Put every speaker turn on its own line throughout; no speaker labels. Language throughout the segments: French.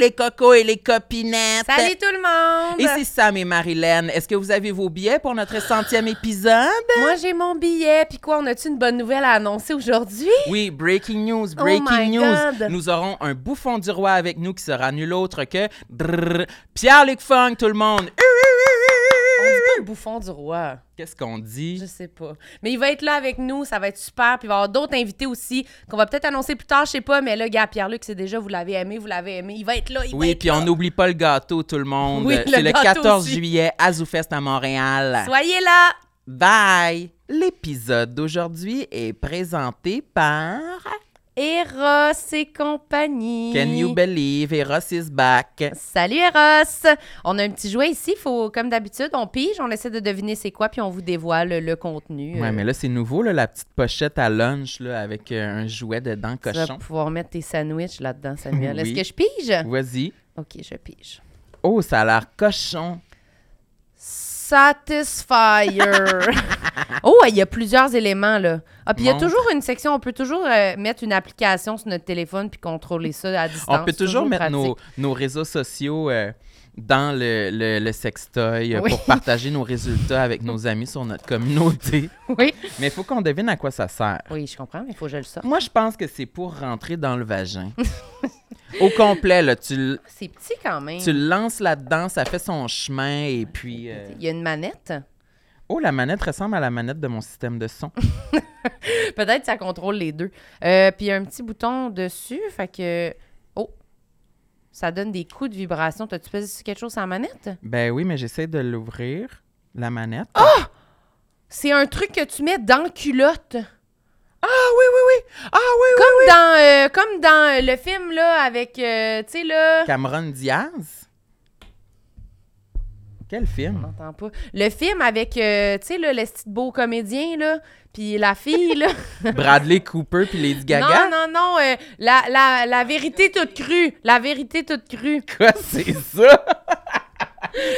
les cocos et les copinettes.
Salut tout le monde!
Ici Sam et Marilyn. Est-ce que vous avez vos billets pour notre centième épisode?
Moi, j'ai mon billet. Puis quoi, on a-tu une bonne nouvelle à annoncer aujourd'hui?
Oui, breaking news, breaking
Oh my
news.
God.
Nous aurons un bouffon du roi avec nous qui sera nul autre que brrr, Pierre-Luc Funk, tout le monde.
On dit pas le bouffon du roi.
Qu'est-ce qu'on
Je
dit?
sais pas. Mais il va être là avec nous, ça va être super. Puis il va y avoir d'autres invités aussi qu'on va peut-être annoncer plus tard, je sais pas. Mais là, gars, Pierre-Luc, c'est déjà, vous l'avez aimé, vous l'avez aimé. Il va être là, il va
Oui,
être
puis on n'oublie pas le gâteau, tout le monde.
Oui,
C'est
le
le
gâteau
14
aussi.
juillet à ZooFest à Montréal.
Soyez là!
Bye! L'épisode d'aujourd'hui est présenté par
Eros et compagnie.
Can You Believe et Ross is Back.
Salut Eros! On a un petit jouet ici, faut comme d'habitude, on pige, on essaie de deviner c'est quoi, puis on vous dévoile le contenu.
Ouais,
Euh,
mais là, c'est nouveau, là, la petite pochette à lunch là, avec euh, un jouet dedans,
Tu vas
cochon.
pouvoir mettre tes sandwichs là-dedans, Samuel.
Oui.
Est-ce que je pige?
Vas-y.
Ok, je pige.
Oh, ça a l'air cochon.
Satisfier. oh, il y a plusieurs éléments là. Ah, puis il y a
Montre.
toujours une section, on peut toujours euh, mettre une application sur notre téléphone puis contrôler ça à distance.
On peut toujours mettre
pratique.
nos, nos réseaux sociaux euh, dans le, le, le sextoy euh,
Oui.
pour partager nos résultats avec nos amis sur notre communauté.
Oui.
Mais il faut qu'on devine à quoi ça sert.
Oui, je comprends, mais il faut que je le sorte.
Moi, je pense que c'est pour rentrer dans le vagin. Au complet, là, tu, l-
C'est petit quand même.
tu le lances là-dedans, ça fait son chemin et puis... euh,
Il y a une manette.
Oh, la manette ressemble à la manette de mon système de son.
Peut-être que ça contrôle les deux. Euh, puis il y a un petit bouton dessus, fait que. Oh! Ça donne des coups de vibration. T'as-tu pesé sur quelque chose sans manette?
Ben oui, mais j'essaie de l'ouvrir, la manette.
C'est un truc que tu mets dans le culotte.
Ah oui, oui, oui! Ah oui, oui!
Comme dans, euh, comme dans euh, le film, là, avec. euh, tu sais, là.
Cameron Diaz? Quel
On
film?
n'entend pas. Le film avec, euh, tu sais, là, les petits beaux comédiens, là. Puis la fille, là.
Bradley Cooper puis Lady Gaga?
Non, non, non. euh, la, la, la vérité toute crue. La vérité toute crue.
Quoi, c'est ça?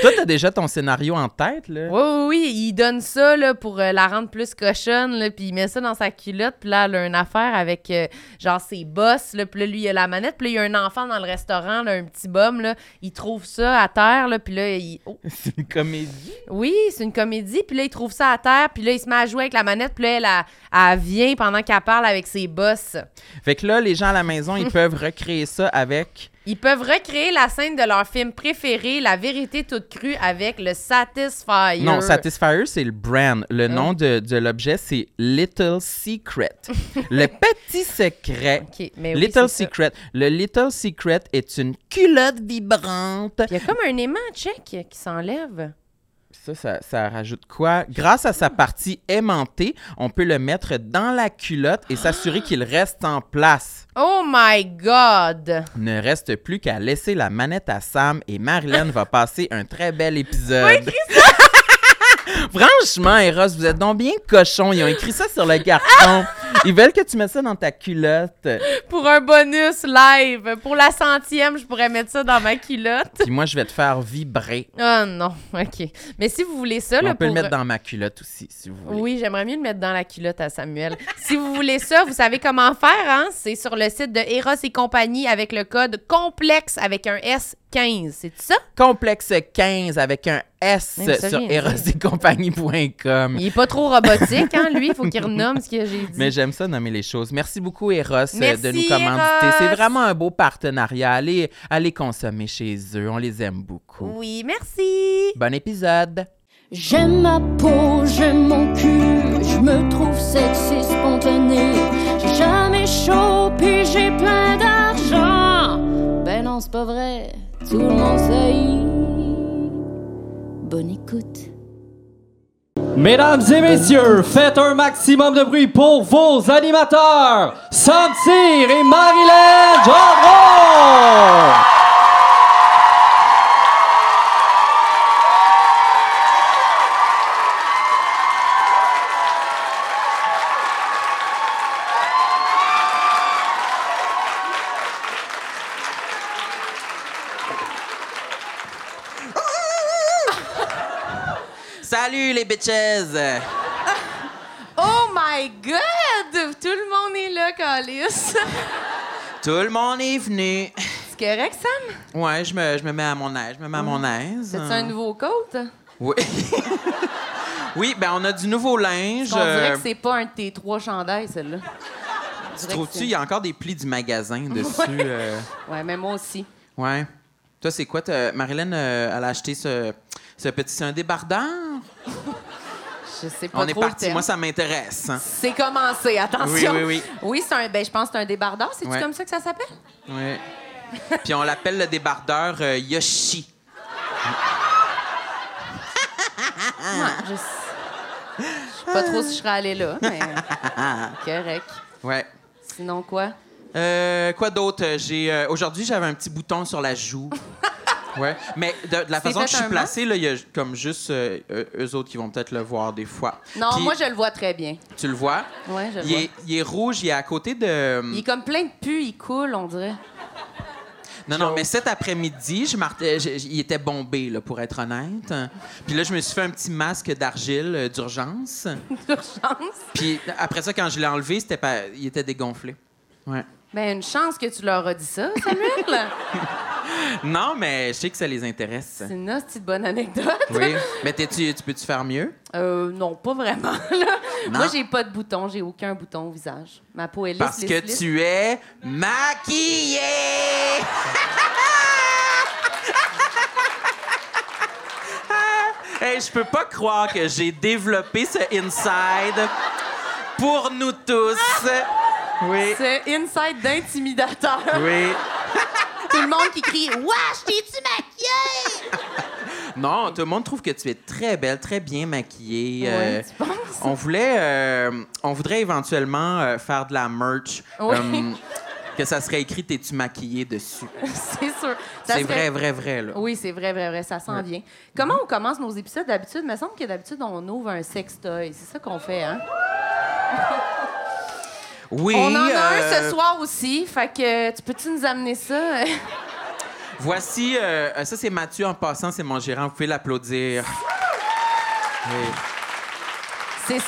Toi, t'as déjà ton scénario en tête, là?
Oui, oui, oui, il donne ça là, pour euh, la rendre plus cochonne, là, puis il met ça dans sa culotte, puis là, elle a une affaire avec euh, genre ses boss, là, puis là, lui, il a la manette, puis là, il y a un enfant dans le restaurant, là, un petit bum, là, il trouve ça à terre, là, puis là, il... oh,
C'est une comédie.
oui, c'est une comédie, puis là, il trouve ça à terre, puis là, il se met à jouer avec la manette, puis là, elle, elle- elle vient pendant qu'elle parle avec ses boss.
Fait que là, les gens à la maison, ils peuvent recréer ça avec...
Ils peuvent recréer la scène de leur film préféré, La vérité toute crue, avec le Satisfyer.
Non, Satisfyer, c'est le brand. Le nom de, de l'objet, c'est Little Secret. le petit secret.
Ok, mais Ben oui,
Little
c'est ça.
Secret. Le Little Secret est une culotte vibrante.
Il y a comme un aimant check qui s'enlève.
Ça, ça, ça rajoute quoi? Grâce à sa partie aimantée, on peut le mettre dans la culotte et s'assurer qu'il reste en place.
Oh my God!
Il ne reste plus qu'à laisser la manette à Sam et Marilyn va passer un très bel épisode. Franchement, Eros, vous êtes donc bien cochon. Ils ont écrit ça sur le carton. Ils veulent que tu mettes ça dans ta culotte.
Pour un bonus live, pour la centième, je pourrais mettre ça dans ma culotte.
Puis moi, je vais te faire vibrer.
Oh non, ok. Mais si vous voulez ça, là,
On peut le
pour-
mettre dans ma culotte aussi, si vous voulez.
Oui, j'aimerais mieux le mettre dans la culotte à Samuel. si vous voulez ça, vous savez comment faire, hein? C'est sur le site de Eros et compagnie avec le code complexe avec un S15. C'est ça?
Complexe 15 avec un S
Mais ça
sur
vient de-
erosetcompagnie.com.
Il est pas trop robotique, hein, lui? Il faut qu'il renomme ce que j'ai dit.
Mais j'aime ça nommer les choses. Merci beaucoup, Eros, euh,
Merci,
de nous commanditer.
Eros.
C'est vraiment un beau partenariat. Allez, allez consommer chez eux. On les aime beaucoup.
Oui, merci!
Bon épisode.
J'aime ma peau, j'aime mon cul, je me trouve sexy spontané. J'ai jamais chaud, puis j'ai plein d'argent. Ben non, c'est pas vrai, tout le monde sait. Bonne écoute.
Mesdames et messieurs, faites un maximum de bruit pour vos animateurs, Sam Cyr et Marilyn Gendron!
Salut, les bitches!
Oh my God! Tout le monde est là, Calis.
Tout le monde est venu.
Tu correct, Sam?
Ouais, je me, je me mets à mon aise. Je me mets à mon aise.
C'est-tu Mm. un nouveau coat?
Oui. oui, ben on a du nouveau linge.
On dirait
euh,
que c'est pas un de tes trois chandails, celle-là.
tu trouves-tu, il y a encore des plis du magasin dessus.
Ouais.
euh,
Ouais, mais moi aussi.
ouais. Toi, c'est quoi? t'as- Marilyn, euh, elle a acheté ce, ce petit... C'est un débardeur?
Je sais pas
on est
trop le
parti.
terme.
Moi, ça m'intéresse. hein.
C'est commencé, attention.
Oui, oui, oui.
c'est un, ben, je pense que c'est un débardeur. C'est-tu
Ouais.
comme ça que ça s'appelle?
Ouais. Puis on l'appelle le débardeur euh, Yoshi.
Ouais, je sais je sais pas trop si je serais allée là, mais correct.
Ouais.
Sinon quoi?
Euh, quoi d'autre? J'ai euh, aujourd'hui j'avais un petit bouton sur la joue. ouais. Mais de, de la
t'es
façon
fait
que je suis
un
placée, là, il y a comme juste euh, euh, eux autres qui vont peut-être le voir des fois.
Non,
Puis,
moi, je le vois très bien.
tu le vois.
Ouais, je le
il,
vois.
Est, il est rouge, il est à côté de. hum,
Il est comme plein de pus, il coule, on dirait.
Non, non, mais cet après-midi, je mar- euh, je- je- il était bombé, là, pour être honnête. Puis là, je me suis fait un petit masque d'argile euh, d'urgence.
D'urgence.
Puis après ça, quand je l'ai enlevé, c'était pas... il était dégonflé. Ouais.
Ben, une chance que tu leur as dit ça, Samuel.
Non, mais je sais que ça les intéresse.
c'est une petite bonne anecdote.
Oui. Mais t'es-tu- tu peux-tu faire mieux?
Euh, non, pas vraiment. là.
Non.
Moi, j'ai pas de bouton, j'ai aucun bouton au visage. Ma peau est lisse.
Parce
lisse,
que
lisse.
tu es maquillée! hey, je peux pas croire que j'ai développé ce inside pour nous tous. Oui.
C'est inside d'intimidateur.
Oui.
Tout le monde qui crie Wesh, t'es-tu maquillée?
Non, tout le monde trouve que tu es très belle, très bien maquillée. euh,
Ouais, tu penses?
on voulait, euh, on voudrait éventuellement euh, faire de la merch. Euh,
Oui.
que ça serait écrit t'es-tu maquillée dessus.
c'est sûr. Ça
C'est vrai,
serait-
vrai, vrai là.
Oui, c'est vrai, vrai, vrai, ça s'en vient. Comment on commence nos épisodes d'habitude? Il me semble que d'habitude, on ouvre un sextoy. C'est ça qu'on fait, hein?
Oui.
on en a un
euh,
ce soir aussi. Fait que tu peux-tu nous amener ça?
Voici, euh, euh, ça c'est Mathieu en passant, c'est mon gérant. Vous pouvez l'applaudir. Oui.
c'est.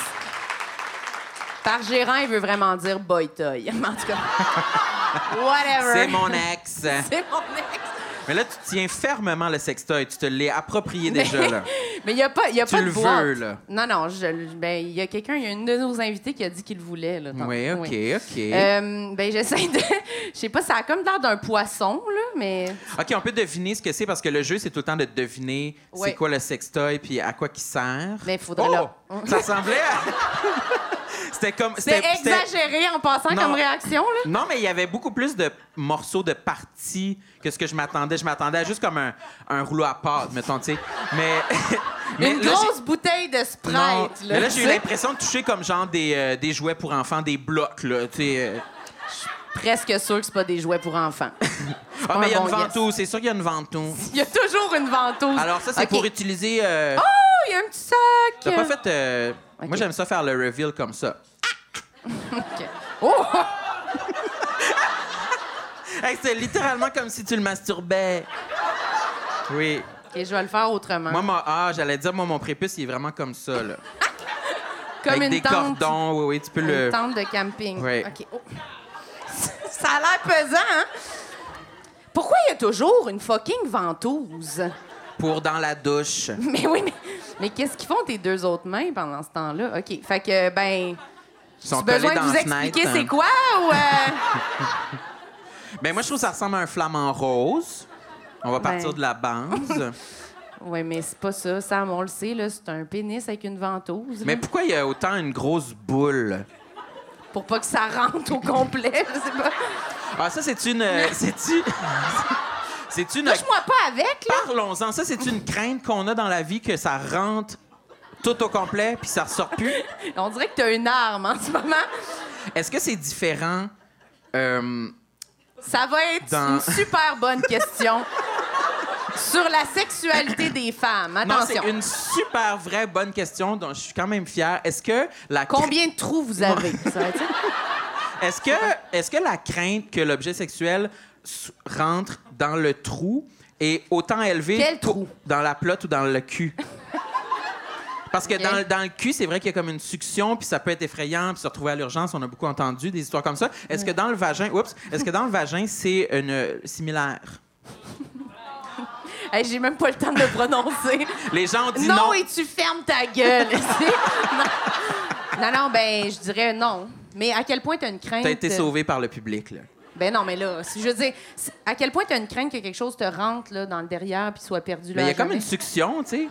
Par gérant, il veut vraiment dire boy toy. Mais en tout cas, whatever.
C'est mon ex.
C'est mon ex.
Mais là, tu tiens fermement le sextoy. Tu te l'es approprié déjà, là.
Mais il n'y a pas, y a
Tu
pas de
le veux,
boîte.
là.
Non, non, je, ben, il y a quelqu'un, il y a une de nos invités qui a dit qu'il le voulait. Là, tantôt.
Oui, OK, OK.
Euh, ben, j'essaie de. Je sais pas, ça a comme l'air d'un poisson, là, mais.
OK, on peut deviner ce que c'est parce que le jeu, c'est tout le temps de deviner
Ouais.
c'est quoi le sextoy puis à quoi qu'il sert. Oh!
Mais faudrait le-
Ça ressemblait à. C'était comme.
C'est
c'était- c'était-
exagéré en passant
Non.
comme réaction, là.
Non, mais il y avait beaucoup plus de morceaux de parties que ce que je m'attendais. Je m'attendais à juste comme un, un rouleau à pâte, mettons, tu sais. Mais. mais
Une
là, j'ai-
grosse bouteille de Sprite,
Non,
là.
mais là, j'ai eu
tu sais.
l'impression de toucher comme genre des, euh, des jouets pour enfants, des blocs, là, tu sais. euh.
Presque sûr que c'est pas des jouets pour enfants.
Ah, mais il y a
un
une
bon guess.
ventouse, c'est sûr qu'il y a une ventouse.
Il y a toujours une ventouse.
Alors, ça, c'est
Ok.
pour utiliser. euh,
Oh, il y a un petit sac.
T'as pas fait. euh,
Ok.
Moi, j'aime ça faire le reveal comme ça.
Ok. Oh!
Hey, c'est littéralement comme si tu le masturbais. Oui.
Et je vais le faire autrement.
Moi, mon, ah, j'allais dire, moi, mon prépuce, il est vraiment comme ça, là.
comme
Avec
une
des
tente.
cordons, oui, oui, tu peux
Une
le.
tente de camping.
Oui.
OK. Oh. ça a l'air pesant, hein? Pourquoi il y a toujours une fucking ventouse?
Pour dans la douche.
Mais oui, mais, mais qu'est-ce qu'ils font tes deux autres mains pendant ce temps-là? OK. Fait que, ben,
Ils
tu
sont collés
besoin de
dans
vous
la
expliquer
fenêtre. hein.
c'est quoi ou. euh,
Ben, moi, je trouve que ça ressemble à un flamant rose. On va partir
Ben.
de la base.
ouais, mais c'est pas ça. Sam, on le sait, là, c'est un pénis avec une ventouse.
Mais
là,
pourquoi il y a autant une grosse boule?
pour pas que ça rentre au complet, je sais pas.
Ah, ça, c'est une. euh, C'est-tu. C'est une.
Touche-moi pas avec, là.
Parlons-en. Ça, c'est une crainte qu'on a dans la vie que ça rentre tout au complet puis ça ressort plus.
On dirait que t'as une arme en ce moment.
Est-ce que c'est différent? euh,
Ça va être
Dans-
une super bonne question sur la sexualité des femmes.
non, c'est
Attention.
une super vraie bonne question dont je suis quand même fière. Est-ce que la cra-
Combien de trous vous avez? Ça va être ça?
est-ce que est-ce que la crainte que l'objet sexuel s- rentre dans le trou est autant élevée
Quel
pour-
trou?
dans la plotte ou dans le cul Parce que
Ok.
dans, le- dans le cul, c'est vrai qu'il y a comme une succion, puis ça peut être effrayant, puis se retrouver à l'urgence. On a beaucoup entendu des histoires comme ça. Est-ce que dans le vagin, oups, est-ce que dans le vagin, c'est une euh, similaire?
Hey, J'ai même pas le temps de le prononcer.
Les gens ont dit
non,
non.
et tu fermes ta gueule. C'est- non. non, non, ben, je dirais non. Mais à quel point t'as une crainte.
T'as été sauvé par le public, là.
Ben non, mais là, si je veux dire, si- à quel point t'as une crainte que quelque chose te rentre là, dans le derrière puis soit perdu là.
Mais Ben, il y a
à
comme une
jamais?
succion, tu sais.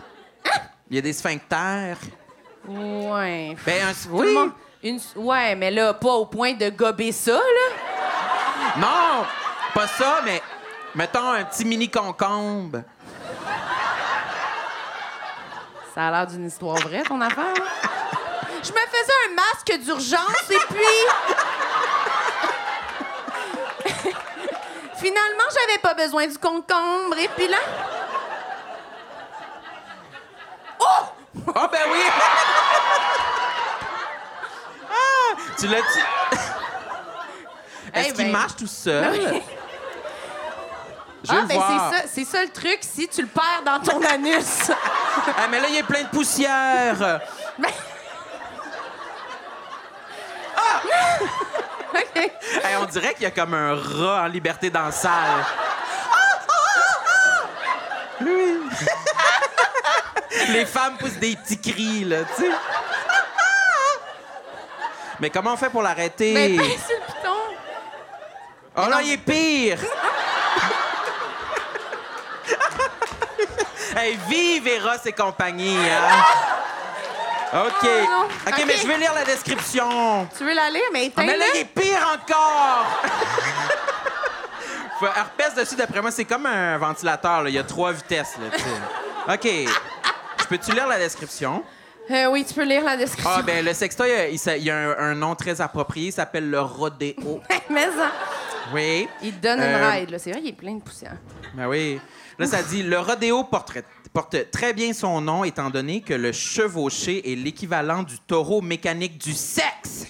Il y a des sphincters.
Ouais.
Ben, un-
Tout le
oui.
monde- Une... Ouais, mais là, pas au point de gober ça, là.
Non, pas ça, mais mettons un petit mini concombre.
Ça a l'air d'une histoire vraie, ton affaire. là. Je me faisais un masque d'urgence et puis. Finalement, j'avais pas besoin du concombre et puis là.
Oh, ben oui! Ah, tu l'as dit. Est-ce
Eh
qu'il
ben.
marche tout seul? Je veux
ah,
Ah, le
ben
voir.
c'est ça, c'est ça le truc si tu le perds dans ton anus.
Ah, mais là, il y a plein de poussière.
Ben- OK.
Eh, on dirait qu'il y a comme un rat en liberté dans la salle. Lui. Les femmes poussent des petits cris, là, tu sais. Mais comment on fait pour l'arrêter?
Mais ben, sur le piton.
Oh là, il est pire! hey, vive Eros et compagnie, hein? OK.
non.
OK,
OK.
mais je vais lire la description.
Tu veux la lire, mais
Ah, mais là,
éteins-le.
il est pire encore! Faut repèse dessus, d'après moi, c'est comme un ventilateur, là. Il y a trois vitesses, là, tu sais. OK. Je peux-tu lire la description?
Euh, oui, tu peux lire la description.
Ah, ben, le sextoy, euh, il, s'a- il y a un, un nom très approprié. Il s'appelle le rodéo.
mais ça.
Oui.
Il te donne une
Ah, ben. Euh,
ride, là. C'est vrai, il est plein de poussière.
Ben oui. Là, ça dit le rodéo porte, porte très bien son nom, étant donné que le chevauché est l'équivalent du taureau mécanique du sexe.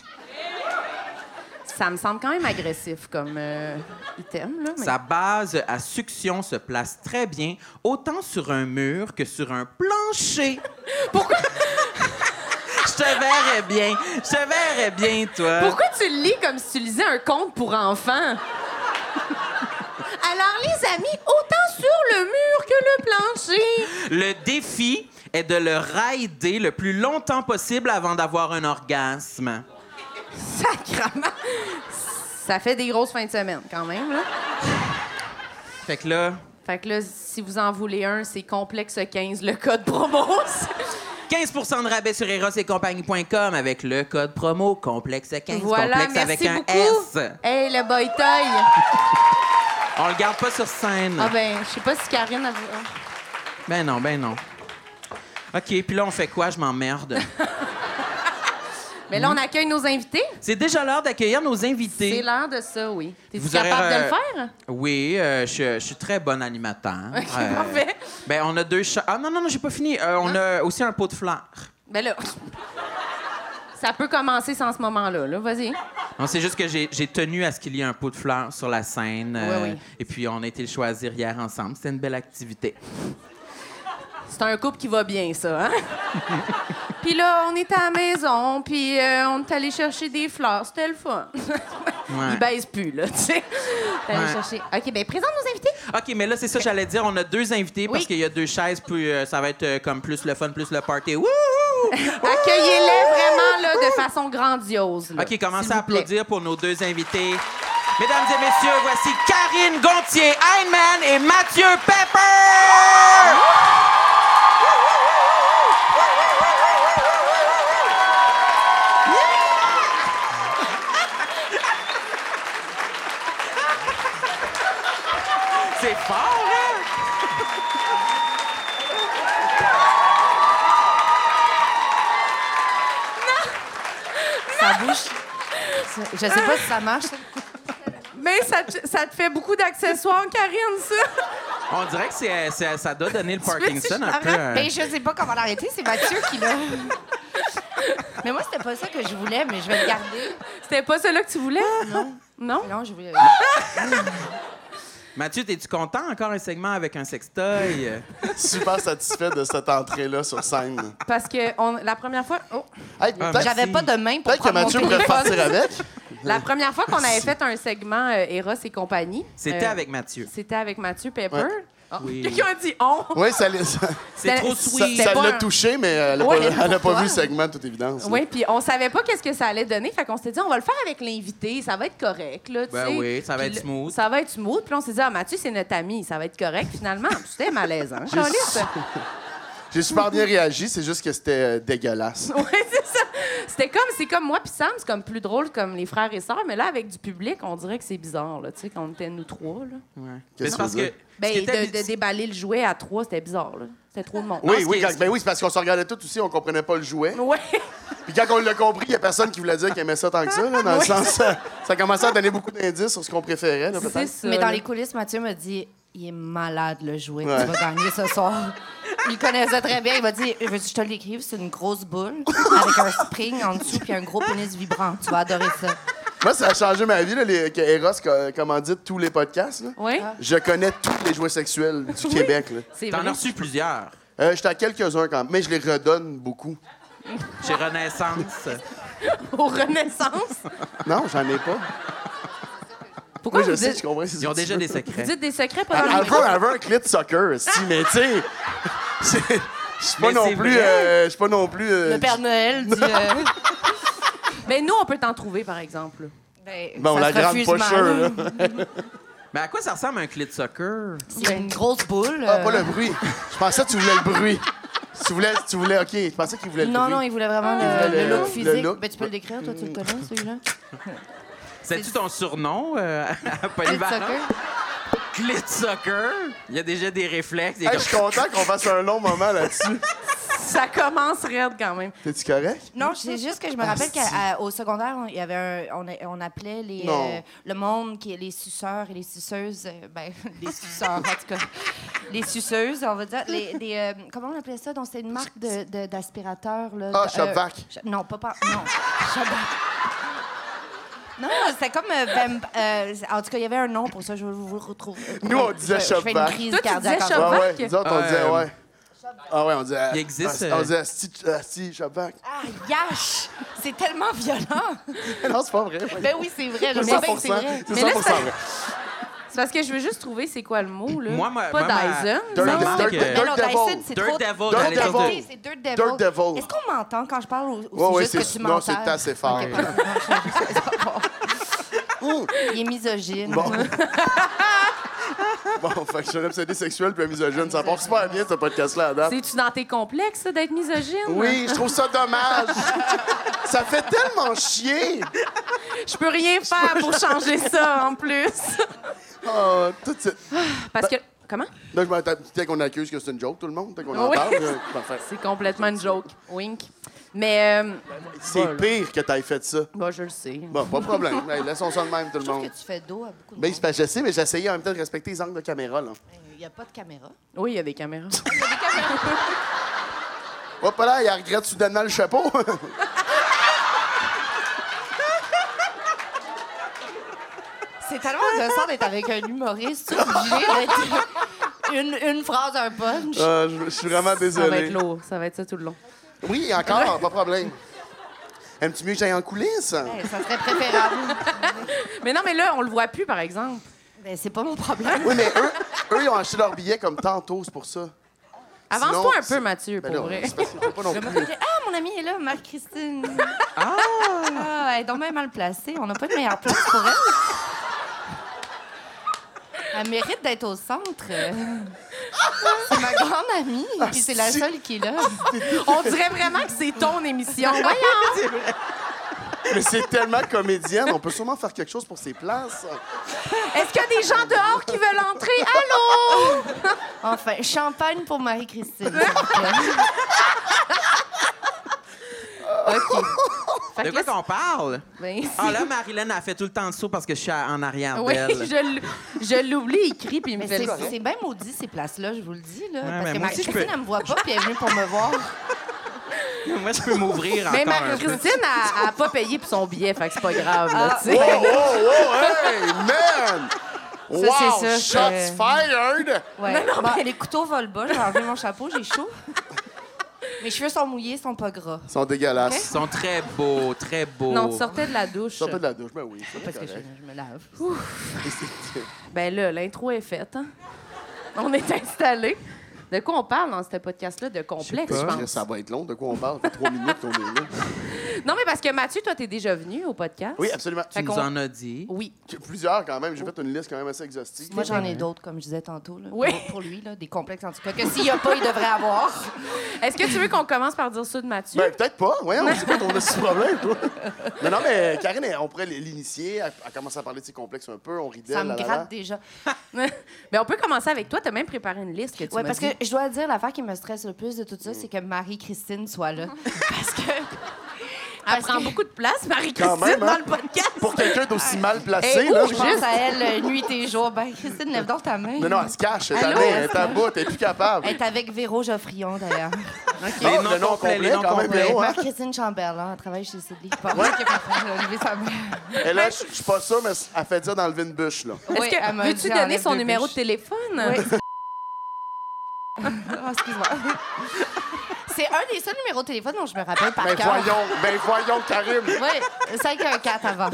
Ça me semble quand même agressif comme euh, item, là. mais-
Sa base à succion se place très bien, autant sur un mur que sur un plancher.
Pourquoi,
Je te verrais bien. Je te verrais bien, toi.
pourquoi tu le lis comme si tu lisais un conte pour enfants? Alors, les amis, autant sur le mur que le plancher.
Le défi est de le raider le plus longtemps possible avant d'avoir un orgasme.
Sacrement. Ça fait des grosses fins de semaine, quand même, là.
Fait que là,
Fait que là, si vous en voulez un, c'est complexe 15, le code promo.
15 de rabais sur erosetcompagnie.com avec le code promo complexe 15
voilà,
complexe
merci
avec un
beaucoup.
S.
Hey, le boy toy.
On le garde pas sur scène.
Ah ben, je sais pas si Karine a...
Ben non, ben non. OK, puis là on fait quoi Je m'emmerde.
Mais là, on accueille nos invités.
C'est déjà l'heure d'accueillir nos
C'est
invités.
l'heure de ça, Hmm. oui. T'es-tu
Vous aurez,
capable de le
euh,
faire?
Oui, euh, je, je suis très bon animateur.
Ok, parfait. Ah.
Ben on a deux chats. Ah non non non, j'ai pas fini. Euh, on a aussi un pot de fleurs.
Ben là... Ça peut commencer sans ce moment-là, là. Vas-y.
Non, c'est juste que j'ai j'ai tenu à ce qu'il y ait un pot de fleurs sur la scène. euh,
oui.
Et puis on a été le choisir hier ensemble. C'était une belle activité.
C'est un couple qui va bien, ça, hein? puis là, on est à la maison, puis euh, on est allé chercher des fleurs. C'était le fun.
Ouais.
Ils baissent plus, là, tu sais. T'es allé
Ouais.
chercher... OK, ben présente nos invités.
OK, mais là, c'est ça que j'allais dire. On a deux invités parce
Oui.
qu'il y a deux chaises, puis euh, ça va être euh, comme plus le fun, plus le party. Wouhou! Wouhou!
Accueillez-les vraiment là, de façon grandiose. là,
OK, commencez
s'il
à
vous plaît.
applaudir pour nos deux invités. Mesdames et messieurs, voici Karine Gontier Heinemann et Mathieu Pepper! C'est fort, hein?
Ça bouge. Je sais pas si ça marche.
Mais ça te, ça te fait beaucoup d'accessoires, Karine, ça.
On dirait que c'est, euh, c'est- ça doit donner le
veux-tu que
Parkinson
je Ben,
un peu. euh,
Mais je sais pas comment l'arrêter, c'est Mathieu qui l'a. Mais moi, c'était pas ça que je voulais, mais je vais le garder.
C'était pas cela que tu voulais? Non. Non?
Non, je voulais.
Mathieu, es-tu content encore un segment avec un sextoy? Euh,
Super satisfait de cette entrée-là sur scène.
Parce que on- la première fois. Oh,
Hey,
Ah,
peut-être-
j'avais pas de main pour
Peut-être que
prendre mon
Mathieu pourrait
téléphone.
partir avec.
La première fois qu'on avait fait un segment euh, Eros et compagnie.
C'était
euh,
avec Mathieu.
C'était avec Mathieu Pepper.
Ouais.
Oh,
Oui.
Quelqu'un a dit on.
Oui, ça l'a ça-
C'est trop
ça-
sweet.
C'est
ça
pas
l'a
un-
touché, mais euh, elle n'a
Ouais,
pas, elle a
pourquoi?
pas vu le segment, de toute évidence. là.
Oui, puis on savait pas qu'est-ce que ça allait donner. Fait qu'on s'était dit, on va le faire avec l'invité, ça va être correct, là, tu
Ben
sais.
oui, ça va
Puis
être
le-
smooth.
Ça va être smooth. Puis on s'est dit, ah, Mathieu, c'est notre ami, ça va être correct, finalement. Puis C'était hein. malaisant. Joli, ça.
J'ai super bien réagi, c'est juste que c'était euh, dégueulasse.
Oui, c'est ça. C'était comme, c'est comme moi puis Sam, c'est comme plus drôle comme les frères et sœurs, mais là, avec du public, on dirait que c'est bizarre, là, tu sais, quand on était nous trois, là.
Ouais.
Qu'est-ce
C'est parce
que tu veux
que.
dire?
ce
Ben,
qui
de,
était-
de déballer le jouet à trois, c'était bizarre, là. C'était trop de monde.
Oui,
ce
oui,
qui-
quand- ben oui, c'est parce qu'on se regardait tous aussi, on comprenait pas le jouet.
Ouais.
Puis quand on l'a compris, il n'y a personne qui voulait dire qu'il aimait ça tant que ça, là, dans le sens. euh, Ça commençait à donner beaucoup d'indices sur ce qu'on préférait, là,
C'est
peut-être.
ça.
Mais dans
là.
les coulisses, Mathieu m'a dit Il est malade le jouet
Ouais.
tu vas gagner ce soir. Il connaissait très bien. Il m'a dit Veux-tu que je te l'écrive C'est une grosse boule avec un spring en dessous puis un gros pénis vibrant. Tu vas adorer ça.
Moi, ça a changé ma vie, là, les, que Eros co- commandite tous les podcasts. là.
Ouais.
Je connais tous les jouets sexuels du Québec. là.
C'est
T'en
vrai.
as reçu plusieurs.
Euh, J'étais à quelques-uns quand même, mais je les redonne beaucoup.
Chez Renaissance.
Aux Renaissance.
Non, j'en ai pas.
Pourquoi
Moi, je
vous
sais,
dites,
je comprends. c'est
Ils ont
ça que
déjà
tu
des
veux.
secrets.
vous dites des secrets pas dans
Elle
les
veut, elle veut un clit soccer, si, mais tu sais. c'est- Je suis
Mais
pas,
c'est
non plus,
vrai.
euh, je suis pas non plus. euh,
Le Père Noël dit euh,
Mais nous, on peut t'en trouver, par exemple.
ben,
Bon,
ça
la
se
grande
refuse
pocheur,
mal.
là.
Mais Ben, à quoi ça ressemble un clit de soccer?
C'est une grosse boule.
Ah,
euh,
pas le bruit. Je pensais que tu voulais le bruit. Tu voulais, tu voulais, ok. Je pensais qu'il voulait le
Non,
bruit.
non, il voulait vraiment
Ah.
le, le
Le-
look
le
physique.
look.
Ben, tu peux le décrire, toi, tu le connais, celui-là?
C'est-tu ton surnom euh, à
Clit de
Polyvalent?
soccer?
Clit soccer? Il y a déjà des réflexes. des
Hey,
Ah,
comme-
je suis content qu'on fasse un long moment là-dessus.
Ça commence raide quand même.
T'es-tu correct?
Non, c'est juste que je me
Ah,
rappelle
si.
qu'au secondaire, on- il y avait un- on, a- on appelait les,
Non.
euh, le monde qui est les suceurs et les suceuses. euh, ben, les suceurs, en tout cas. Les suceuses, on va dire. Les, des, euh, comment on appelait ça? Donc, c'est une marque de- de- d'aspirateur. là.
Ah,
Euh,
Shopvac.
Sh- non, pas. pas non, Shopvac. Non, c'était comme. euh, Vamp- euh, en tout cas, il y avait un nom pour ça, je vais vous le retrouver.
Nous, on disait
Je- Je fais une
Shopvac.
crise
Toi, tu
cardiaque
disais
en ce
Shopvac?
Ouais, ouais.
Shopback?
Nous autres, on
Euh,
disait, ouais. Ah, ouais, on disait.
Il existe,
On
euh,
disait, Asti, Asti, Shopback.
Ah, yash! C'est tellement violent!
Non, c'est pas vrai.
Ben oui, c'est vrai. Je
C'est
sais bien que c'est
100%.
vrai.
C'est
Mais là,
100% vrai.
C'est parce que je veux juste trouver c'est quoi le mot, là.
Moi, ma-
pas
moi, ma-
Dyson.
Dirt-
Dirt-
me semble
Dirt-
que-
Dirt
Mais non,
Devil.
Dyson, ben, c'est
Dirt
trop...
Devil,
Dirt
j'allais dire.
Devil.
C'est Dirt Devil.
Dirt Devil.
Est-ce qu'on m'entend quand je parle ou, ou
Ouais, ouais,
c'est juste
c'est-
que tu
non,
m'entends?
c'est assez fort.
Ok, pardon. C'est pas bon. Il est misogyne.
Bon. bon, fait que je suis un obsédé sexuel puis un misogyne. Ça part super bien, ce podcast-là, à date.
C'est-tu dans tes complexes, ça, d'être misogyne?
Oui, je trouve ça dommage. ça fait tellement chier.
Je peux rien faire pour changer ça, en plus.
Oh, toute cette-
Parce que... Comment?
Là, je m'attends. Peut-être qu'on accuse que c'est une joke, tout le monde. Peut-être qu'on en
Oui.
parle. là. Parfait.
C'est complètement une joke. Wink. Mais... euh,
C'est pire que t'aies fait ça.
bah, je le sais.
Bon, pas de problème. Hey, laissons ça de même, tout le
Je trouve
monde.
que tu fais dos à beaucoup de
Ben,
monde.
c'est parce que je sais, mais j'essayais en même temps de respecter les angles de caméra, là.
Il n'y a pas de caméra.
Oui, il y a des caméras.
Hop là, il regrette soudainement le chapeau.
C'est tellement intéressant d'être avec un humoriste. Tu es obligé d'être une, une phrase, un punch.
Ah, je, je suis vraiment
Ça va être
désolé.
lourd. Ça va être ça tout le long.
Oui, encore, pas de problème. Aimes-tu mieux que j'aille en coulisses?
Ben, ça serait préférable.
Mais non, mais là, on le voit plus, par exemple.
Ben, c'est pas mon problème.
Oui, mais eux, eux, ils ont acheté leur billet comme tantôt, c'est pour ça.
Avance-toi un
c'est-
peu, Mathieu,
Ben
pour
là,
vrai.
c'est parce que faut pas non plus.
Ok, Ah, mon amie est là, Marc-Christine. Ah, elle est donc bien mal placée. On n'a pas de meilleure place pour elle. Elle mérite d'être au centre. C'est ma grande amie.
Ah,
Puis c'est la seule qui est là.
On dirait vraiment que c'est ton émission. Voyons.
Mais c'est tellement comédienne, on peut sûrement faire quelque chose pour ses places.
Est-ce qu'il y a des gens dehors qui veulent entrer? Allô?
Enfin, champagne pour Marie-Christine. s'il vous plaît.
Fait
De
que là,
quoi qu'on parle?
ben,
Ah là, Marilyn a fait tout le temps le saut parce que je suis à- en arrière
Oui,
d'elle.
je l- je l'oublie, il crie, puis il me
Mais
fait
c'est
le
c'est bien maudit, ces places-là, je vous le dis. Là,
mais
parce que
moi aussi, je
Marie-Christine,
peux-
elle me voit pas, puis elle est venue pour me voir.
Moi, je peux m'ouvrir encore
Mais
un peu.
Marie-Christine, elle
Ah,
Oh,
Ben,
n'a pas payé pour son billet, fait que c'est pas grave, là, tu
Oh,
sais.
oh, oh, hey, man! Wow!
c'est ça,
shots
c'est-
fired!
Ouais. Bon, les couteaux volent bas, j'ai enlevé mon chapeau, j'ai chaud. Mes cheveux sont mouillés, ils sont pas gras.
Ils sont dégueulasses.
Ils sont très beaux, très beaux.
Non, tu sortais de la douche.
Sortez de la douche, ben oui. c'est
Parce que je,
correct.
je me lave. Ouf. ben là, l'intro est faite. hein. On est installé. De quoi on parle dans ce podcast-là? De complexe, je pense.
Ça va être long, de quoi on parle? Ça fait trois minutes qu'on est là.
Non, mais parce que Mathieu, toi, t'es déjà venu au podcast.
Oui, absolument.
Tu nous
qu'on-
en as dit.
Oui.
Plusieurs quand même, j'ai fait une liste quand même assez exhaustive.
Moi, j'en ai d'autres, comme je disais tantôt. Là,
Oui.
pour, pour lui, là, des complexes, en tout cas, que s'il y a pas, il devrait avoir.
Est-ce que tu veux qu'on commence par dire ça de Mathieu?
Ben, peut-être pas. Voyons, c'est quoi ton petit problème, toi? Mais non, mais Karine, elle- on pourrait l'initier. Elle, elle commence à parler de ses complexes un peu. On rit d'elle.
Ça me
là, là,
gratte
là.
déjà.
Mais on peut commencer avec toi. T'as même préparé une liste que tu
Ouais,
m'as
parce que
dit.
je dois dire, l'affaire qui me stresse le plus de tout
Mm.
ça, c'est que Marie-Christine soit là. parce que.
Elle prend beaucoup de place,
Quand
Marie-Christine,
même, hein?
dans le podcast.
Pour quelqu'un d'aussi mal placé,
Hey, oh,
là.
ouh, je pense à elle euh, nuit et jour. Ben, Christine, lève donc ta main.
Non, non, elle se cache. cette
Allô?
année, Elle est hein, à bout, elle est plus capable.
Elle est avec Véro Geoffrion, d'ailleurs.
Les
Oh,
noms
le nom
complets, les
complet,
noms
quand même,
complets.
Véro, hein?
Marie-Christine Chamberlain, elle travaille chez Sidley. Pas vrai qu'elle fait enlever sa main.
Et là, je je suis pas sûr, mais elle fait dire d'enlever une bûche, là.
Est-ce
Oui,
que-
elle m'a
veux-tu
dit,
donner
enlève
son
deux
numéro de
bûches.
téléphone?
Oh, excuse-moi. C'est un des seuls numéros de téléphone dont je me rappelle par
Ben
cœur.
voyons, ben voyons, Karine.
Oui, 5 1 4 avant.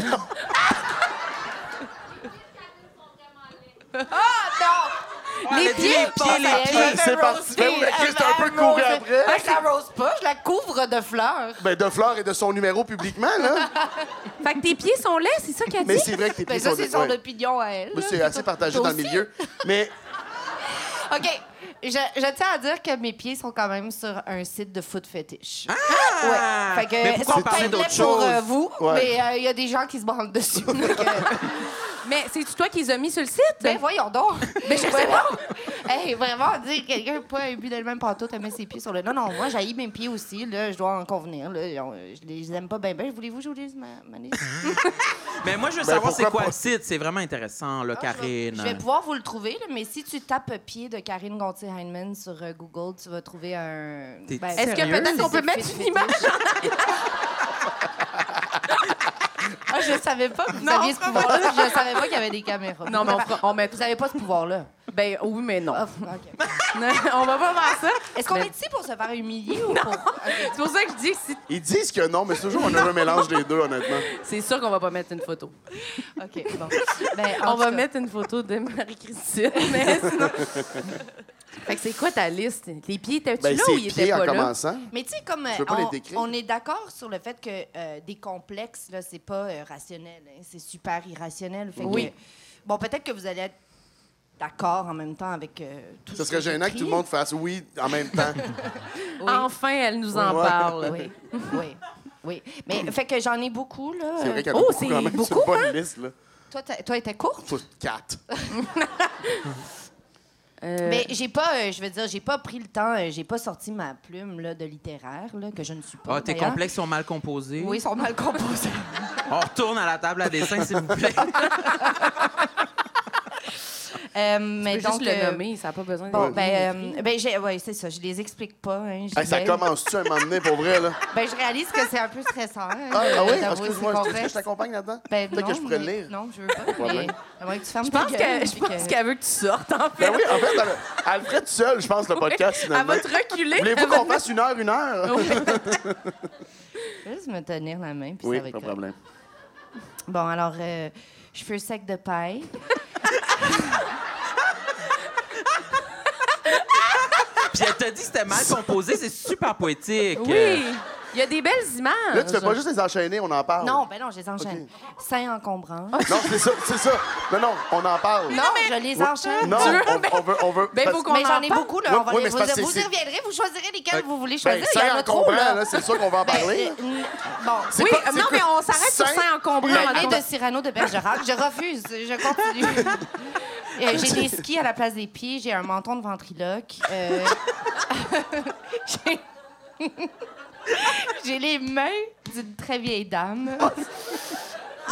Ah,
les pieds, les pieds, les pieds.
C'est parti. Ben oui, mais Chris, t'as un peu couru après.
Ben, je la rose pas, je la couvre de fleurs.
Ben, de Fleur et de son numéro publiquement, là.
Fait que tes pieds sont laids, c'est ça qu'elle
Mais
dit?
c'est vrai que tes
Ben,
pieds
ça,
sont...
c'est son
ouais.
opinion à elle.
Moi,
là.
C'est assez partagé dans le
Toi aussi.
milieu. Mais
OK. Je, je tiens à dire que mes pieds sont quand même sur un site de foot fétiche.
Ah!
Fait que
Mais pourquoi on
c'est
parlait
peut-être
d'autre
laid pour
chose?
euh, vous,
Ouais.
mais euh, il y a des gens qui se branlent dessus. Fait que-
Mais c'est-tu toi qui les as mis sur le site?
ben voyons donc. Mais je sais pas. Hey, vraiment, dire que quelqu'un pas un but de le même pantoute à mettre ses pieds sur le. Non, non, moi, j'haïs mes pieds aussi. Là, je dois en convenir. Là, Ils ont- je les aime pas bien. Ben, voulez-vous que je vous lise ma, ma liste?
Mais moi, je veux savoir c'est
Ben, pourquoi
quoi
pas?
le site. C'est vraiment intéressant, là,
Ah, Je vais
Karine.
pouvoir vous le trouver, là, mais si tu tapes pied de Karine Gontier-Heinemann sur euh, Google, tu vas trouver un. Ben,
T'es
Est-ce que
Sérieux?
peut-être on peut mettre une image?
Ah, je savais pas que vous
Non,
aviez ce
c'est pas
pouvoir-là. Je savais pas qu'il y avait des caméras.
Non, mais on fera- on met-
Vous avez pas ce pouvoir-là.
Ben oui, mais non.
Ah, OK.
on va pas faire ça.
Est-ce qu'on
Mais-
est ici pour se faire humilier ou pour... OK.
C'est pour ça que je dis que si-
ils disent que non, mais c'est toujours un heureux mélange des deux, honnêtement.
c'est sûr qu'on va pas mettre une photo.
OK, bon. Ben, en
On
tout
va
cas,
mettre une photo de Marie-Christine, mais sinon... fait que c'est quoi ta liste? Les pieds étaient-tu
Ben,
là
ses
ou ils étaient
pieds en
pas là?
commençant.
Mais tu sais, comme euh,
veux pas les
on,
décrire.
on est d'accord sur le fait que euh, des complexes, là, c'est pas euh, rationnel. hein, c'est super irrationnel. Fait que-
Oui.
bon, peut-être que vous allez être d'accord en même temps avec euh, tout
Ce
ce
serait
que j'ai
gênant que tout
écrit.
le monde fasse oui en même temps.
Oui.
Enfin, elle nous en
Ouais.
parle. Euh,
Oui, oui, oui. Mais fait que j'en ai beaucoup, là.
C'est vrai qu'il y en a
Oh,
beaucoup
c'est
quand même. C'est une
beaucoup, Ben
bonne liste, là.
Toi, t'as- toi, t'es courte?
Faut quatre.
Euh,
Mais j'ai pas, euh, je veux dire, j'ai pas pris le temps, euh, j'ai pas sorti ma plume là, de littéraire, là, que je ne suis pas.
Ah, tes
d'ailleurs.
complexes sont mal composés.
Oui, ils sont mal composés.
On retourne à la table à dessin, s'il vous plaît.
Euh,
mais
mais
juste
donc,
le
euh,
nommer, ça n'a pas besoin de
Bon,
le
ben,
nommer.
euh, ben, j'ai- ouais, c'est ça, je les explique pas. hein, j'y
Hey, ça
vais.
commence-tu à un moment donné, pour vrai, là?
Ben, je réalise que c'est un peu stressant. hein,
Ah, ah
euh,
oui? Excuse-moi, je-
d'avouer ces
est-ce que je
complexes.
t'accompagne là-dedans?
Ben,
Peut-être que
non,
je pourrais
mais-
lire.
Non, je veux pas. mais,
problème.
à moins que tu fermes
je pense
ta
que-
gueule,
je
puis
pense
que-
qu'elle veut que tu sortes, en fait.
Ben oui, en fait, elle, elle le ferait toute seule, je pense, le podcast,
Elle
finalement.
va te reculer.
Voulez-vous qu'on fasse une heure, une heure?
Je vais juste me tenir la main, puis
Oui,
ça
pas
va être
de
correct.
problème.
Bon, alors, euh, cheveux secs de paille.
Ah
Puis elle t'a dit que c'était mal composé, c'est super poétique.
Oui, il y a des belles images.
Là, tu fais pas juste les enchaîner, on en parle.
Non, ben non, je les enchaîne. Seins encombrants.
Non, c'est ça, c'est ça. Non, non, on en parle.
Ah, Non, je les enchaîne.
Non,
Tu veux-
on, on veut... On veut
Ben, faut qu'on
mais
en
j'en ai
parle.
beaucoup, là.
Oui,
on va
oui,
les-
mais
vous,
c'est parce que
vous y
c'est-
reviendrez, vous choisirez lesquels vous voulez
Ben,
choisir. Il y
ça,
en a
en
trop,
comprend,
là.
là, c'est sûr qu'on va en
Ben,
parler.
euh, n- bon,
Oui,
quoi-
euh,
c'est
non,
quoi-
mais on s'arrête sur
Saint-
Saint-Encombrant.
l'année de Cyrano de Bergerac, je refuse, je continue. Euh, j'ai des skis à la place des pieds, j'ai un menton de ventriloque. euh, j'ai... j'ai les mains d'une très vieille dame.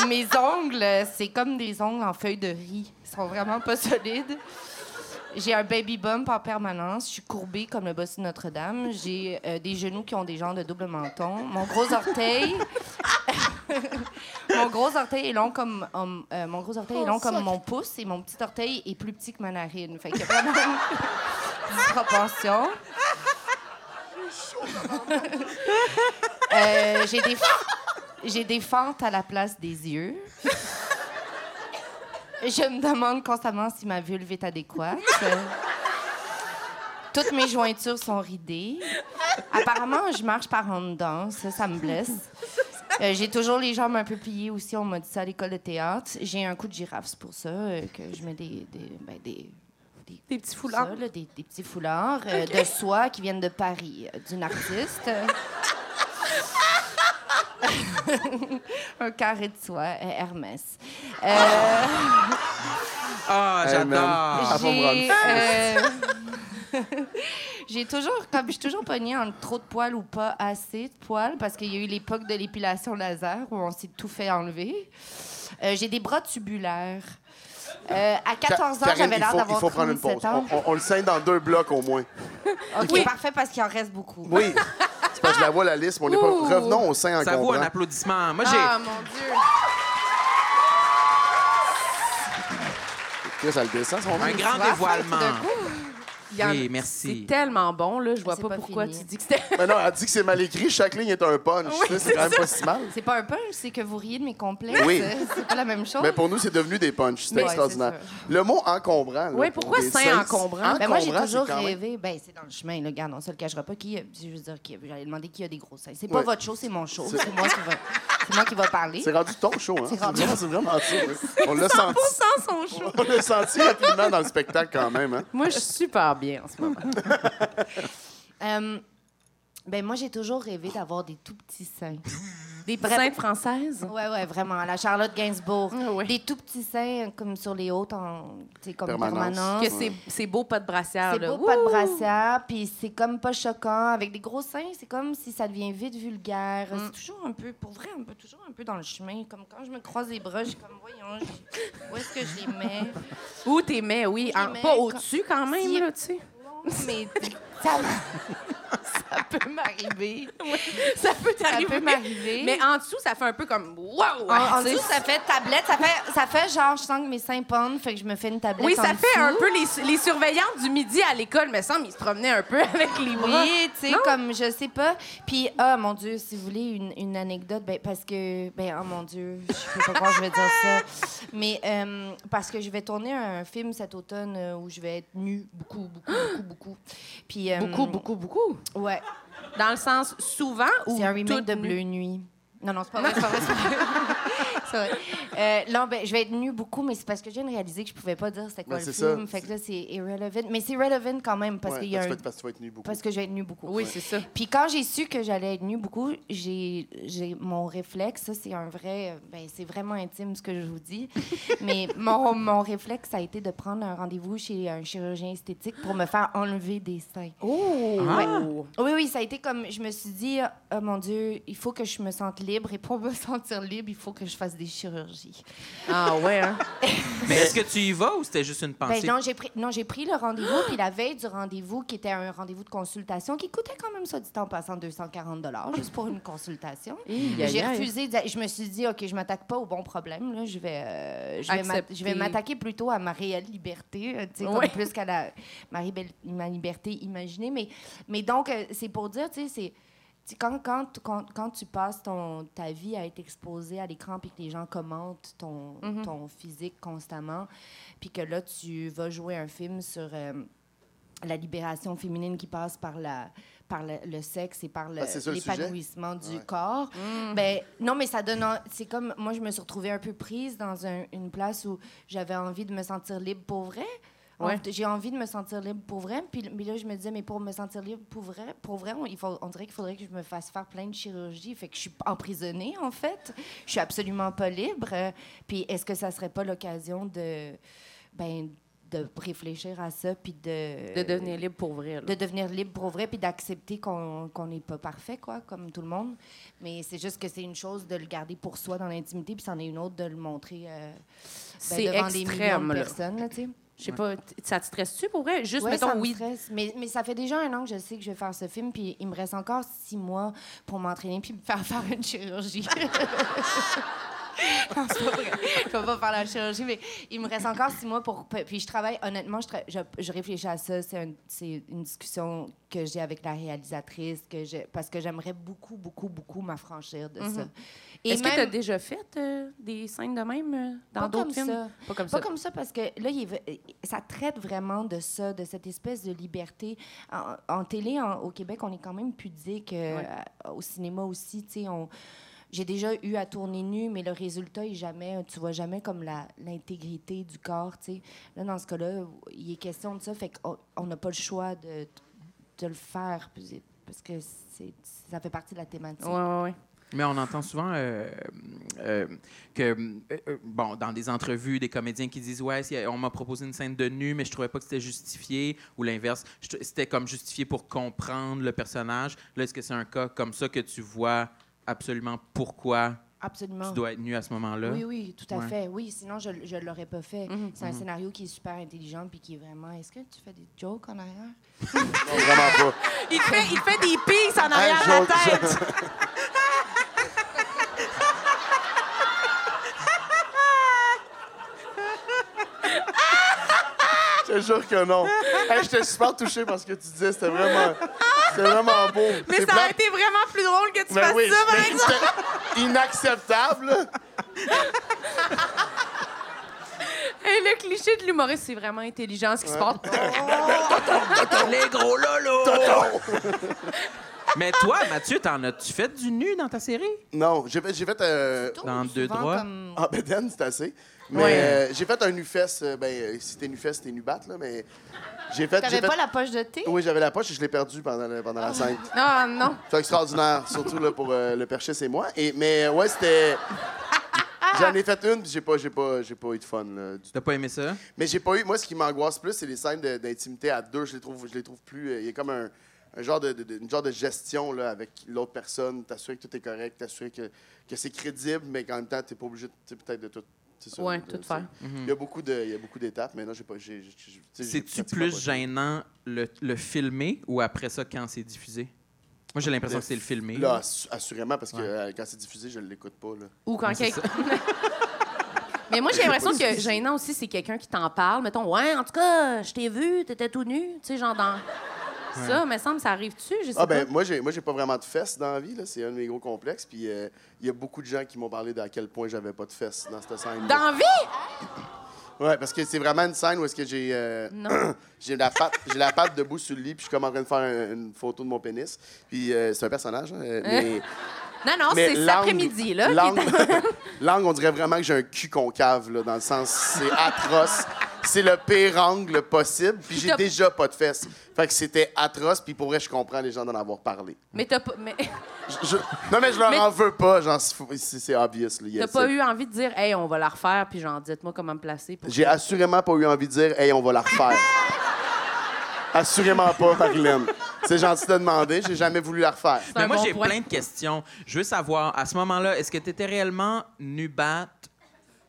Mes ongles, euh, c'est comme des ongles en feuilles de riz. Ils sont vraiment pas solides. J'ai un baby bump en permanence. Je suis courbée comme le bossu de Notre-Dame. J'ai euh, des genoux qui ont des genres de double menton. Mon gros orteil. Mon gros orteil est long comme hum, euh, mon gros orteil est long
Oh,
comme
sacre.
mon pouce et mon petit orteil est plus petit que ma narine. Fait qu'il y a vraiment une disproportion. Euh, j'ai des j'ai des fentes à la place des yeux. Je me demande constamment si ma vulve est adéquate. Euh, Toutes mes jointures sont ridées. Apparemment, je marche par en dedans. Ça, ça me blesse. Euh, j'ai toujours les jambes un peu pliées aussi. On m'a dit ça à l'école de théâtre. J'ai un coup de girafe, c'est pour ça euh, que je mets des... des, ben, des des,
Des petits
comme
foulards.
ça, là, des, des petits foulards euh, de soie qui viennent de Paris, euh, d'une artiste. un carré de soie, euh, Hermès. Euh,
Ah,
Hey, man.
j'adore.
Ah, pauvre
j'ai, euh, j'ai toujours, comme je suis toujours pognée entre trop de poils ou pas assez de poils, parce qu'il y a eu l'époque de l'épilation laser où on s'est tout fait enlever. Euh, j'ai des bras tubulaires. Euh, à 14 ans,
Karine,
j'avais l'air
il faut-
d'avoir
Il faut prendre une
37
pause.
ans.
On, on- on le scinde dans deux blocs au moins.
OK, parfait, parce qu'il en reste beaucoup.
Oui. C'est parce que je la vois, la liste, mais on n'est pas.
Ouh.
Revenons au sein en
Ça vaut un
comprend.
applaudissement. Moi, j'ai.
Ah, mon Dieu.
Chris, elle descend, son
Un
nom.
grand
soif,
dévoilement.
tout d'un coup.
Il y en-
Oui, merci.
Ah, C'est tellement bon, là. Je vois
C'est
pas,
pas
pourquoi
fini.
tu dis que c'était.
Mais non, elle dit que c'est mal écrit. Chaque ligne est un punch. Tu sais, c'est quand même pas si mal.
C'est pas un punch, c'est que vous riez de mes complexes.
Oui.
Euh, C'est pas la même chose.
Mais pour nous, c'est devenu des punchs. C'est
Ouais,
extraordinaire.
c'est sûr.
Le mot encombrant. là,
Ouais,
pour
pourquoi
des
saint
seins,
encombrant?
Ben, moi, j'ai
encombrant,
toujours
Ah, c'est quand même-
rêvé. Ben, c'est dans le chemin, le gars, on se le cachera pas. Qui, euh, je veux dire, qui, j'allais demander qui a des gros seins. C'est pas
Ouais.
votre show, c'est mon show.
C'est-
C'est moi qui va, c'est moi qui va parler.
C'est rendu ton show, hein?
C'est rendu-
vraiment- C'est vraiment ça. oui. On l'a senti.
son show.
On l'a senti rapidement dans le spectacle quand même, hein?
Moi, je suis super bien en ce moment.
Euh, ben, moi, j'ai toujours rêvé d'avoir des tout petits seins.
Des saintes françaises?
Ouais, ouais, vraiment. à La Charlotte Gainsbourg.
Ah ouais.
Des tout petits seins, euh, comme sur les hautes, en, tu sais, comme
Permanence.
permanence.
Que
Que c'est, hein? c'est beau, pas de brassière.
C'est
là.
beau, pas de
Ouh!
brassière, puis c'est comme pas choquant. Avec des gros seins, c'est comme si ça devient vite vulgaire.
Mm.
C'est toujours un peu, pour vrai, un peu, toujours un peu dans le chemin. Comme quand je me croise les bras, je suis comme, voyons, je- où est-ce que je les mets?
Ou t'es mets, oui.
Je les
en-
mets
Hein, pas
quand-
au-dessus quand même,
Si-
là, tu sais.
Mais ça, ça peut m'arriver.
Ça peut
Ça
t'arriver.
peut m'arriver.
Mais en dessous, ça fait un peu comme wow!
En, en
tu sais.
dessous, ça fait tablette. Ça fait, ça fait genre, je sens que mes seins pendent, fait que je me fais une tablette.
Oui, ça
en
fait un
dessous.
peu les, les surveillantes du midi à l'école, me semble. Ils se promenaient un peu avec les bras.
Oui, tu sais,
Non?
comme je sais pas. Puis, ah, mon Dieu, si vous voulez une, une anecdote, ben, parce que, ben, oh mon Dieu, je peux pas croire que je vais dire ça. Mais, euh, parce que je vais tourner un film cet automne euh, où je vais être nue beaucoup, beaucoup, beaucoup, beaucoup. Puis, euh,
Beaucoup, beaucoup, beaucoup.
Ouais.
Dans le sens souvent ou
C'est un remake
toute
de
nue?
Bleu Nuit. Non, non, c'est pas vrai, c'est pas vrai. c'est pas vrai. C'est vrai. Euh, non, ben, je vais être nue beaucoup, mais c'est parce que je viens de réaliser que je pouvais pas dire c'était quoi
Ouais,
le
Ben, c'est ça.
film. Fait que là, c'est irrelevant. Mais c'est relevant quand même, parce
Ouais, ben,
qu'il y a
tu
un...
vas- Parce que tu vas être nu beaucoup.
Parce que je vais être nue beaucoup.
Oui, c'est ça.
Puis quand j'ai su que j'allais être nue beaucoup, j'ai j'ai- mon réflexe, ça c'est un vrai, euh, ben c'est vraiment intime ce que je vous dis, mais mon, mon réflexe ça a été de prendre un rendez-vous chez un chirurgien esthétique pour me faire enlever des seins.
Oh!
Oui oui, ça a été comme je me suis dit oh mon dieu, il faut que je me sente libre et pour me sentir libre, il faut que je fasse des chirurgies.
Ah ouais, hein?
Mais est-ce que tu y vas ou c'était juste une
Ben
pensée?
non, j'ai pris, non, j'ai pris le rendez-vous, puis la veille du rendez-vous, qui était un rendez-vous de consultation, qui coûtait quand même, ça dit en passant, 240 juste pour une consultation.
aïe,
J'ai
aïe.
refusé. de- je me suis dit, OK, je m'attaque pas au bon problème. Là. Je vais, euh, je vais m'a-
Accepter.
je vais m'attaquer plutôt à ma réelle liberté, euh, tu sais, comme
Ouais.
plus qu'à la, ma, rébel- ma liberté imaginée. Mais, mais donc, euh, c'est pour dire, tu sais, c'est... tu sais, Quand, quand, quand, quand tu passes ton, ta vie à être exposé à l'écran puis que les gens commentent ton,
Mm-hmm.
ton physique constamment, puis que là, tu vas jouer un film sur euh, la libération féminine qui passe par, la, par le, le sexe et par le-
Ah, c'est ça le sujet?
l'épanouissement du
Ouais.
corps. Ben, non, mais ça donne. en- C'est comme. Moi, je me suis retrouvée un peu prise dans un- une place où j'avais envie de me sentir libre pour vrai. En-
Ouais.
J'ai envie de me sentir libre pour vrai. Puis mais là, je me disais, mais pour me sentir libre pour vrai, pour vrai on, il faut, on dirait qu'il faudrait que je me fasse faire plein de chirurgies. Fait que je suis emprisonnée, en fait. Je suis absolument pas libre. Euh, Puis est-ce que ça serait pas l'occasion de. Ben, de réfléchir à ça, puis de...
De devenir libre pour vrai.
De ben, devenir libre pour vrai, puis d'accepter qu'on qu'on n'est pas parfait, quoi, comme tout le monde. Mais c'est juste que c'est une chose de le garder pour soi dans l'intimité, puis c'en est une autre de le montrer euh, ben,
C'est
devant des millions
extrême,
de
là.
personnes, là, tu sais.
Je sais pas, t- ça te stresse-tu pour vrai? Juste,
Ouais,
mettons,
ça me
oui.
stresse. Mais, mais ça fait déjà un an que je sais que je vais faire ce film, puis il me reste encore six mois pour m'entraîner puis me faire faire une chirurgie. Non, c'est pas vrai. Je vais pas faire la chirurgie, mais il me reste encore six mois pour. Puis je travaille, honnêtement, je, tra- je, je réfléchis à ça. C'est un- c'est une discussion que j'ai avec la réalisatrice, que j'ai- parce que j'aimerais beaucoup, beaucoup, beaucoup m'affranchir de ça. Et
Mm-hmm. Est-ce que tu as
même-
déjà fait euh, des scènes de même euh, dans
Pas
d'autres
comme
films?
ça.
Pas comme
Pas
ça.
comme ça, parce que là, il veut- ça traite vraiment de ça, de cette espèce de liberté. En, en télé, en- au Québec, on est quand même pudique. euh, à- Au cinéma aussi, tu sais, on- J'ai déjà eu à tourner nu, mais le résultat est jamais, tu vois jamais comme la- l'intégrité du corps, tu sais. Là, dans ce cas-là, il est question de ça, fait qu'on on n'a pas le choix de, de le faire, puis c'est- parce que c'est- ça fait partie de la thématique.
Ouais, ouais, ouais.
Mais on entend souvent euh, euh, que, euh, euh, bon, dans des entrevues, des comédiens qui disent Ouais, si, euh, on m'a proposé une scène de nu, mais je trouvais pas que c'était justifié, ou l'inverse, je trou- c'était comme justifié pour comprendre le personnage. Là, est-ce que c'est un cas comme ça que tu vois absolument pourquoi
Absolument.
tu dois être nu à ce moment-là?
Ah. Oui, oui, tout à
Ouais.
fait. Oui, sinon, je ne l'aurais pas fait.
Mhm.
C'est un scénario qui est super intelligent puis qui est vraiment. Est-ce que tu fais des jokes en arrière?
Non, vraiment pas.
Il, te fait, il te fait des pisses en arrière
Un
de la
joke,
tête.
ça. Je te jure que non. Hey, J'étais super touché par ce que tu disais. C'était vraiment, c'était vraiment beau.
Mais
C'est
ça a
plate.
été vraiment plus drôle que tu
Mais
fasses
oui,
ça, par
c'était-
exemple.
c'était inacceptable. là.
Hey, le cliché de l'humoriste, c'est vraiment intelligent ce qui se passe.
Les gros lolos! mais toi, Mathieu, t'en as-tu fait du nu dans ta série?
Non, j'ai fait... j'ai fait, euh,
Dans
Ou
deux
souvent
droits.
comme-
Ah, ben, Dan, c'est assez. Mais
Ouais.
euh, j'ai fait un Nufest. euh, ben, euh, si t'es Nufest, t'es Nubat, là, mais... J'ai fait...
T'avais
j'ai fait-
pas la poche de thé?
Oui, j'avais la poche et je l'ai perdue pendant, le- pendant la scène.
Ah non.
C'était extraordinaire, surtout là, pour euh, le percher, c'est moi. Et, mais euh, ouais, c'était... J'en ai fait une, puis j'ai pas, j'ai pas, j'ai pas eu de fun. là, du
T'as pas aimé ça?
mais j'ai pas eu. Moi, ce qui m'angoisse plus, c'est les scènes de- d'intimité à deux. Je les trouve, je les trouve plus. euh, Il y a comme un, un genre de, de- de- une genre de gestion là, avec l'autre personne. T'assurer que tout est correct, t'assurer que, que c'est crédible, mais qu'en même temps, t'es pas obligé de- t'sais, peut-être de tout. c'est ça,
Ouais,
de-
tout
de-
faire.
Il y a beaucoup de, il y a beaucoup d'étapes, mais non, j'ai pas. j'ai- j'ai- j'ai- t'sais, j'ai
Mhm. C'est-tu
pratiquement pas
plus
fait.
gênant le, le filmer ou après ça quand c'est diffusé? Moi, j'ai l'impression que c'est le filmer.
Là, assu- assurément, parce que
Ouais.
euh, quand c'est diffusé, je l'écoute pas. Là.
Ou quand
c'est
quelqu'un. Mais moi, j'ai l'impression que gênant aussi, c'est quelqu'un qui t'en parle. Mettons, ouais, en tout cas, je t'ai vu, t'étais tout nu. Tu sais, genre dans. Ça, me semble, ça arrive-tu? Je sais
Ah
pas.
ben moi j'ai moi j'ai pas vraiment de fesses dans la vie là, c'est un de mes gros complexes puis euh, il y a beaucoup de gens qui m'ont parlé d'à quel point j'avais pas de fesses dans cette scène.
D'envie?
Ouais, parce que c'est vraiment une scène où est-ce que j'ai euh, j'ai la patte j'ai la patte debout sur le lit puis je suis comme en train de faire un- une photo de mon pénis. Puis euh, c'est un personnage hein, mais
Non, non, oh, c'est
mais
cet
l'angle-
après-midi, là. qui est-
L'angle, l'angle, on dirait vraiment que j'ai un cul concave là, dans le sens c'est atroce. C'est le pire angle possible, puis j'ai
T'as-
déjà pas de fesses. Fait que c'était atroce, puis pour vrai, je comprends les gens d'en avoir parlé.
Mais t'as pas, mais
Je- je- non, mais je leur
Mais-
en veux pas. Genre, c'est fou- c'est c'est obvious. là,
t'as
yes,
pas
c'est-
eu envie de dire, hey, on va la refaire, puis genre, dites-moi comment me placer. Pour...
J'ai assurément pas eu envie de dire, hey, on va la refaire. assurément pas, Marilyn. C'est gentil de demander. J'ai jamais voulu la refaire.
Ben
C'est
Mais
un
moi,
bon
j'ai
point.
plein de questions. Je veux savoir, à ce moment-là, est-ce que tu étais réellement nubat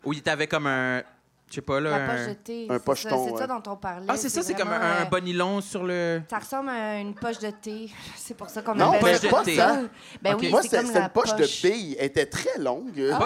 ou il t'avait comme un. Je sais pas, là.
La poche
un-
de thé.
un
c'est ça,
pocheton,
C'est
ouais.
ça dont on parlait.
Ah, c'est ça, c'est comme
vraiment,
un, un
euh,
bonilon sur le.
Ça ressemble à une poche de thé. C'est pour ça qu'on
Non,
appelle
poche
ça
de
comme
thé.
ça. Ben
Ok.
oui,
Moi,
c'est
c'était
comme
c'était
la
une poche,
poche.
de bille. Elle était très longue.
ben,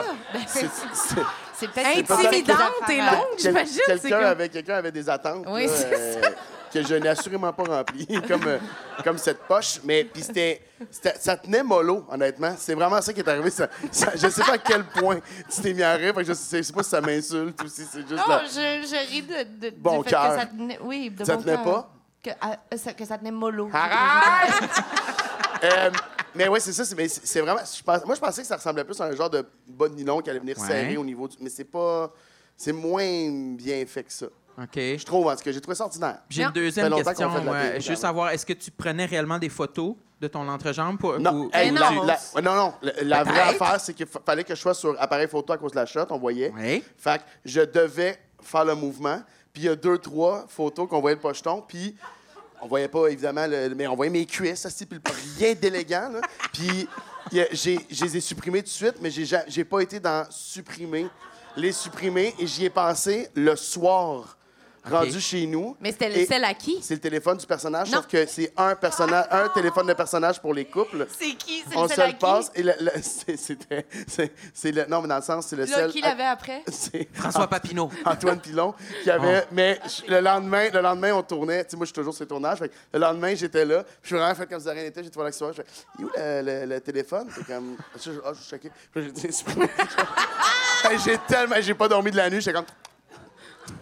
C'est- c'est-
C'est peut-être
Intimidante
et longue.
quel-
J'imagine, c'est
Quelqu'un
comme-
avait, quelqu'un avait des attentes
Oui,
là,
c'est
euh, que je n'ai assurément pas remplies, comme, euh, comme cette poche. Mais puis c'était, c'était- ça tenait mollo, honnêtement. C'est vraiment ça qui est arrivé. Ça, ça- je sais pas à quel point tu t'es mis à rire. Fait que je, sais, je sais pas si ça m'insulte ou si c'est juste.
Non,
la-
je, je ris de, de, du
Bon
fait
cœur.
que ça tenait... Oui, de
Ça
bon
tenait
cœur.
pas?
Que, ah, ça- que ça tenait mollo.
Arrête! Euh, mais ouais, c'est ça. C'est, mais c'est- c'est vraiment. je pense- moi, je pensais que ça ressemblait plus à un genre de bas de nylon qui allait venir
Ouais.
serrer au niveau du. Mais c'est pas. C'est moins bien fait que ça.
OK.
Je trouve, en tout cas, j'ai trouvé ça ordinaire.
J'ai une
Non.
Ça fait
deuxième
longtemps qu'on
question.
fait de la
ouais.
télé,
je veux
quand
savoir, est-ce que tu prenais réellement des photos de ton entrejambe pour.
Non,
ou-
hey,
Mais
la-
non.
la- ouais, non, non. La, la vraie
Peut-être.
affaire, c'est qu'il fa- fallait que je sois sur appareil photo à cause de la shot, on voyait.
Oui.
Fait que je devais faire le mouvement. Puis il y a deux, trois photos qu'on voyait le pocheton. Puis on voyait pas, évidemment, le- mais on voyait mes cuisses, ça, c'est puis le- rien d'élégant. là. Puis il y a- j'ai- je les ai supprimées tout de suite, mais j'ai ja- j'ai pas été dans supprimer, les supprimer. Et j'y ai pensé le soir. rendu chez nous.
Mais c'était
Et
celle à qui?
C'est le téléphone du personnage,
Non.
sauf que c'est un, personnage, un téléphone de personnage pour les couples.
C'est qui? C'est
On
le
se
seul à
le
qui?
passe et le- le- c'est- c'était c'est- c'est le non mais dans le sens c'est le
Là,
seul
qui l'avait après?
c'est
François Papineau.
Antoine Pilon qui avait mais je- le lendemain le lendemain on tournait tu sais moi je suis toujours sur les tournages fait que le lendemain j'étais là puis je suis vraiment fait comme si de rien n'était j'étais pas là ce soir je fais il est où le, le- le téléphone c'est comme ah je ah, je suis choqué Puis j'ai dit, C'est pas- Hey, j'ai tellement j'ai pas dormi de la nuit j'étais comme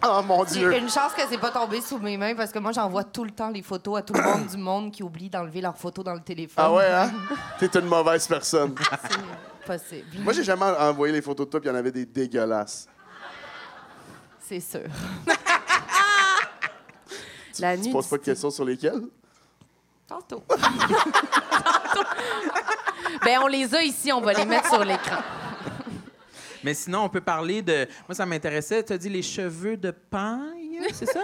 oh mon
C'est
dieu
une chance que c'est pas tombé sous mes mains parce que moi, j'envoie tout le temps les photos à tout le monde du monde qui oublie d'enlever leurs photos dans le téléphone.
ah ouais hein t'es une mauvaise personne
C'est possible.
moi j'ai jamais envoyé les photos de toi puis il y en avait des dégueulasses
C'est sûr.
La
tu
nuit.
poses pas de
du-
questions sur lesquelles
Tantôt.
Ben, on les a ici, on va les mettre sur l'écran.
Mais sinon, on peut parler de. Moi, ça m'intéressait. Tu as dit les cheveux de paille, c'est ça?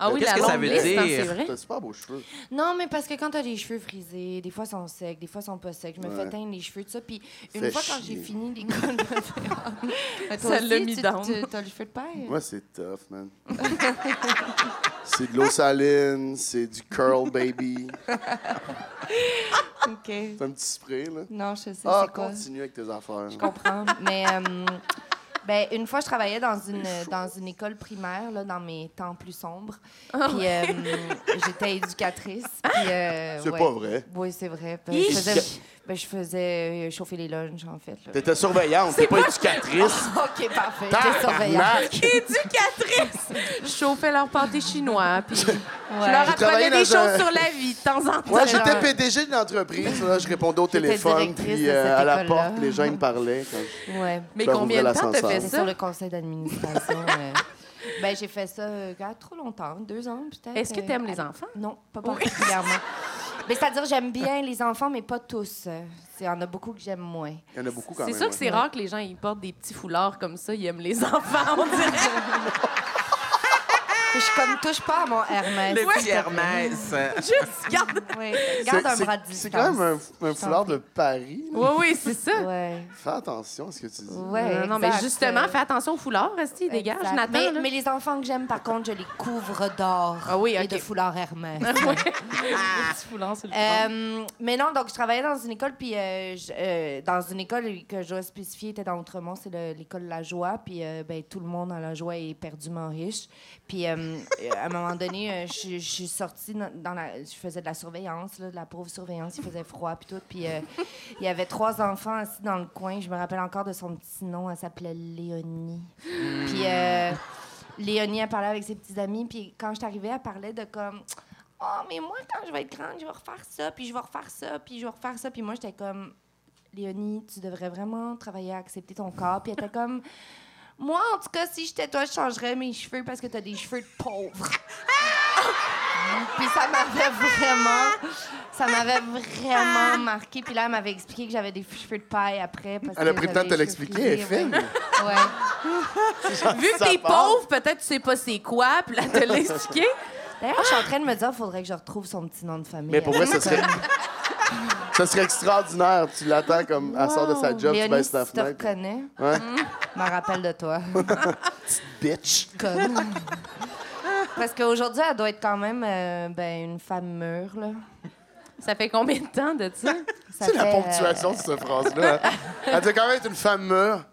Ah oui,
Qu'est-ce
la
que ça
longue
veut
liste, hein,
dire?
c'est vrai.
T'as super beaux cheveux.
Non, mais parce que quand t'as les cheveux frisés, des fois ils sont secs, des fois ils sont pas secs. Je me
Ouais.
fais teindre les cheveux, tout ça. Puis une
Fais
fois quand
chier.
j'ai fini l'école de théâtre,
Ça l'a mis
tu,
down.
tu- T'as les cheveux de paille?
Moi, c'est tough, man. c'est de l'eau saline, c'est du curl baby.
OK.
C'est un petit spray, là.
Non, je sais, c'est
Ah,
quoi.
continue avec tes affaires.
Je comprends. Mais euh, ben, une fois, je travaillais dans une, dans une école primaire, là, dans mes temps plus sombres.
Ah
Puis euh, j'étais éducatrice. puis, euh,
C'est
ouais.
pas vrai.
Oui, c'est vrai. Ben,
Hi!
je faisais, ben, je faisais, euh, chauffer les lunchs, en fait. là.
T'étais surveillante, t'es pas éducatrice.
OK, parfait. J'étais surveillante.
Tabarnak!
Éducatrice! Je chauffais leur pâté chinois, hein, puis je leur
travaillé
apprenais des
dans
choses
un-
sur la vie de temps en temps.
Ouais, j'étais PDG d'une entreprise, là, je répondais au téléphone,
directrice
puis
de
euh,
cette
à la
école-là.
porte, les gens ils me parlaient. quand-
Ouais.
Mais
Ben, vous
combien de
ouvrez
temps t'as fait
l'ascenseur.
C'est
ça?
sur le conseil d'administration. euh, ben, j'ai fait ça euh, quand- trop longtemps, deux ans peut-être.
Est-ce que
euh,
t'aimes
à-
les enfants?
Non, pas particulièrement. Mais c'est-à-dire, j'aime bien les enfants, mais pas tous. Euh, Il y en a beaucoup que j'aime moins.
Il y en a beaucoup quand
C'est
même.
sûr que c'est
ouais.
rare que les gens ils portent des petits foulards comme ça, ils aiment les enfants, on dirait.
Je suis comme touche pas à mon Hermès.
Le petit
s'il te plaît.
Hermès.
Juste, regarde.
Oui,
C'est-
garde un
c'est-
bras de distance.
C'est quand même un, un
t'en
foulard
prie.
de Paris. là.
Oui, oui, c'est ça.
Ouais.
Fais attention à ce que tu dis.
Ouais,
non, non, mais
exact,
justement,
euh,
fais attention aux foulards, Resti,
exact.
dégage, Nathan.
Mais,
là.
mais les enfants que j'aime, par contre, je les couvre d'or
Ah oui,
et
ok.
de foulard Hermès.
Les petits foulards sur le front.
Euh, mais non, donc je travaillais dans une école, puis euh, je- euh, dans une école que je dois spécifier était dans Outremont, c'est le- l'école La Joie, puis euh, ben, tout le monde à La Joie est perdument riche. Puis euh, euh, à un moment donné, euh, je je suis sortie dans, dans la, je faisais de la surveillance, là, de la pauvre surveillance, il faisait froid puis tout, puis euh, il y avait trois enfants assis dans le coin. Je me rappelle encore de son petit nom, elle s'appelait Léonie. Puis euh, Léonie, elle parlait avec ses petits amis. Puis quand je suis arrivée, elle parlait de comme Oh, mais moi, quand je vais être grande, je vais refaire ça, puis je vais refaire ça, puis je vais refaire ça. Puis moi, j'étais comme Léonie, tu devrais vraiment travailler à accepter ton corps. Puis elle était comme Moi, en tout cas, si j'étais toi, je changerais mes cheveux parce que t'as des cheveux de pauvre. Puis ça m'avait vraiment, ça m'avait vraiment marqué. Puis là, elle m'avait expliqué que j'avais des cheveux de paille après. Parce
Elle a
que
pris le
j'avais
temps de te
les cheveux
l'expliquer, elle
frisés,
filme.
ouais. Ouais.
Vu que
Ça
t'es
part.
pauvre, peut-être tu sais pas c'est quoi, puis là, te l'expliquer.
D'ailleurs, je suis en train de me dire, faudrait que je retrouve son petit nom de famille.
Mais pour moi, ce serait. Ce serait extraordinaire. Tu l'attends comme elle sort de sa job, tu
Léonie,
baisses
si
ta
tu te
fenêtre.
reconnais,
Ouais.
je me rappelle de toi.
Bitch.
Conne. Parce qu'aujourd'hui, elle doit être quand même euh, ben, une femme mûre. Là.
Ça fait combien de temps de ça?
Ça
C'est la
fait, euh,
ponctuation de cette phrase-là. hein. Elle doit quand même être une femme mûre.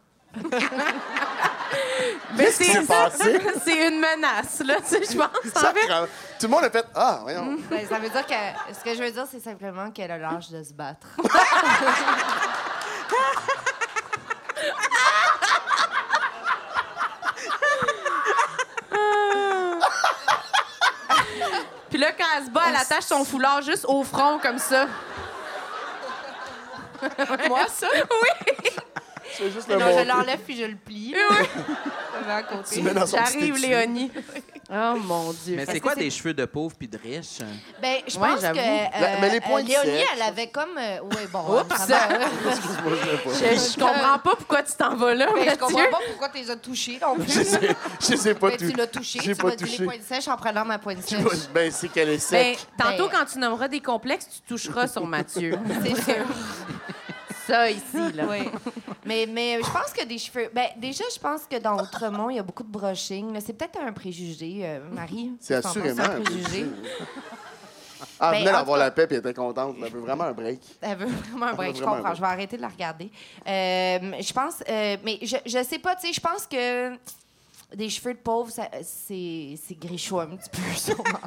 Mais
qui s'est passé?
c'est une menace, là, tu sais, je pense, en
Ça
fait.
prend- Tout le monde a fait Ah, voyons.
ben, ça veut dire que. Ce que je veux dire, c'est simplement qu'elle a l'âge de se battre.
Puis là, quand elle se bat, elle attache son foulard juste au front, comme ça. Moi, ça? Oui!
C'est juste le
non, je
mot.
l'enlève puis je le plie. Je le mets à côté.
Tu mets dans son petit
J'arrive,
étui.
Léonie. Oh, mon Dieu.
Mais c'est quoi des cheveux de pauvre puis de riche?
Ben, je
Ouais,
pense
j'avoue.
que. euh,
La- mais les points de
Léonie,
sexe,
elle avait comme. euh, ouais, bon.
Oups.
ça va.
Excuse-moi, je l'ai pas.
Je, je comprends pas pourquoi tu t'en vas là,
Ben, je
Mathieu.
comprends pas pourquoi tu les as touchés non plus.
Je sais, je sais pas
Ben,
tout.
tu l'as touché,
J'ai
tu
pas
m'as dit les
touché.
points sèches en prenant ma pointe
Tu
sèche.
vois, Ben, c'est qu'elle est
Ben,
sec.
tantôt,
Ben.
quand tu nommeras des complexes, tu toucheras sur Mathieu.
C'est sûr.
ça ici, là.
Oui. Mais, mais euh, je pense que des cheveux. Ben, déjà, je pense que dans Outremont, il y a beaucoup de brushing. là. C'est peut-être un préjugé, euh, Marie.
C'est
Tu t'en penses,
assurément
un préjugé.
Ah,
Ben,
venait
en
d'avoir
tout cas-
la paix puis elle était contente. Elle veut vraiment un break.
Elle veut vraiment un break, je
Vraiment un
comprends.
break.
Je vais arrêter de la regarder. Euh, je pense, euh, mais je, je sais pas, tu sais, je pense que des cheveux de pauvre, ça- c'est c'est gréchou un petit peu, sûrement.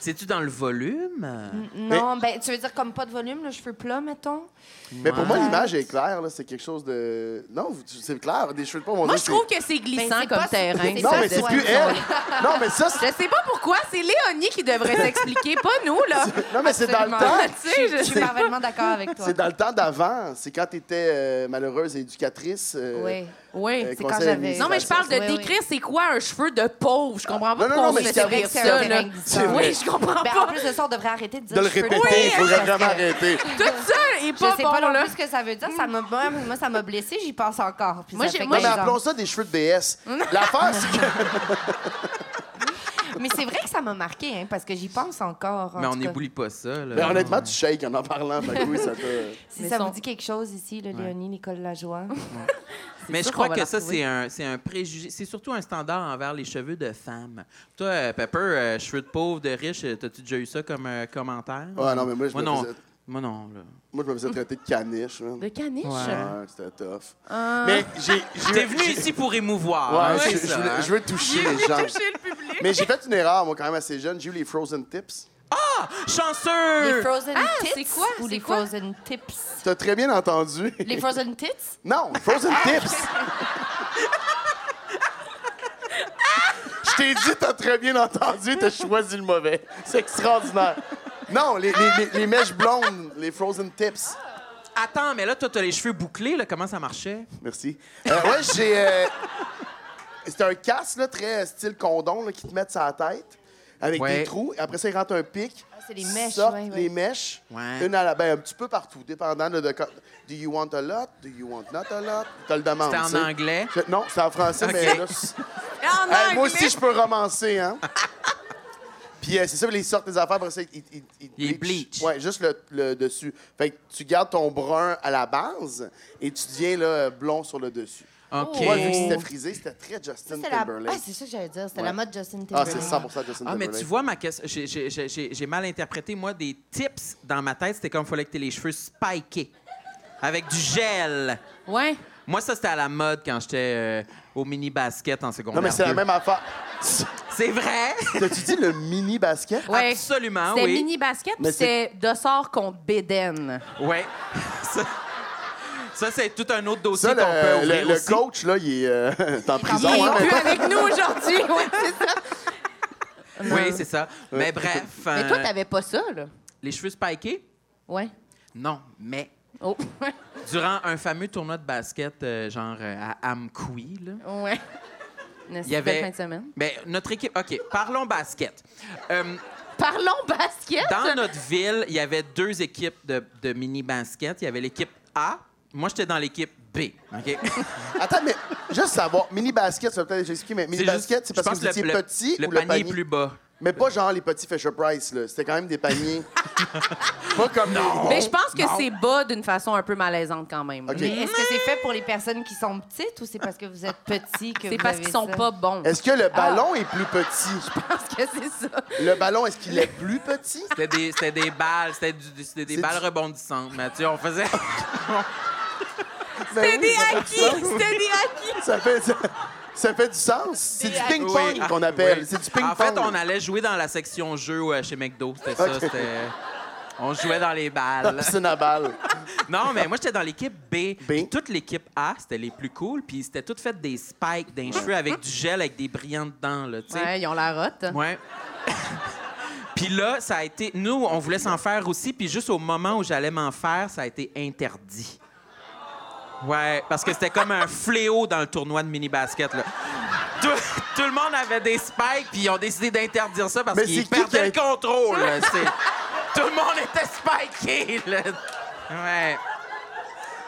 C'est-tu dans le volume?
non, ben, tu veux dire comme pas de volume, le cheveu plat, mettons?
Mais pour moi,
Ouais.
l'image est claire. là. C'est quelque chose de. Non, vous- c'est clair. Des cheveux de pauvre. on
Moi,
dit
je
c'est-
trouve que c'est glissant
Ben, c'est
comme
pas-
terrain.
c'est
Hein? Non,
ça,
mais c'est
ouais,
plus
ils
elle. Non, mais ça,
Je
c'est-
sais pas pourquoi, c'est Léonie qui devrait s'expliquer, pas nous, là.
non, Ah, mais c'est dans le temps.
Tu sais,
Je
je
suis
sais pas.
parfaitement d'accord avec toi.
C'est dans le temps d'avant. C'est quand tu étais malheureuse et éducatrice. euh,
Oui.
Oui.
euh,
c'est
conseil
quand j'avais-
d'administration.
Non, mais je parle de
Oui, oui.
décrire c'est quoi un cheveu de pauvre. Je comprends pas
Non, non, non,
pourquoi on
mais
se
c'est
laisse
vrai
dire
que
c'est
ça,
un
là.
terrain glissant.
C'est vrai.
Oui, je comprends
Ben,
pas.
en plus de ça, on devrait arrêter de dire
De le
cheveux de
répéter,
pauvre,
il faudrait
parce que
vraiment arrêter.
Tout ça est
Je
pas
sais
bon,
pas non
là.
plus ce que ça veut dire. Ça m'a, moi, moi, ça m'a blessé, j'y pense encore. Puis
Moi,
ça
j'ai-
fait
moi,
Non, mais
15 ans.
appelons ça des cheveux de BS. L'affaire, c'est que.
Mais c'est vrai que ça m'a marqué, hein, parce que j'y pense encore. en
Mais on
tout cas.
n'éboulit pas ça. Là.
Mais honnêtement, tu shakes en en parlant. Fait que oui, ça te.
Si
Mais
ça
son-
vous dit quelque chose ici, là, Léonie, Nicole Lajoie.
Mais je
sûr
crois
qu'on va
que
la
ça,
retrouver.
c'est un, c'est un préjugé. C'est surtout un standard envers les cheveux de femmes. Toi, euh, Pepper, euh, cheveux de pauvre, de riche, euh, t'as-tu déjà eu ça comme euh, commentaire?
Ouais, Ah, non, mais moi, je
moi,
me
non.
faisais-
Moi, non. Là.
Moi, je me faisais traiter de caniche. man.
De caniche?
Ouais, c'était tough.
Ah.
Mais j'ai. j'ai-
T'es venu
j'ai-
ici pour émouvoir.
Ouais,
hein,
je,
c'est
je
ça,
voulais-
hein?
je veux toucher les gens. Mais j'ai fait une erreur, moi, quand même, assez jeune. J'ai eu les Frozen Tips.
Les
Chanceux!
Frozen Tits
c'est quoi?
ou
C'est
les
quoi?
Frozen Tips?
T'as très bien entendu.
Les Frozen Tits?
Non, Frozen Tips. Je t'ai dit, t'as très bien entendu, t'as choisi le mauvais. C'est extraordinaire. Non, les, les- les- les mèches blondes, les Frozen Tips.
Attends, mais là, toi, t'as les cheveux bouclés. Là. Comment ça marchait?
Merci. Euh, ouais, j'ai. euh, C'est un casque, là, très style condom, là, qui te mettent sur la tête, avec
Ouais.
des trous. Et après ça, il rentre un pic.
Ah, c'est les mèches,
sortent
ouais, ouais.
les mèches.
Ouais.
Une à la. Ben, un petit peu partout, dépendant là, de. co- Do you want a lot? Do you want not a lot? Tu le demandes.
C'était en
tu sais.
anglais?
Je- Non, c'est en français,
Ok.
mais là. c'est-
En
Hey, moi
anglais.
aussi, je peux romancer, hein? Puis euh, c'est ça, ils sortent des affaires, après ça, ils, ils,
Ils bleachent.
Ouais, juste le, le dessus. Fait que tu gardes ton brun à la base et tu deviens là, blond sur le dessus.
OK.
Moi, vu que c'était frisé, c'était très
Ça,
Justin
c'est la...
Timberlake.
Ah, c'est ça que j'allais dire. C'était
Ouais.
la mode Justin
Ah,
Timberlake.
c'est 100 Justin
Ah, mais
Timberlake.
tu vois, ma question, j'ai- j'ai- j'ai j'ai- j'ai mal interprété. Moi, des tips dans ma tête, c'était comme il fallait que t'aies les cheveux spikés, avec du gel.
Ouais.
Moi, ça, c'était à la mode quand j'étais euh, au mini-basket en secondaire.
Non, mais c'est la
deux.
même affaire.
C'est vrai?
T'as-tu dit le mini basket?
Ouais.
Absolument,
C'était
Ah oui.
mini-basket,
Mais
puis c'était de sort contre Béden.
Ouais. Ça, ça, c'est tout un autre dossier
Ça,
qu'on
le,
peut
le-
ouvrir
le
aussi.
coach, là, il est euh, t'es en
Il
prison.
est
hein, mais-
plus avec nous aujourd'hui. Ouais, c'est ça.
euh,
Oui, c'est ça. Mais bref,
Mais
euh,
toi, t'avais pas ça, là.
les cheveux spikés?
Ouais.
Non, mais
Oh.
durant un fameux tournoi de basket, euh, genre euh, à Amkoui, là,
ouais.
il y avait...
fin de semaine.
Ben, notre équipe... OK, parlons basket. Euh,
Parlons basket.
dans notre ville, il y avait deux équipes de, de mini-basket. Il y avait l'équipe A. Moi, j'étais dans l'équipe B. OK?
Attends, mais juste savoir, mini basket, ça va peut-être expliquer, mais mini
juste-
basket, c'est parce
je
que
pense
vous étiez
le, le-
petit
le
ou
panier, est plus bas.
Mais pas genre les petits Fisher Price, là. C'était quand même des paniers. pas comme. Non!
Mais je pense que c'est bas d'une façon un peu malaisante quand même.
OK.
Mais est-ce que c'est fait pour les personnes qui sont petites ou c'est parce que vous êtes petits que
C'est
vous
parce
avez
qu'ils sont
ça?
pas bons.
Est-ce que le ballon est plus petit?
Parce que c'est ça.
Le ballon, est-ce qu'il est plus petit?
C'était des, c'était des balles, c'était du- c'était des
C'est
balles
du-
rebondissantes, Mathieu. On faisait.
Ben oui, ça fait du
acquis.
sens.
C'était des acquis.
Ça fait, ça, ça fait du sens. C'est du ping-pong
Oui.
qu'on appelle.
Oui.
C'est du ping-pong.
En fait, on allait jouer dans la section jeu euh, chez McDo. C'était ça.
OK.
c'était- On jouait dans les balles.
piscine à balle.
non, mais moi, j'étais dans l'équipe B. Puis Toute l'équipe A, c'était les plus cool. Puis c'était toutes faites des spikes, des cheveux avec du gel, avec des brillants dedans. Là, tu sais.
Ouais, ils ont la rote.
Ouais. Puis là, ça a été. Nous, on voulait s'en faire aussi, puis juste au moment où j'allais m'en faire, ça a été interdit. Ouais, parce que c'était comme un fléau dans le tournoi de mini-basket, là. Tout, tout le monde avait des spikes, puis ils ont décidé d'interdire ça parce
Mais
qu'ils
c'est qui qui
perdaient
a-
le contrôle. là. C'est- tout le monde était spiké, là. Ouais.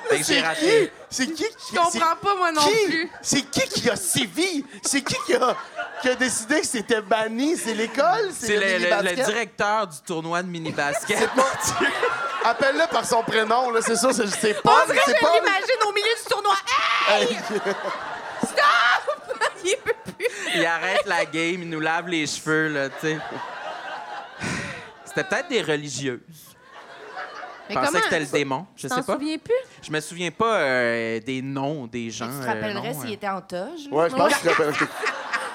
Fait que j'ai
C'est
raté.
qui? C'est qui?
Je comprends pas, moi non
Qui?
plus.
C'est qui qui a sévi? C'est qui qui a, qui a décidé que c'était banni? C'est l'école?
C'est le, le- le
mini-basket?
directeur du tournoi de mini-basket.
Appelle-le par son prénom, là, c'est sûr, c'est- c'est pas.
On dirait que
Ah, c'est
je
pas-
l'imagine au milieu du tournoi. Hey! Stop! Il peut plus.
il arrête la game, il nous lave les cheveux, là, tu sais. C'était peut-être des religieuses. Je
Mais
pensais que
comment?
c'était le démon, je sais
T'en
pas.
souviens plus?
Je me souviens pas euh, des noms des gens.
Tu te
euh,
rappellerais
non,
s'il
euh.
était en toge? là?
Ouais, je pense que je rappelle.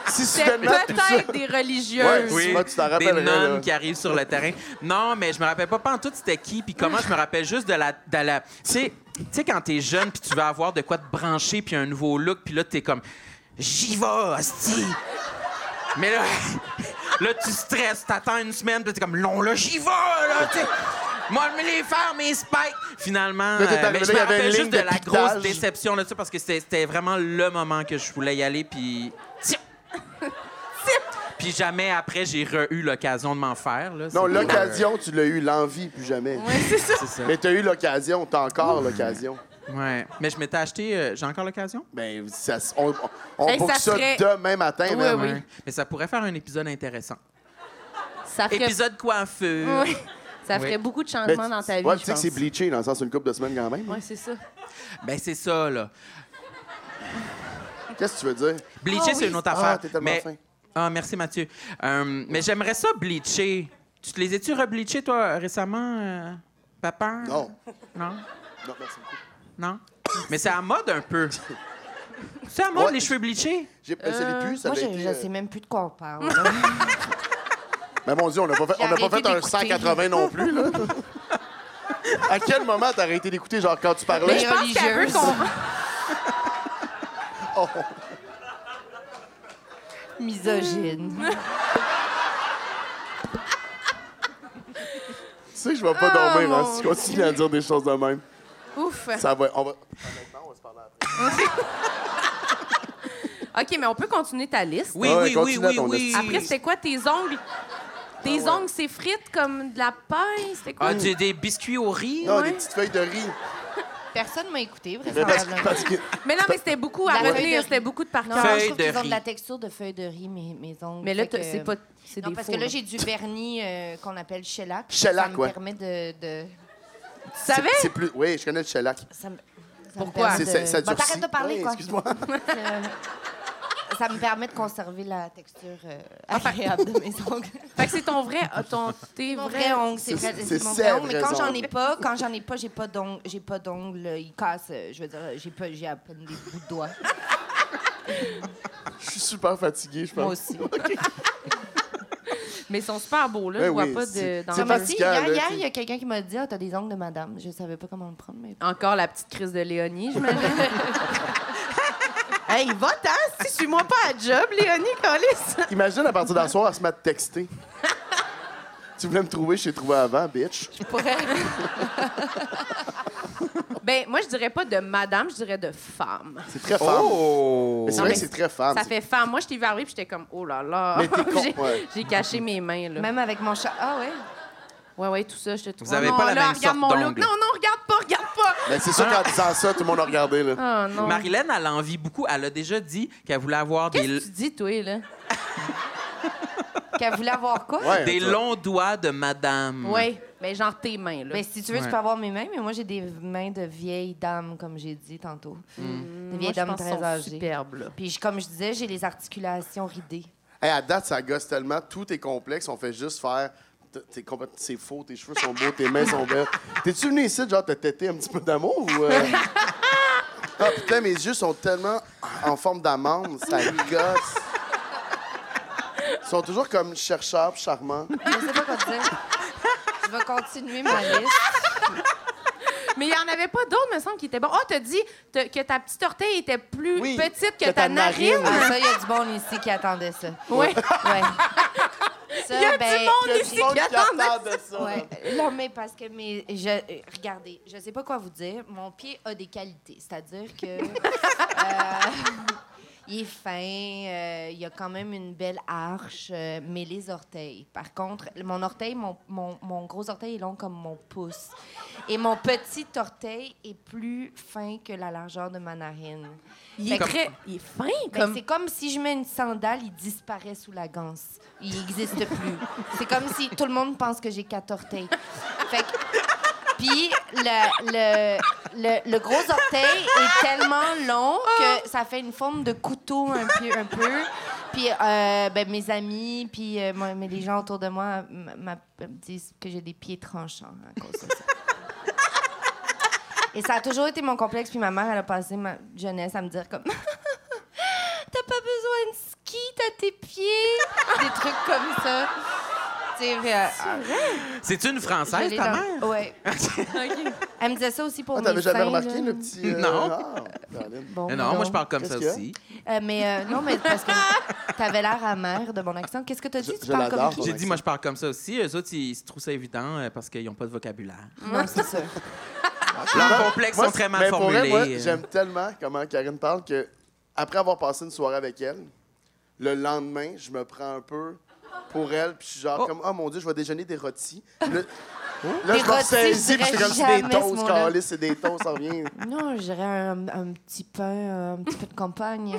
Si
C'est
soudainement, tout ça.
peut-être des religieuses.
Ouais.
Oui,
Moi, tu t'en
des
rappellerais,
nonnes
là.
qui arrivent sur le terrain. Non, mais je me rappelle pas pas en tout c'était qui, puis comment je me rappelle juste de la... De la tu sais- tu sais, quand t'es jeune, puis tu vas avoir de quoi te brancher, puis un nouveau look, puis là, t'es comme... J'y vais, hostie! Mais là, là tu stresses, t'attends une semaine, puis là, t'es comme... Non, là, j'y vais, là, tu sais. Moi, je me les faire, mes spikes! Finalement,
Là, t'es
euh, ben,
arrivé,
je
il y
me
avait
rappelle
une
juste
ligne
de,
de
la
piquetage.
grosse déception là-dessus, parce que c'était c'était vraiment le moment que je voulais y aller, puis... Tiens! Puis jamais après, j'ai eu l'occasion de m'en faire. Là.
Non,
C'est-
l'occasion, tu l'as eu, l'envie, plus jamais.
C'est ça.
Mais t'as eu l'occasion, t'as encore l'occasion.
Ouais. Mais je m'étais acheté. euh, j'ai encore l'occasion?
Ben, ça s- on, on- on
Hey,
book
ça
ça,
serait-
demain matin, man.
Ouais. Mais ça pourrait faire un épisode intéressant.
Ça ferait,
Épisode coiffeux.
Oui. ça ferait
Oui.
beaucoup de
Mais
changements dans ta vie,
ouais,
je
tu sais que
pense.
c'est bleaché dans le sens une couple de semaines quand même.
Ouais, c'est ça.
Ben, c'est ça, là.
Qu'est-ce que tu veux dire?
Bleacher,
Ah
c'est
oui.
une autre
Ah,
affaire.
t'es tellement
mais...
fin.
Ah, merci, Mathieu. Euh, mais j'aimerais ça, bleacher. Tu te les as-tu rebleachés, toi, récemment, euh, papa?
Non.
Non?
Non, merci beaucoup.
Non? mais c'est à la mode un peu. C'est à la mode,
Ouais.
les cheveux bleachés?
J'ai ben, ça l'est plus, ça
Moi,
l'a
je,
été,
je
euh,
sais même plus de quoi on parle.
Mais mon Dieu, on n'a pas fait, on n'a pas
J'ai
fait
arrêté
un
d'écouter.
180 non plus, là. à quel moment t'as arrêté d'écouter, genre quand tu
Ben,
parlais?
Mais je pense qu'elle veut qu'on...
Oh.
Misogyne.
Tu sais que je vais pas dormir
Ah,
hein, si tu continues à dire des choses de même.
Ouf.
Ça va, on va...
OK, mais on peut continuer ta liste.
Oui,
Ah ouais,
oui, oui,
continue à
oui,
ton
oui.
liste.
Après, c'était quoi tes ongles?
Ah
Tes ongles, c'est frites comme de la paille? C'était quoi?
Ah, des, des biscuits au riz?
Non,
Ouais.
des petites feuilles de riz.
Ah, Personne m'a écouté,
Mais parce, que-
vraisemblablement.
parce que...
Mais non, mais c'était beaucoup à
La feuille de
retenir.
riz.
C'était beaucoup de par
Non,
cœur.
Feuille
je trouve
de
qu'ils ont
riz.
de la texture de feuille de riz, mes, mes ongles.
Mais là,
Fait
t'as-
que-
c'est pas... C'est
Non,
des
parce
faux,
que là, j'ai du vernis euh, qu'on appelle shellac.
Shellac,
ça me
ouais.
permet de... de-
Tu savais?
C'est plus... Oui, je connais le shellac.
ça me- ça me
Pourquoi?
permet
C'est- c'est- ça
Bon,
durcit.
T'arrêtes Ah, de parler,
Ouais,
quoi.
excuse-moi.
Euh, ça me permet de conserver la texture euh, agréable de mes ongles.
Fait que c'est ton vrai... ah, Ton, tes
Mon
vrai
vrai ongle, c'est
C'est-
vrai,
c'est
c'est mon
ses
vrai ongle. Mais quand
vrais
j'en ai
ongles.
pas, quand j'en ai pas, j'ai pas d'ongles, j'ai pas d'ongles, ils cassent. euh, Je veux dire, j'ai pas, j'ai à peine des bouts de doigts.
Je suis super fatigué, je pense.
Moi aussi.
Mais ils sont super beaux, là.
Ben
je vois
oui,
pas de...
c'est-
dans-
c'est
Moi aussi,
fatigant, là,
hier, Ah, hier,
tu-
il y a quelqu'un qui m'a dit, ah, t'as des ongles de madame. Je savais pas comment le prendre, mais.
Encore la petite crise de Léonie, j'imagine.
Hey, va-t'en, si suis-moi pas à job, Léonie Collis.
Imagine à partir d'un soir, elle se met à te texter. tu voulais me trouver, je t'ai trouvé avant, bitch.
ben, moi, je dirais pas de madame, je dirais de femme.
C'est très femme.
Oh!
Mais c'est
Non,
vrai
mais
que c'est très femme.
Ça fait femme. Moi, je t'ai vu arriver, puis j'étais comme, oh là là.
Mais t'es con,
J'ai-
ouais.
J'ai caché mes mains, là.
Même avec mon chat. Ah ouais.
Ouais, ouais, tout ça, je te trouve.
Vous avez
Oh non,
pas la
là,
même sorte
regarde mon look.
d'ongles.
Non, non, regarde pas, regarde pas.
Mais c'est sûr qu'en disant ça, tout le monde a regardé, là.
Ah.
Oh non.
Marilyn, elle envie beaucoup. Elle a déjà dit qu'elle voulait avoir des,
Qu'est-ce que tu dis, toi, là?
Qu'elle voulait avoir quoi?
Ouais,
des
toi.
longs doigts de madame.
Ouais, mais genre tes mains, là.
Ben, si tu veux,
Ouais.
tu peux avoir mes mains, mais moi, j'ai des mains de vieilles dames, comme j'ai dit tantôt.
Mm.
Des
Moi,
vieilles
je
dames
pense qu'elles
très
sont
âgées.
superbes, là.
Puis, je- comme je disais, j'ai les articulations ridées.
Hey, à date, ça gosse tellement. Tout est complexe. On fait juste faire. t- t'es complète- C'est faux, tes cheveux sont beaux, tes mains sont belles. T'es-tu venu ici, genre, te têter un petit peu d'amour ou. euh? Ah putain, mes yeux sont tellement en forme d'amande, ça gosse. Ils sont toujours comme chercheurs, pis charmants.
Je sais pas quoi te dire. Je vais continuer ma liste.
Mais il n'y en avait pas d'autres, me semble, qui étaient bons. Oh, t'as dit t'as- que ta petite orteille était plus
Oui,
petite que, ta narine.
Ah, ça, il y a du monde ici qui attendait ça.
Ouais.
Ouais. Ça,
Il y a
ben,
du monde
Il y a
ici
du monde
qui attendait.
attendait ça.
Ouais. Non, mais parce que mes. Je, euh, regardez, je sais pas quoi vous dire. Mon pied a des qualités. C'est-à-dire que. euh, Il est fin, euh, il y a quand même une belle arche, euh, mais les orteils. Par contre, mon orteil, mon, mon- mon gros orteil est long comme mon pouce. Et mon petit orteil est plus fin que la largeur de ma narine.
Il est
Fait que-
très. Il est fin,
Ben,
comme.
C'est comme si je mets une sandale, il disparaît sous la ganse. Il n'existe plus. C'est comme si tout le monde pense que j'ai quatre orteils. Fait que- Puis le, le, le, le gros orteil est tellement long que ça fait une forme de couteau un peu. Un peu. Puis euh, ben, mes amis, puis euh, moi- mais les gens autour de moi m- m'a- me disent que j'ai des pieds tranchants à cause de ça. Et ça a toujours été mon complexe. Puis ma mère, elle a passé ma jeunesse à me dire comme... T'as pas besoin de ski, t'as tes pieds. Des trucs comme ça. euh, C'est vrai.
C'est-tu une Française, ta mère?
Ouais. Elle me disait ça aussi pour hein.
Ah,
mes
t'avais jamais
seins,
remarqué
là.
le petit. euh,
Non.
ah, Caroline.
Bon,
Non, moi,
donc.
je parle comme ça
Qu'est-ce
aussi.
Euh, mais euh, non, mais parce que t'avais l'air amère de mon accent. Qu'est-ce que t'as dit?
Je-
tu
je
parles comme
l'adore.
qui?
J'ai dit, moi, je parle comme ça aussi. Eux autres, ils se trouvent ça évident euh, parce qu'ils n'ont pas de vocabulaire.
Non, c'est ça.
Leurs complexes
Ah! Moi,
sont très mal
mais pour vrai,
formulés.
moi, j'aime tellement comment Karine parle que, après avoir passé une soirée avec elle, le lendemain, je me prends un peu pour elle, puis je suis genre
Oh.
comme, oh mon Dieu, je vais déjeuner des rôtis. Puis Là, là,
Des
je me
rôtis, je
ressaisis, puis c'est comme si
dirais
des
jamais ce
toasts,
mot-là.
calé, c'est des toasts, ça revient.
Non, je dirais un, un petit pain, euh, un petit peu de campagne.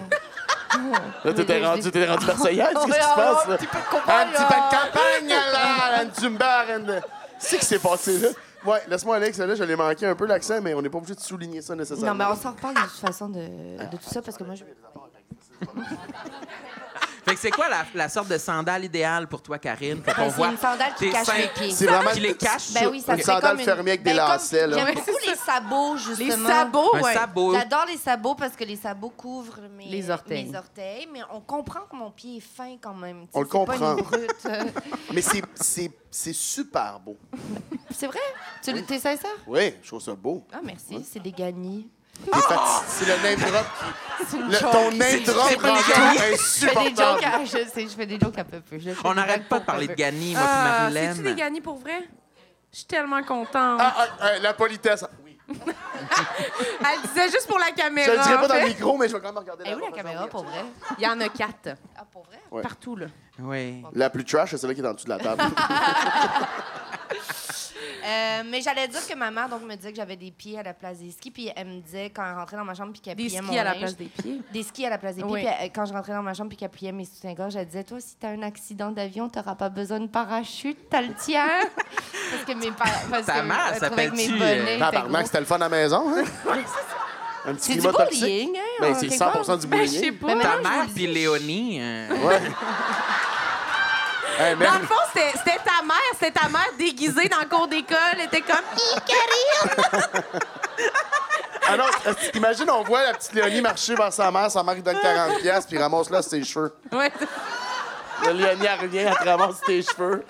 Là,
t'étais Mais là, je rendu- dis-
t'es rendu marseillaise,
On va avoir Un petit peu de
Un
campagne. oh.
petit peu de campagne, là, un timber, un- C'est que c'est passé, là. Ouais, laisse-moi, Alex, là, je l'ai manqué un peu l'accent, mais on n'est pas obligé de souligner ça nécessairement.
Non, mais on s'en reparle de toute façon de, de tout ça parce que moi, je...
Fait que c'est quoi la, la sorte de sandale idéale pour toi, Karine? Quand
Ben, c'est une sandale qui
tes
cache
seins
les pieds.
C'est vraiment-
Qui les cache?
Ben oui, ça
Une
fait
sandale
comme une...
fermée avec des
Ben, comme-
lacets, là.
J'aime
Ouais,
beaucoup les sabots, justement.
Les sabots,
Un
ouais.
sabot.
J'adore les sabots parce que les sabots couvrent mes,
Les orteils.
mes orteils, mais on comprend que mon pied est fin quand même. Tu
On
sais,
le
c'est pas
comprend.
une brute. Euh,
Mais c'est- c'est c'est super beau.
C'est vrai? Tu le- t'es sincère?
Oui, je trouve ça beau. Ah!
Ah, merci, c'est des gagnés.
T'es fati- C'est le name drop.
C'est une
Le,
joke.
ton name drop
c'est pas
rend
une
tout
Je fais des jokes
insupportable.
à, je sais, je fais des jokes à peu peu. Je fais
On
des
n'arrête
blagues
pas de
pour
parler de
peu.
Gany, moi puis
Ah, C'est-tu des
Marilyn.
gagnés pour vrai? Je suis tellement contente.
Ah, ah, ah, la politesse. Oui.
Elle disait juste pour la
Je
caméra.
le dirai pas
en
dans le
fait.
micro, mais je vais quand même regarder
Elle est où Eh la
porte, je vais
caméra
regarder.
pour vrai?
Il y en a quatre.
Ah, pour vrai?
Ouais.
Partout, là.
Oui.
La plus trash, c'est celle qui est en dessous de la table.
Euh, mais j'allais dire que ma mère donc, me disait que j'avais des pieds à la place des skis, puis elle me disait quand elle rentrait dans ma chambre puis qu'elle
Des
pliait mon
skis à la
linge,
place des pieds.
des skis à la place des pieds.
Oui.
Puis, euh, quand je rentrais dans ma chambre puis qu'elle pliait mes soutiens-gorge, elle disait Toi, si t'as un accident d'avion, t'auras pas besoin de parachute, t'as le tien. parce que mes parents.
Ta mère s'appelle-tu, euh,
Tabarnak, c'était le fun à la maison, hein? Un petit
C'est du
climat toxique.
bullying, hein?
Ben,
en
c'est
quelque
100 du
Ben, je sais
bullying.
pas.
Ta
maintenant, je vous
mère
le dis.
puis Léonie. euh,
Ouais. Hey,
Dans
merde.
le fond, c'était c'était ta mère. C'était ta mère déguisée dans le cours d'école. Elle était comme... Hi, Karine!
Ah non, est-ce que t'imagines, on voit la petite Léonie marcher vers sa mère, sa mère lui donne 40 pièces puis ramasse là ses cheveux.
Ouais.
La Léonie, elle revient, elle te ramasse tes cheveux.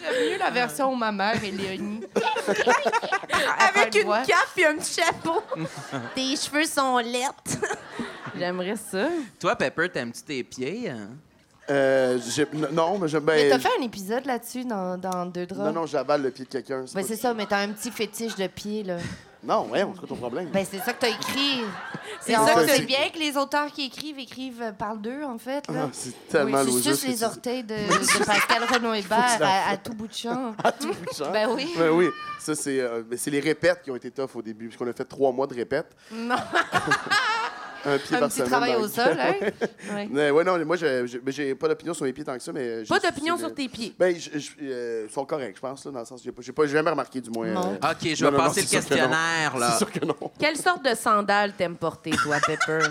J'aime mieux la version où ma mère et Léonie.
Avec une
voix.
cape et un petit chapeau.
Tes cheveux sont lettres.
J'aimerais ça.
Toi, Pepper, t'aimes-tu tes pieds? hein?
Euh, j'ai- non, mais j'aime
Mais
bien...
t'as fait un épisode là-dessus dans, dans Deux Draps.
Non, non, j'avale le pied de quelqu'un.
Ben,
pas-
c'est ça, mais t'as un petit fétiche de pied, là.
Non, ouais, on trouve ton problème.
Ben, c'est ça que t'as écrit. C'est
ça
ça
que
que
c'est-
c'est bien que les auteurs qui écrivent écrivent euh, par deux, en fait.
Ah,
Là.
c'est
Oui,
tellement
tu
loser,
suces
ce que
les
tu
orteils de, de Pascal Renaud Hébert à, à tout bout de champ.
dis. Tout puissant.
Ben oui.
Ben oui, ça c'est euh, mais c'est les répètes qui ont été tough au début, puisqu'on a fait trois mois de répètes.
Non.
Un pied
Un
par
petit
semaine
travail
dans
au
le-
sol, hein? Ouais.
Mais ouais, non, moi j'ai- j'ai ben, j'ai pas d'opinion sur mes pieds tant que ça, mais.
Pas
j'ai-
d'opinion
c'est le-
sur tes pieds.
Ben, je- je- euh, ils sont corrects, je pense, là, dans le sens. J'ai pas, j'ai pas jamais remarqué, du moins.
Non.
Ah, OK, je
non,
vais
non,
passer
non,
le
c'est sûr que non.
questionnaire, là.
C'est sûr que non.
Quelle sorte de sandales t'aimes porter, toi, Pepper?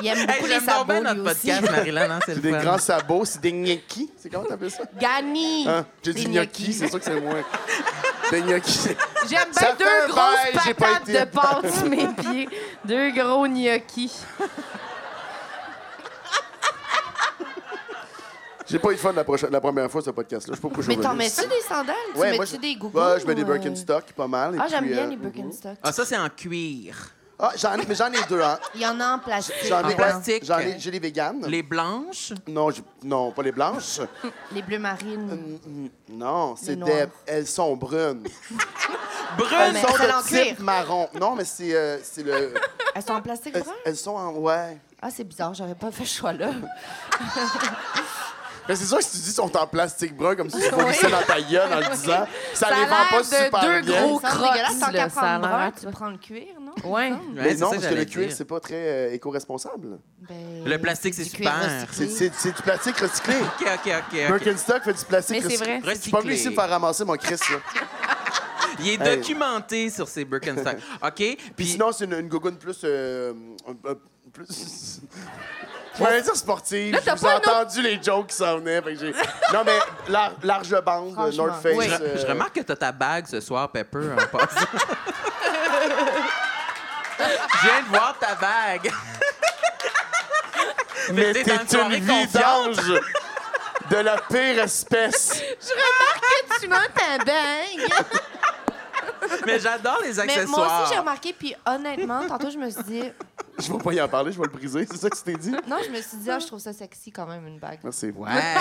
Il aime
Hey,
beaucoup les
J'aime donc bien
sabots,
notre
lui aussi.
podcast, Marilyn, hein, c'est
C'est
le
des
fun.
grands sabots, c'est des gnocchis. C'est comment t'appelles ça?
Gani!
Hein? J'ai
Des
dit gnocchi,
gnocchis.
c'est sûr que c'est moins. des gnocchis.
J'aime
Ça
bien
fait un
deux grosses
bail, j'ai pas
patates
été.
de pâte sur mes pieds. Deux gros gnocchis.
J'ai pas eu de fun la, prochaine- la première fois, ce podcast-là. Je sais pas pourquoi je suis
Mais t'en
revenu.
mets-tu des sandales?
Ouais,
tu
moi,
mets-tu
je-
des gougous?
Ouais, je mets des
ou, euh,
Birkenstock, pas mal. et
Ah, j'aime
puis,
bien
euh,
les Birkenstock.
Ah, ça, c'est en cuir.
Ah, j'en ai, mais j'en ai deux, hein.
Il y en a en plastique. hein,
J'en
En
ai,
maintenant.
plastique.
j'en ai, j'ai les véganes.
Les blanches?
Non, j'ai- non, pas les blanches.
Les bleus marines.
Mm, non, c'est
noirs. Ah,
des. Elles sont brunes.
Brunes!
Elles
mais
sont
elles sont en
de type
cuir.
marron. Non, mais c'est, euh, c'est le.
Elles sont en plastique
Elles,
brun?
elles sont en. Ouais.
Ah, c'est bizarre, j'aurais pas fait ce choix-là.
Mais c'est sûr que si tu dis qu'ils sont en plastique brun comme si tu glissais dans ta gueule en le disant,
Ça
ça, les
a
vend pas
l'air de
super
deux
bien.
gros- Au
Ça me
crocs,
dégueulasse, tant
là,
qu'à
ça
prendre
a l'air,
brun,
tu
tu prends le cuir, non?
Ouais.
Ouais,
Mais
c'est ça
non, parce que
j'allais
le cuir,
dire.
c'est pas très euh, éco-responsable.
Ben,
Le plastique, c'est
du cuir
super.
C'est-
recyclé.
C'est c'est du plastique recyclé.
OK, OK, OK. ok.
Birkenstock fait du plastique
Mais c'est
recyclé.
vrai.
Je suis pas venu ici me faire ramasser mon Chris. là.
Il est
Hey.
documenté sur ces Birkenstock. OK?
Puis
Puis
sinon, c'est une, une gogoune plus. euh, un- un- plus. Je voulais dire sportive.
t'as
J'ai
pas une
entendu les jokes qui s'en venaient. fait que j'ai- non, mais lar- large bande, euh,
Franchement.
North Face.
Oui.
je,
euh,
je remarque que t'as ta bague ce soir, Pepper, en passant. Je viens de voir ta bague.
euh, Mais
t'es
t'es
dans une soirée
une vidange de la pire espèce.
tu mets ta bague!
Mais j'adore les
Mais
accessoires.
moi aussi, j'ai remarqué, puis honnêtement, tantôt, je me suis dit...
Je vais pas y en parler, je vais le briser. C'est ça que tu t'es dit?
Non, je me suis dit, ah, je trouve ça sexy quand même, une bague.
Merci. Ah.
Ouais.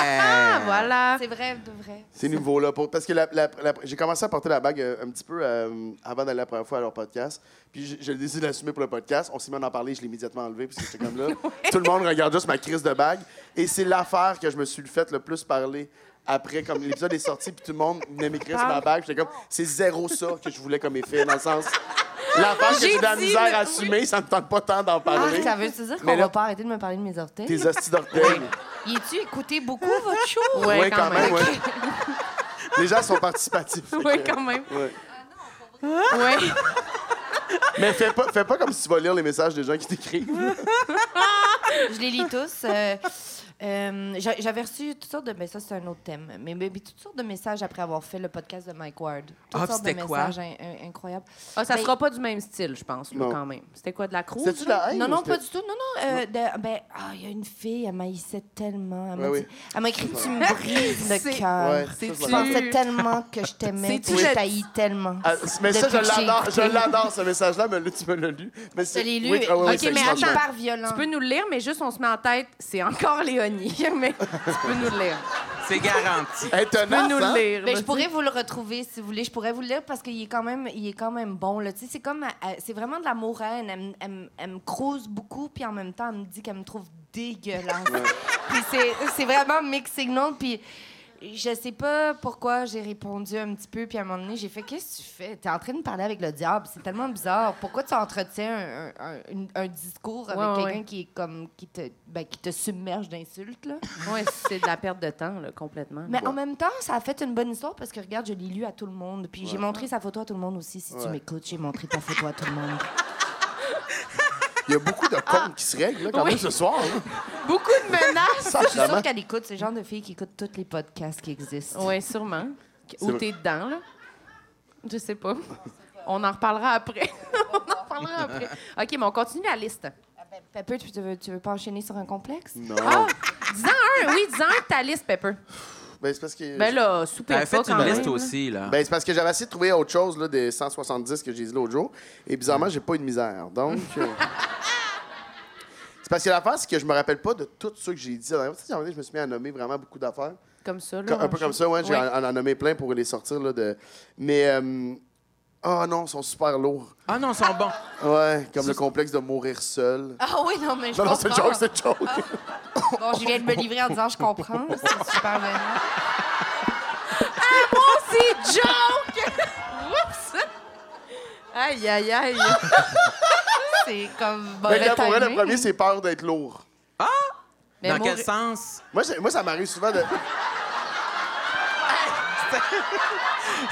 Ah.
Voilà.
C'est vrai, de vrai.
C'est nouveau, là. pour- parce que la- la- la- j'ai commencé à porter la bague euh, un petit peu euh, avant d'aller la première fois à leur podcast. Puis je, je décide d'assumer pour le podcast. On s'est mis à en parler, je l'ai immédiatement enlevé parce que j'étais comme là. Tout le monde regarde juste ma crise de bague. Et c'est l'affaire que je me suis faite le plus parler après. Comme l'épisode est sorti, puis tout le monde venait m'écrire sur ma bague. J'étais comme, c'est zéro ça que je voulais comme effet, dans le sens. L'affaire que j'ai de la
dit
misère
le-
à assumer, ça me tente pas tant d'en
Ah,
parler.
ça veut dire qu'on
Mais là-
va pas arrêter de me parler de mes orteils?
Tes hosties d'orteils.
Y est-tu écouté beaucoup, votre show?
Ouais,
Ouais,
quand
quand même,
même.
ouais. Les gens sont participatifs. fait que-
Oui, quand même.
Ouais.
Oui.
Mais fais pas, fais pas comme si tu vas lire les messages des gens qui t'écrivent.
Je les lis tous. euh, euh, j'a- J'avais reçu toutes sortes de... Mais ça, c'est un autre thème. Mais, mais- mais toutes sortes de messages après avoir fait le podcast de Mike Ward. Toutes
Ah,
sortes de
c'était quoi?
messages in- in- incroyables.
Ah, ça
Ben-
sera pas du même style, je pense, là,
Non.
quand même. C'était quoi, de la croûte?
C'était-tu de la haine?
Non,
ou
non,
c'était-
pas du tout. Non, non. euh, de- ben, ah, il y a une fille, elle m'haïssait tellement. Elle m'a
Ouais,
dit-
oui.
elle m'a écrit Tu me brises le
C'est-
Ouais,
cœur.
ça, je
Je
Tu-
l'adore.
pensais tellement que je t'aimais,
C'est-tu
puis je
la-
t'haïs tellement.
Ah, mais ça, je
Depuis que j'ai
l'adore, je
écouté.
l'adore, ce message-là, mais là, tu me l'as lu. Mais
Je l'ai lu.
Oui, ah, oui, oui,
Ok,
c'est-
mais
je
attends.
l'adore.
Hyper violent.
Tu peux nous le lire, mais juste on se met en tête, c'est encore Léonie, mais tu peux nous le lire.
C'est garanti.
Tu peux
Étonnant,
nous
Ah, ça.
le lire.
Ben,
là,
je pourrais vous le retrouver si vous voulez. Je pourrais vous le lire parce qu'il est quand même, il est quand même bon. Là, Tu sais, c'est comme, elle- elle- c'est vraiment de la moraine. Elle, me- elle me- elle me crouse beaucoup, puis en même temps, elle me dit qu'elle me trouve dégueulasse. Puis c'est, c'est vraiment mixed signal. Puis je sais pas pourquoi j'ai répondu un petit peu, puis à un moment donné, j'ai fait qu'est-ce que tu fais T'es en train de parler avec le diable. C'est tellement bizarre. Pourquoi tu entretiens un, un- un- un discours avec
Ouais, ouais,
quelqu'un
ouais.
qui est comme qui te, ben, qui te submerge d'insultes là
tu- Ouais, c'est de la perte de temps, là, complètement.
mais en même temps, ça a fait une bonne histoire parce que regarde, je l'ai lu à tout le monde. Puis j'ai montré sa photo à tout le monde aussi. Si tu
Ouais.
m'écoutes, j'ai montré ta photo à tout le monde.
Il y a beaucoup de comptes qui se règlent, là, quand même, ce soir.
Ah.
hein.
Beaucoup de menaces!
Ça,
Je suis
vraiment.
sûre qu'elle écoute. C'est le genre de fille qui écoute tous les podcasts qui existent.
Oui, sûrement. Ou
vrai.
t'es dedans, là. Je sais pas. On en reparlera après. on en reparlera après. OK, mais on continue la liste.
Ah, ben, Pepper, tu veux, tu veux pas enchaîner sur un complexe?
Non.
Ah! Dis-en un, oui, dis-en un de ta liste, Pepper.
Ben, c'est parce que.
Ben là, souper pas
T'avais fait
quand
une
même.
hein?
liste aussi, là.
Ben, c'est parce que j'avais essayé de trouver autre chose là, des 170 que j'ai dit l'autre jour. Et bizarrement, j'ai pas eu de misère. Donc. euh, c'est parce que l'affaire, c'est que je me rappelle pas de tout ce que j'ai dit. La dernière fois, Je me suis mis à nommer vraiment beaucoup d'affaires.
Comme ça, là.
Co- un peu comme ça, ouais. J'ai
Ouais.
en, en nommé plein pour les sortir. Là, de... Mais. euh, Oh non, ils sont super lourds.
Ah non, ils sont bons.
Ouais, comme le complexe de mourir seul.
Ah oui, non, mais je
Non, non, c'est
comprends.
joke, c'est joke.
Ah, bon, je viens de me livrer en disant je comprends. C'est super bien. Ah,
C'est joke! Oups! Aïe, aïe, aïe.
C'est comme.
Mais
mauvais
quand pour vrai, le
timing.
premier, c'est peur d'être lourd.
Mais
Ben,
Dans
mourir-
quel sens?
Moi, j'ai- moi ça m'arrive souvent de.
Ah.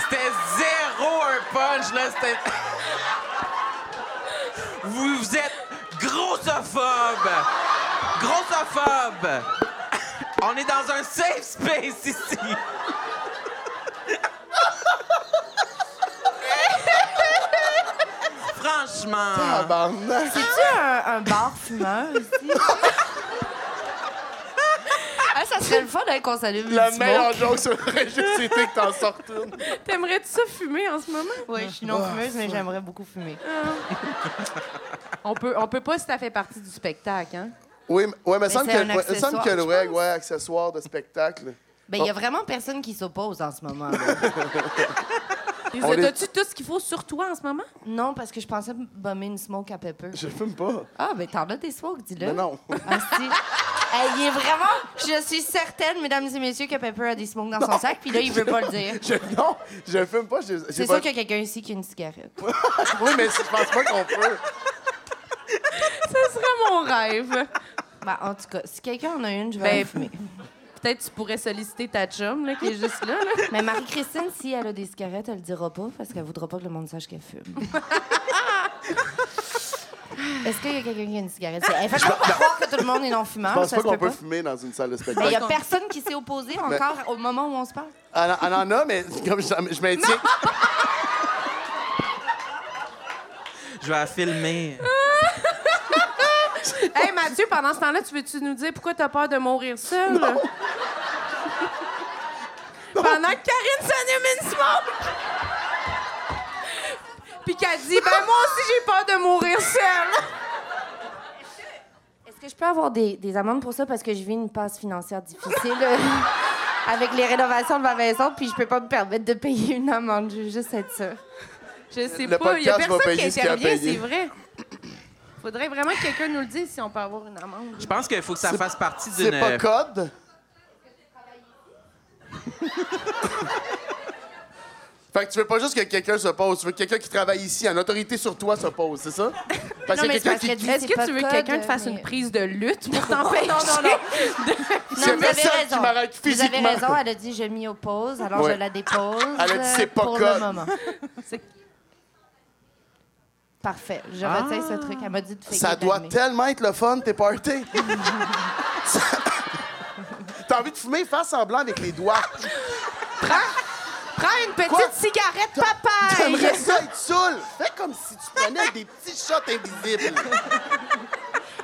C'était zéro un punch, là. C'était. Vous, vous êtes grossophobe! Grossophobe! On est dans un safe space ici! Franchement!
Ah, Tabarnak!
C'est-tu un, un bar fumeur ici? ah, ça serait le fun hein, qu'on s'allume une
La
smoke.
meilleure joke sur la c'était que t'en sortes une.
T'aimerais-tu ça fumer en ce moment?
Oui, je suis non fumeuse, mais j'aimerais beaucoup fumer.
On peut, on peut pas si ça fait partie du spectacle, hein?
Oui, mais- ouais, mais il semble
c'est
que,
un
ouais, il semble
accessoire,
que le
je
règle, ouais, accessoire de spectacle.
Ben, il y a vraiment personne qui s'oppose en ce moment. là.
T'es-
On est-
T'as-tu tout ce qu'il faut sur toi en ce moment?
Non, parce que je pensais me bomber une smoke à Pepper.
Je fume pas.
Ah, ben t'en as des smokes, dis-le.
Mais non.
Ah, si. Hey, il est vraiment. Je suis certaine, mesdames et messieurs, que Pepper a des smokes dans son sac, puis là, il veut pas le dire.
Je- non, je fume pas. je- j'ai
C'est
pas-
sûr qu'il y a quelqu'un ici qui a une cigarette.
Oui, mais je pense pas qu'on peut.
Ce serait mon rêve.
Ben, en tout cas, si quelqu'un en a une, je vais
Ben,
la fumer.
Peut-être que tu pourrais solliciter ta chum là, qui est juste là. là.
Mais Marie-Christine, si elle a des cigarettes, elle le dira pas parce qu'elle voudra pas que le monde sache qu'elle fume. Est-ce qu'il y a quelqu'un qui a une cigarette? Elle fait pas croire que tout le monde est
Je
non-fumeur.
pense
Ah, Ça
pas
se
qu'on
peut
peut
pas.
fumer Ben, dans une salle de
Mais il n'y
spectacle.
a personne qui s'est opposé encore au moment où on se parle.
Elle en- elle en a, mais comme je, je maintiens.
Je vais la filmer.
hey Mathieu, pendant ce temps-là, tu veux-tu nous dire pourquoi t'as peur de mourir seul? Pendant que Karine s'allume une smoke! Puis qu'elle dit, ben moi aussi j'ai peur de mourir seule!
Est-ce que je peux avoir des, des amendes pour ça parce que je vis une passe financière difficile euh, avec les rénovations de ma maison, puis je peux pas me permettre de payer une amende. Je veux juste être sûre.
Je sais
Le
pas, il y a
podcast va
personne qui
payer ce qu'il a
intervient,
payé.
c'est vrai. Faudrait vraiment que quelqu'un nous le dise si on peut avoir une amende.
Je pense qu'il faut que ça fasse partie d'une.
C'est pas code. Fait que tu veux pas juste que quelqu'un se pose, tu veux que quelqu'un qui travaille ici, en autorité sur toi, se pose, c'est ça? Parce
Non,
que
mais c'est
quelqu'un
parce
qui.
que dit,
Est-ce
c'est
que
pas
tu
de
veux que
code,
quelqu'un te fasse
mais-
une prise de lutte pour t'empêcher? non, non,
Non,
s'il y a
vous avez
personne qui
raison.
m'arrête
Vous avez
physiquement.
raison, elle a dit je m'y oppose, alors
Ouais.
je la dépose.
Elle a dit, c'est
euh,
pas
pour
code.
le moment.
C'est-
Parfait, je retiens ce truc. Elle m'a dit de faire
Ah. Ça doit tellement être le fun, tes parties. Ça- T'as envie de fumer, faire semblant avec les doigts.
Prends une petite
Quoi?
cigarette, papa!
T'aimerais ça être saoul. Fais comme si tu prenais des petits shots invisibles.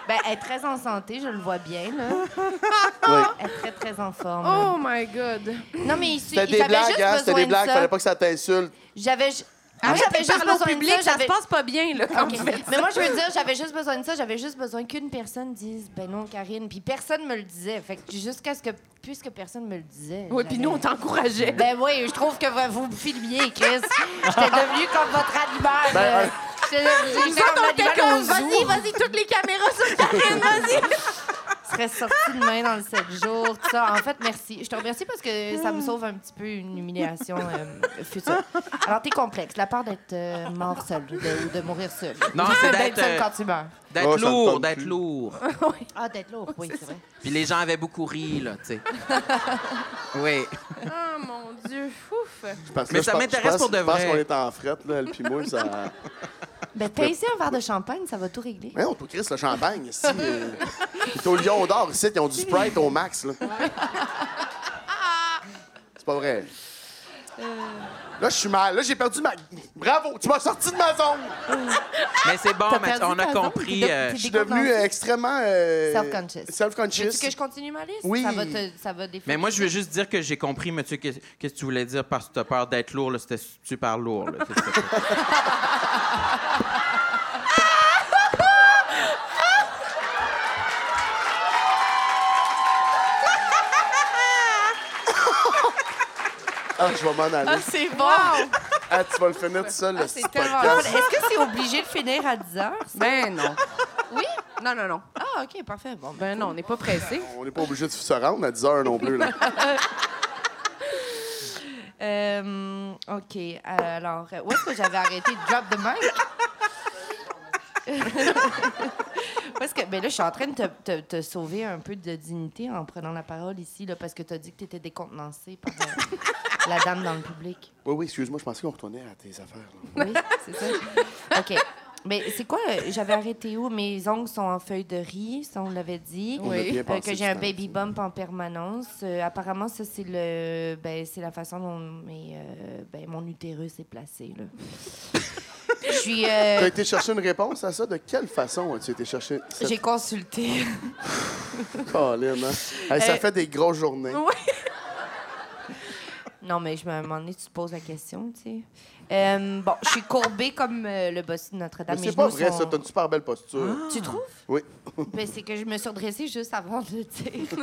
Ben, elle est très en santé, je le vois bien. Là.
Oui.
Elle est très, très en forme.
Oh my God!
Non, mais il, su-
C'était
il
des
avait
blagues,
juste
hein?
besoin
C'était des
de
blagues,
ça.
fallait pas que ça t'insulte.
J'avais ju- Moi,
Arrête de
j'avais juste
parler au
besoin de
Ah public,
ça.
ça,
j'avais-
se passe pas bien, là, quand
Ok.
tu fais ça.
Mais moi, je veux dire, j'avais juste besoin de ça. J'avais juste besoin qu'une personne dise, ben non, Karine. Puis personne me le disait. Fait que jusqu'à ce que, puisque personne me le disait.
Oui, puis
j'avais-
nous, on t'encourageait.
Ben oui, je trouve que vous- vous me filmiez, Chris. J'étais devenue comme votre animal.
Ben,
euh, j'étais devenue-
Nous
J'étais comme
autres, on était comme,
l'animal au
vas-y,
zoo.
vas-y, toutes les caméras sur Karine, vas-y.
Je serais sortie demain dans le 7 jours, tout ça. En fait, merci. Je te remercie parce que ça me sauve un petit peu une humiliation euh, future. Alors, t'es complexe. La part d'être euh, mort seul de- ou de mourir seul.
Non, c'est d'être,
seul
euh,
quand tu meurs.
D'être
Oh, ça me
lourd,
tente
d'être
plus.
lourd.
Ah, d'être lourd, oui, c'est vrai.
Puis les gens avaient beaucoup ri, là, tu sais. oui.
Oh mon Dieu, ouf.
Parce que
Mais
là,
ça
je pense-
m'intéresse
je pense-
pour de
Je
vrai.
pense qu'on est en frette, là, le pimouille, ça.
Ben, t'as essayé un verre de champagne, ça va tout régler.
Mais on peut Chris, le champagne, ici. euh, C'est au Lion d'Or, ici, ils ont du Sprite au max, là. C'est pas vrai.
Euh.
Là, je suis mal. Là, j'ai perdu ma. Bravo, tu m'as sorti de ma zone.
Mais c'est bon,
T'as
Mathieu,
perdu
on a
ta zone,
compris.
t'es de-
euh,
t'es
Je suis devenu euh, extrêmement. euh,
Self-conscious. Veux-tu que
Self-conscious.
je continue ma liste?
Oui.
Ça va, te, ça va définir.
mais moi, je veux juste dire que j'ai compris, Mathieu, qu'est- qu'est-ce que tu voulais dire parce que t'as peur d'être lourd, là. C'était super lourd, là. C'est ça.
Ah, je vais m'en aller.
C'est bon.
Ah, tu vas le finir tout seul, le
Ah, C'est
petit
tellement
podcast.
drôle. Est-ce que c'est obligé de finir à 10 heures? ça?
Ben non. Oui? Non, non, non.
Ah, OK, parfait. Bon, ben.
Ben non, on n'est pas pressé.
On n'est pas obligé de se rendre à 10 heures non plus, là.
Euh, OK, euh, alors, euh, où est-ce que j'avais arrêté de drop the mic? parce que, ben là, je suis en train de te, te- te sauver un peu de dignité en prenant la parole ici, là, parce que tu as dit que tu étais décontenancée par euh, la dame dans le public.
Oui, oui, excuse-moi, je pensais qu'on retournait à tes affaires. là.
Oui, c'est ça. OK. Mais c'est quoi? euh, J'avais arrêté où? Mes ongles sont en feuille de riz, ça, on l'avait dit.
On a bien
Euh,
passé
que
du
j'ai un
temps.
baby bump en permanence. Euh, apparemment, ça, c'est le, ben, c'est la façon dont mes, euh, ben, mon utérus est placé. là. Je suis, euh,
T'as été chercher une réponse à ça? De quelle façon as-tu été chercher cette
j'ai consulté.
colline, hein? Hey, ça
Euh,
fait des grosses journées.
non, mais je me demandais, tu te poses la question, tu sais. Euh, bon, je suis courbée comme euh, le bossu de Notre-Dame.
Mais
Mes
c'est pas
genoux
vrai,
sont-
ça. T'as une super belle posture.
Ah.
Tu trouves?
Oui.
Ben, c'est que je me suis redressée juste avant de Euh, le dire.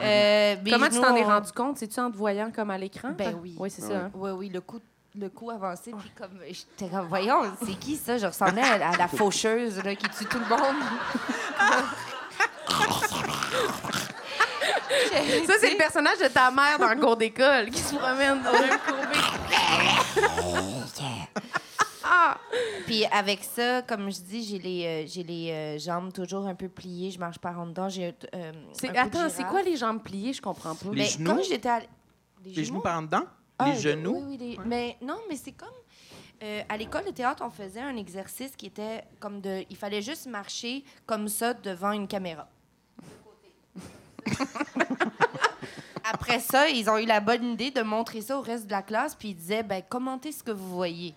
Euh, mes
Comment tu
genoux
t'en es
ont-
rendu compte? C'est-tu en te voyant comme à l'écran?
Ben oui.
Oui, c'est
Ouais.
ça. hein.
Oui, oui, le coup de le coup avancé, puis comme, j'étais comme, voyons, c'est qui ça? Je ressemblais à, à la faucheuse là, qui tue tout le monde.
Ça, c'est le personnage de ta mère dans le cours d'école qui se promène dans un courbé.
Puis avec ça, comme je dis, j'ai les, euh, j'ai les euh, jambes toujours un peu pliées, je marche par en dedans. J'ai, euh, un peu de
Attends, c'est
girafe.
quoi les jambes pliées? Je comprends pas.
Les
Mais
genoux?
Quand j'étais à... l-
Les genoux par en dedans?
Ah,
les genoux?
oui, oui, les- Mais non, mais c'est comme euh, à l'école de théâtre, on faisait un exercice qui était comme de, il fallait juste marcher comme ça devant une caméra. Après ça, ils ont eu la bonne idée de montrer ça au reste de la classe, puis ils disaient, ben commentez ce que vous voyez.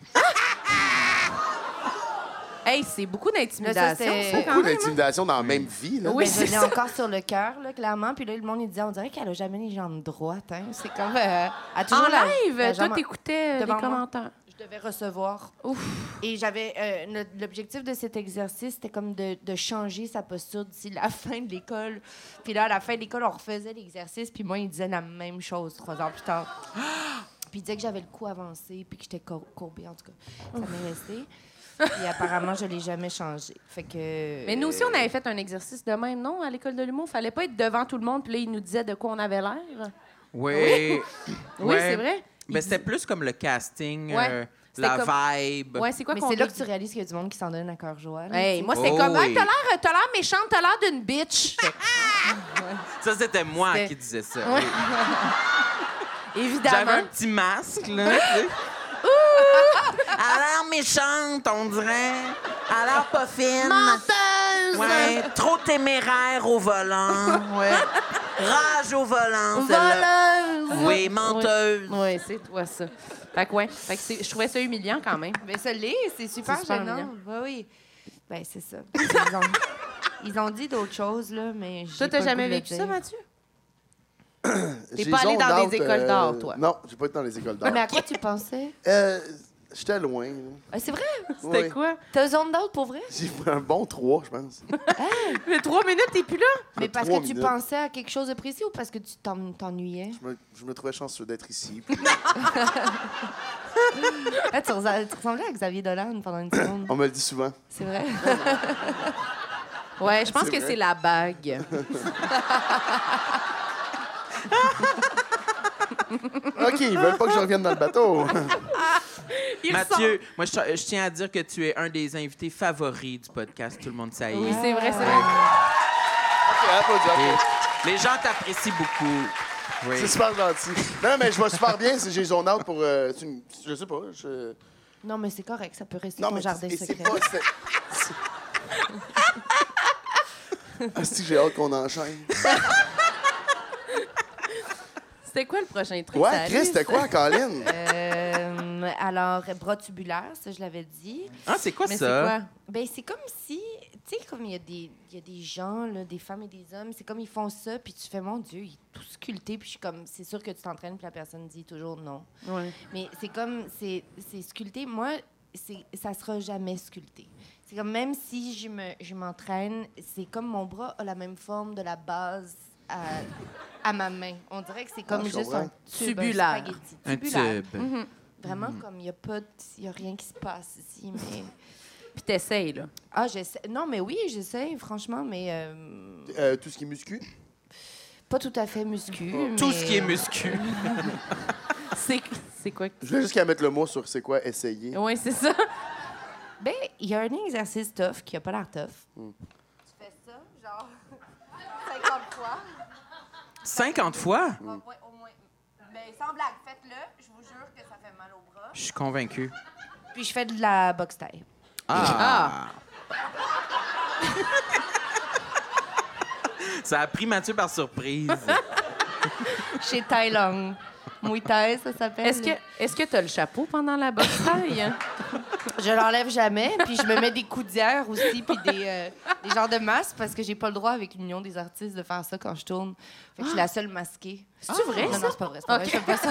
Hey, c'est beaucoup
Là, ça,
d'intimidation.
c'était-
ça, quand
Beaucoup
même. hein.
d'intimidation dans la même vie. Là.
Oui, Ben, je l'ai encore sur le cœur, là, clairement. Puis là, le monde, il disait, on dirait qu'elle a jamais les jambes droites. Hein. C'est comme. euh, elle a toujours
En
la- la
live,
jambe
toi,
en-
t'écoutais les
devant moi.
commentaires.
Je devais recevoir. Et j'avais. euh, le- L'objectif de cet exercice, c'était comme de, de changer sa posture d'ici la fin de l'école. Puis là, à la fin de l'école, on refaisait l'exercice. Puis moi, il disait la même chose trois ans plus tard. Puis il disait que j'avais le cou avancé, puis que j'étais cour- courbée, en tout cas. Ça m'est resté. Et apparemment, je l'ai jamais changé. Fait que.
Mais nous aussi, on avait fait un exercice de même, non? À l'école de l'humour, fallait pas être devant tout le monde, puis là, ils nous disaient de quoi on avait l'air.
Oui.
Oui, c'est vrai.
Ben, c'était plus comme le casting,
Ouais.
euh,
C'était
la
comme-
vibe.
Ouais, c'est quoi
Ben, Mais
qu'on
c'est là
dit?
que tu réalises qu'il y a du monde qui s'en donne à cœur joie. là,
Hey,
tu sais.
moi, c'est
Oh
comme, Hey,
oui.
t'as l'air- t'as l'air méchante, t'as l'air d'une bitch.
Ça, c'était moi
C'était-
qui disais ça. oui. J'avais un
Évidemment.
petit masque, là. tu sais. Elle a l'air méchante, on dirait. Elle a l'air pas fine.
Menteuse!
Ouais, trop téméraire au volant. Ouais. Rage au volant, celle-là.
Voleuse!
Oui, menteuse.
Oui, Ouais, c'est toi, ça. Fait que, ouais. Fait que c'est- je trouvais ça humiliant quand même.
Mais Ben, ça l'est, c'est super,
C'est super
gênant.
mignon.
Oui, oui. Ben, c'est ça. Ils ont, ils ont dit d'autres choses, là, mais. j'ai
Toi,
pas
t'as
le
jamais
goût de le
vécu ça,
dire.
Mathieu?
T'es
pas allé dans des écoles d'art, toi?
euh, Non, j'ai pas été dans les écoles d'art.
Mais à quoi tu pensais?
Euh, J'étais loin. là.
Ah, c'est vrai?
C'était
Oui.
quoi?
T'as zone d'autres pour vrai?
J'ai fait un bon 3, je pense.
Mais trois minutes, t'es plus là?
Mais parce
trois
que tu
minutes.
pensais à quelque chose de précis ou parce que tu t'en- t'ennuyais?
Je me, je me trouvais chanceux d'être ici. puis
Ah, tu, resa- tu ressemblais à Xavier Dolan pendant une seconde.
on me le dit souvent.
C'est vrai?
Ouais, je pense que
vrai.
c'est la bague.
OK, ils veulent pas que je revienne dans le bateau.
Mathieu, moi, je, je tiens à dire que tu es un des invités favoris du podcast Tout le monde sait.
Oui, c'est vrai, c'est vrai.
Les gens t'apprécient beaucoup. Oui.
C'est super gentil. Non, mais je vais super bien. c'est- J'ai zone out pour... euh, c'est une- je sais pas. Je...
Non, mais c'est correct, ça peut rester
Non,
ton
mais
jardin
et c'est
secret.
pas- c'est- c'est- Ah, c'est que j'ai hâte qu'on enchaîne.
C'était quoi le prochain truc? ça
Ouais,
arrive?
Chris, c'était quoi, Colin?
Euh, alors, bras tubulaire, ça, je l'avais dit.
Ah, c'est quoi
Mais c'est
ça?
quoi?
Ben, c'est comme si, tu sais, comme il y, a des- il y a des gens, là, des femmes et des hommes, c'est comme ils font ça, puis tu fais, mon Dieu, il est tout sculpté, puis je suis comme, c'est sûr que tu t'entraînes, puis la personne dit toujours non.
Ouais.
Mais c'est comme, c'est c'est sculpté. Moi, c'est- ça sera jamais sculpté. C'est comme, même si je me- je m'entraîne, c'est comme mon bras a la même forme de la base à, à ma main. On dirait que c'est comme
Ah, je
juste
comprends. Mhm.
un tube, un
Tubulaire.
spaghetti
Un
tubulaire.
tube. Mhm.
Vraiment, comme, il n'y a pas, de- il y a rien qui se passe ici, mais...
Puis t'essayes, là.
Ah, j'essaie. Non, mais oui, j'essaie, franchement, mais euh,
Euh, tout ce qui est muscu.
pas tout à fait muscu.
Tout
mais- euh,
ce qui est muscu.
C'est c'est quoi? que-
Je voulais juste qu'elle mette le mot sur c'est quoi essayer.
Ouais, c'est ça.
Ben, il y a un exercice tough qui a pas l'air tough.
Hmm.
Tu fais ça, genre 50 fois,
50 fois?
au moins. Au moins. Mais sans blague, faites-le, je vous jure que ça fait mal au bras.
Je suis convaincu.
Puis je fais de la boxe taille.
Ah! Ça a pris Mathieu par surprise.
Chez Tai Long. Muay Thai, ça s'appelle.
Est-ce que est-ce que t'as le chapeau pendant la boxe taille?
Je l'enlève jamais, puis je me mets des coudières aussi, puis des, euh, des genres de masques, parce que j'ai pas le droit avec l'Union des artistes de faire ça quand je tourne. Fait que je suis la seule masquée. Ah!
C'est-tu vrai,
Non,
ça?
non, c'est pas vrai, c'est pas
Ok.
vrai, je fais pas ça.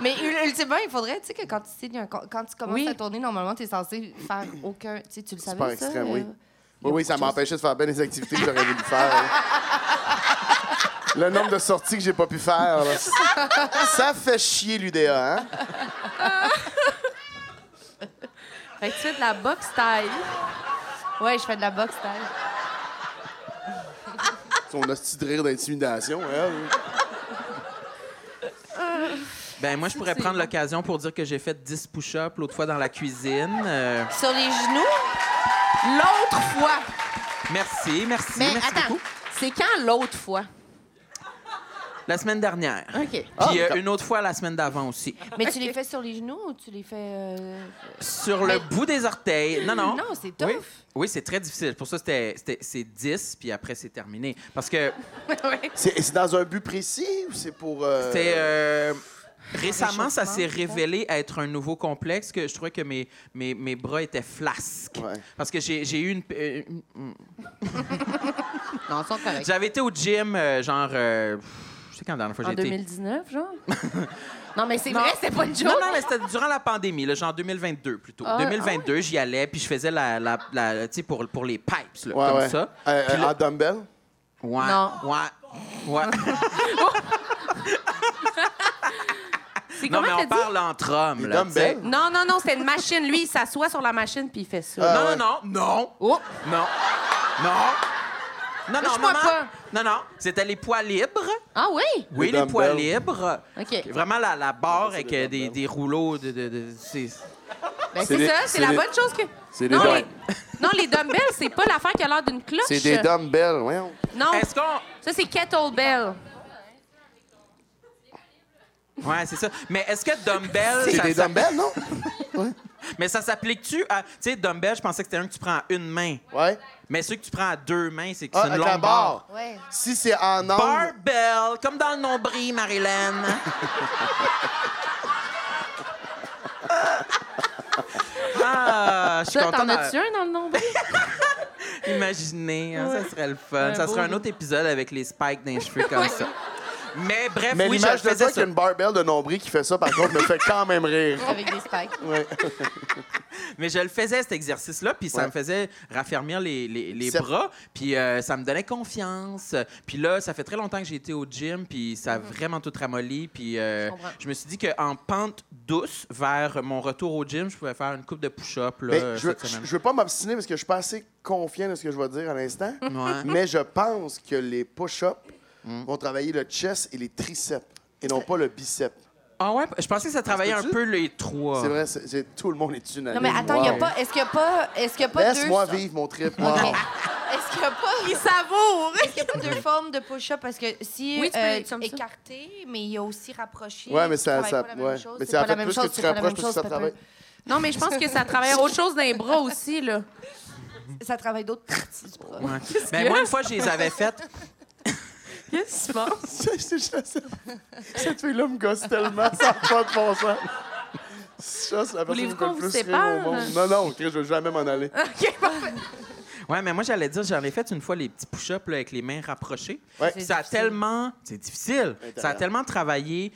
Mais ul- ultimement, il faudrait, tu sais, que quand tu signes un con- quand tu commences
Oui.
à tourner, normalement, tu es censé faire aucun. Tu sais, tu le savais,
Super
ça?
extrême,
euh,
oui. Oui, oui, ça m'empêchait de faire bien les activités que j'aurais voulu faire. Le nombre de sorties que j'ai pas pu faire. là. Ça fait chier l'UDA, hein?
Fait que tu fais de la boxe taille.
Ouais, je fais de la boxe taille.
Son hostie de rire d'intimidation, elle.
Ben moi, je pourrais prendre l'occasion pour dire que j'ai fait 10 push-ups l'autre fois dans la cuisine. Euh,
Sur les genoux?
L'autre fois.
merci, merci,
Mais
merci
attends,
beaucoup.
c'est quand l'autre fois?
La semaine dernière.
OK.
Ah,
Puis euh,
d'accord.
une autre fois la semaine d'avant aussi.
Mais tu les fais sur les genoux ou tu les fais. euh,
Sur le bout des orteils. Non, non.
Non, c'est tough.
Oui, Oui, c'est très difficile. Pour ça, c'était c'était- c'est 10, puis après, c'est terminé. Parce que
C'est c'est dans un but précis ou c'est pour. euh,
C'était. euh, récemment, ça
réchauffement,
s'est
peut-être?
révélé être un nouveau complexe que je trouvais que mes, mes, mes bras étaient flasques.
Ouais.
Parce que j'ai j'ai eu une. euh, une- une-
Non, ils sont corrects.
J'avais été au gym, euh, genre. euh, je sais quand la dernière fois j'ai
En
été.
2019, genre? non, mais c'est
Non.
vrai, c'est pas une joke.
Non, non, mais c'était durant la pandémie, là, genre 2022 plutôt.
Ah,
2022, j'y allais, puis je faisais la. la, la- tu sais, pour, pour les pipes, là,
Ouais,
comme
ouais.
ça.
Euh,
Puis
euh,
là-
En dumbbell?
Ouais.
Non.
Ouais. Ouais.
C'est
non, mais
comment
on
t'as dit?
parle entre hommes,
Les
là. tu sais.
dumbbells?
Non, non, non, c'est une machine. Lui, il s'assoit sur la machine puis il fait ça.
Ah,
Non,
ouais.
non, non, non.
Oh!
Non. Non. Non, non,
Lâche-moi
maman.
pas.
Non, non. C'était les poids libres.
Ah oui?
Oui, les
dumbbells.
poids libres.
OK.
Vraiment la, la barre avec
des
euh, des,
dumbbells.
des rouleaux de. de- de- c'est-
Ben,
C'est
c'est
des-
ça,
c'est
c'est la
des-
bonne chose que.
c'est des
non,
dom-
les... non, les dumbbells, c'est pas l'affaire qui a l'air d'une cloche.
C'est des dumbbells, voyons.
Non,
Est-ce qu'on.
ça, c'est kettlebell.
Ouais, c'est ça. Mais est-ce que dumbbell.
C'est
ça-
des
ça-
dumbbells, non?
Mais ça s'applique-tu à. Tu sais, dumbbell, je pensais que c'était un que tu prends à une main.
Ouais.
Mais ceux que tu prends à deux mains, c'est que
Ah,
c'est une
avec la
longue barre.
barre.
Ouais.
Si c'est en angle.
Barbell, comme dans le nombril, Marilyn. ah, je suis
Ça,
contente.
t'en
d'a-
as-tu un dans le Ben? nombril?
Imaginez, hein, ça serait le fun. ça serait un autre épisode avec les spikes dans les cheveux comme ça. Mais bref,
Mais
oui,
l'image
je
de
faisais
toi
ça.
qu'il y a une barbell de nombril qui fait ça, par contre, me fait quand même rire.
Avec des spikes.
Ouais.
Mais je le faisais, cet exercice-là, puis ça
Ouais.
me faisait raffermir les, les- les
C'est-
bras, puis euh, ça me donnait confiance. Puis là, ça fait très longtemps que j'ai été au gym, puis ça a vraiment tout ramolli. Puis euh,
comprends.
je me suis dit qu'en pente douce vers mon retour au gym, je pouvais faire une coupe de push-up là,
Mais je, veux-
cette semaine.
je veux pas m'obstiner parce que je suis pas assez confiant de ce que je vais dire à l'instant.
Ouais.
Mais je pense que les push-ups
Mm.
vont travailler le chest et les triceps et non pas le bicep.
Ah ouais, je pensais que ça travaillait un
peut-tu?
peu les trois.
C'est vrai, c'est- c'est- tout le monde est unanime.
Non, mais attends, y a
Wow.
pas. Est-ce qu'il n'y a pas. Est-ce qu'il y a pas deux.
Laisse-moi vivre mon trip. Wow.
Ok. Est-ce qu'il n'y a pas. Il savoure! Est-ce qu'il n'y a pas deux formes de push-up? Parce que si
Oui, tu peux
euh,
être comme ça.
écarté, mais il y a aussi rapproché.
Ouais, mais
tu
ça-
travailles
ça-
pas la même
ouais.
chose,
Mais
c'est
ça
pas la
fait
même
plus
chose,
que tu
c'est pas la
rapproches,
même
plus que
chose,
ça
peut-être.
travaille.
Non, mais je pense que ça travaille autre chose dans les bras aussi, là.
Ça travaille d'autres parties du bras.
Ouais. Ben, moi, une fois, je les avais faites.
Qu'est-ce que tu penses?
C'est juste la seule- Cette fille-là me gosse tellement, ça n'a pas de bon sens. Ça, c'est la personne qui me
Voulez-vous
fait
qu'on
le
vous
plus rire
sépare?
au monde. Non, non, Chris, je veux jamais m'en aller.
OK, parfait.
Ouais, mais moi, j'allais dire, j'en ai fait une fois les petits push-ups là, avec les mains rapprochées.
Ouais.
Puis Ça a tellement. C'est difficile. Ça a
L'intérieur.
tellement travaillé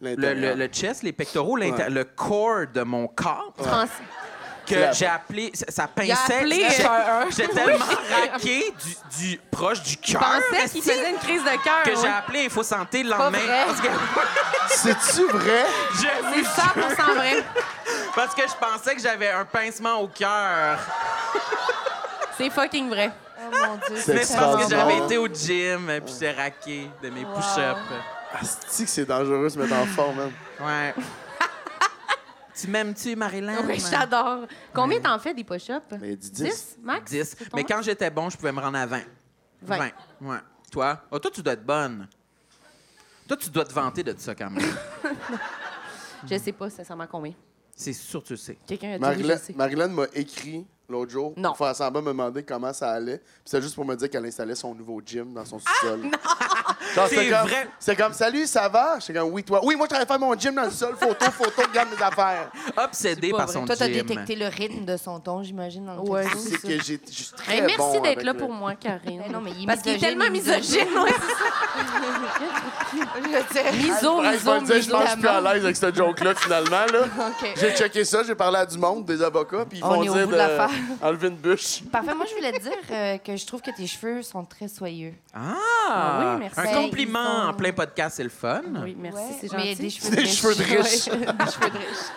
le, le-
L'intérieur.
le chest, les pectoraux, l'inter-
Ouais.
le corps de mon corps
Tu penses-
que
Clap.
j'ai appelé. Ça, ça
Il a
pinçait.
appelé
J'étais-
euh,
J'étais tellement raqué du, du- proche du
Je
cœur.
pensais
esti,
qu'il faisait une crise de cœur.
que j'ai
ouais.
appelé Info Santé le lendemain.
vrai.
Parce que,
C'est-tu vrai?
je
C'est
vous
100 vrai.
jure, parce que je pensais que j'avais un pincement au cœur.
C'est fucking vrai.
Oh mon Dieu.
C'est
Mais c'est parce que
extraordinaire.
j'avais été au gym, euh, puis j'étais raqué de mes push-ups.
Asti que c'est dangereux de se mettre en forme, man.
Ouais. tu m'aimes-tu, Marilyn?
Oh
Oui, je t'adore. Combien t'en fais des push-ups?
Mais dis 10.
10, max?
10.
C'est ton
Mais
max?
quand j'étais bon, je pouvais me rendre à 20. 20.
Vingt.
Ouais. Toi? Ah, toi, tu dois être bonne. Toi, tu dois te vanter de ça quand même.
Je sais pas, sincèrement, combien.
C'est sûr, tu le sais.
Quelqu'un a dit oui, je
Marilyn
sais.
Marilyn m'a écrit l'autre jour
Non.
pour faire semblant de me demander comment ça allait. Puis c'est juste pour me dire qu'elle installait son nouveau gym dans son
Ah,
sous-sol. Genre,
C'est
c'était comme,
vrai.
C'est comme, salut, ça va? J'étais comme, oui, toi. Oui, moi, je travaille faire mon gym dans le sol. Photo, photo, regarde mes affaires.
Obsédé
pas
par
vrai.
son
Toi, t'as
gym.
détecté le rythme de son ton, j'imagine, dans le
Ouais.
texto.
C'est que j'ai, je suis très
Hey, Ben, merci
bon
d'être
avec
là
le-
pour moi, Karine.
Ben non, mais il est
Parce qu'il est
misogyne,
tellement
misogyne.
misogyne, ouais. Miso,
Hey, Ah, je vais
miso,
le dire, je
miso.
pense que je suis plus à l'aise avec ce joke-là, finalement. Là.
OK.
J'ai checké ça, j'ai parlé à du monde, des avocats, puis ils
On
vont
est au
dire
bout de l'affaire.
de- enlever une bûche.
Parfait. Moi, je voulais te dire euh, que je trouve que tes cheveux sont très soyeux.
Ah!
Ah oui, merci.
Un
Ben,
compliment
ils sont-
en plein podcast, c'est le fun.
Ah Oui, merci,
Ouais,
c'est
mais
gentil.
des cheveux de
Des
riche.
cheveux de riche.
Ouais, des cheveux de riche.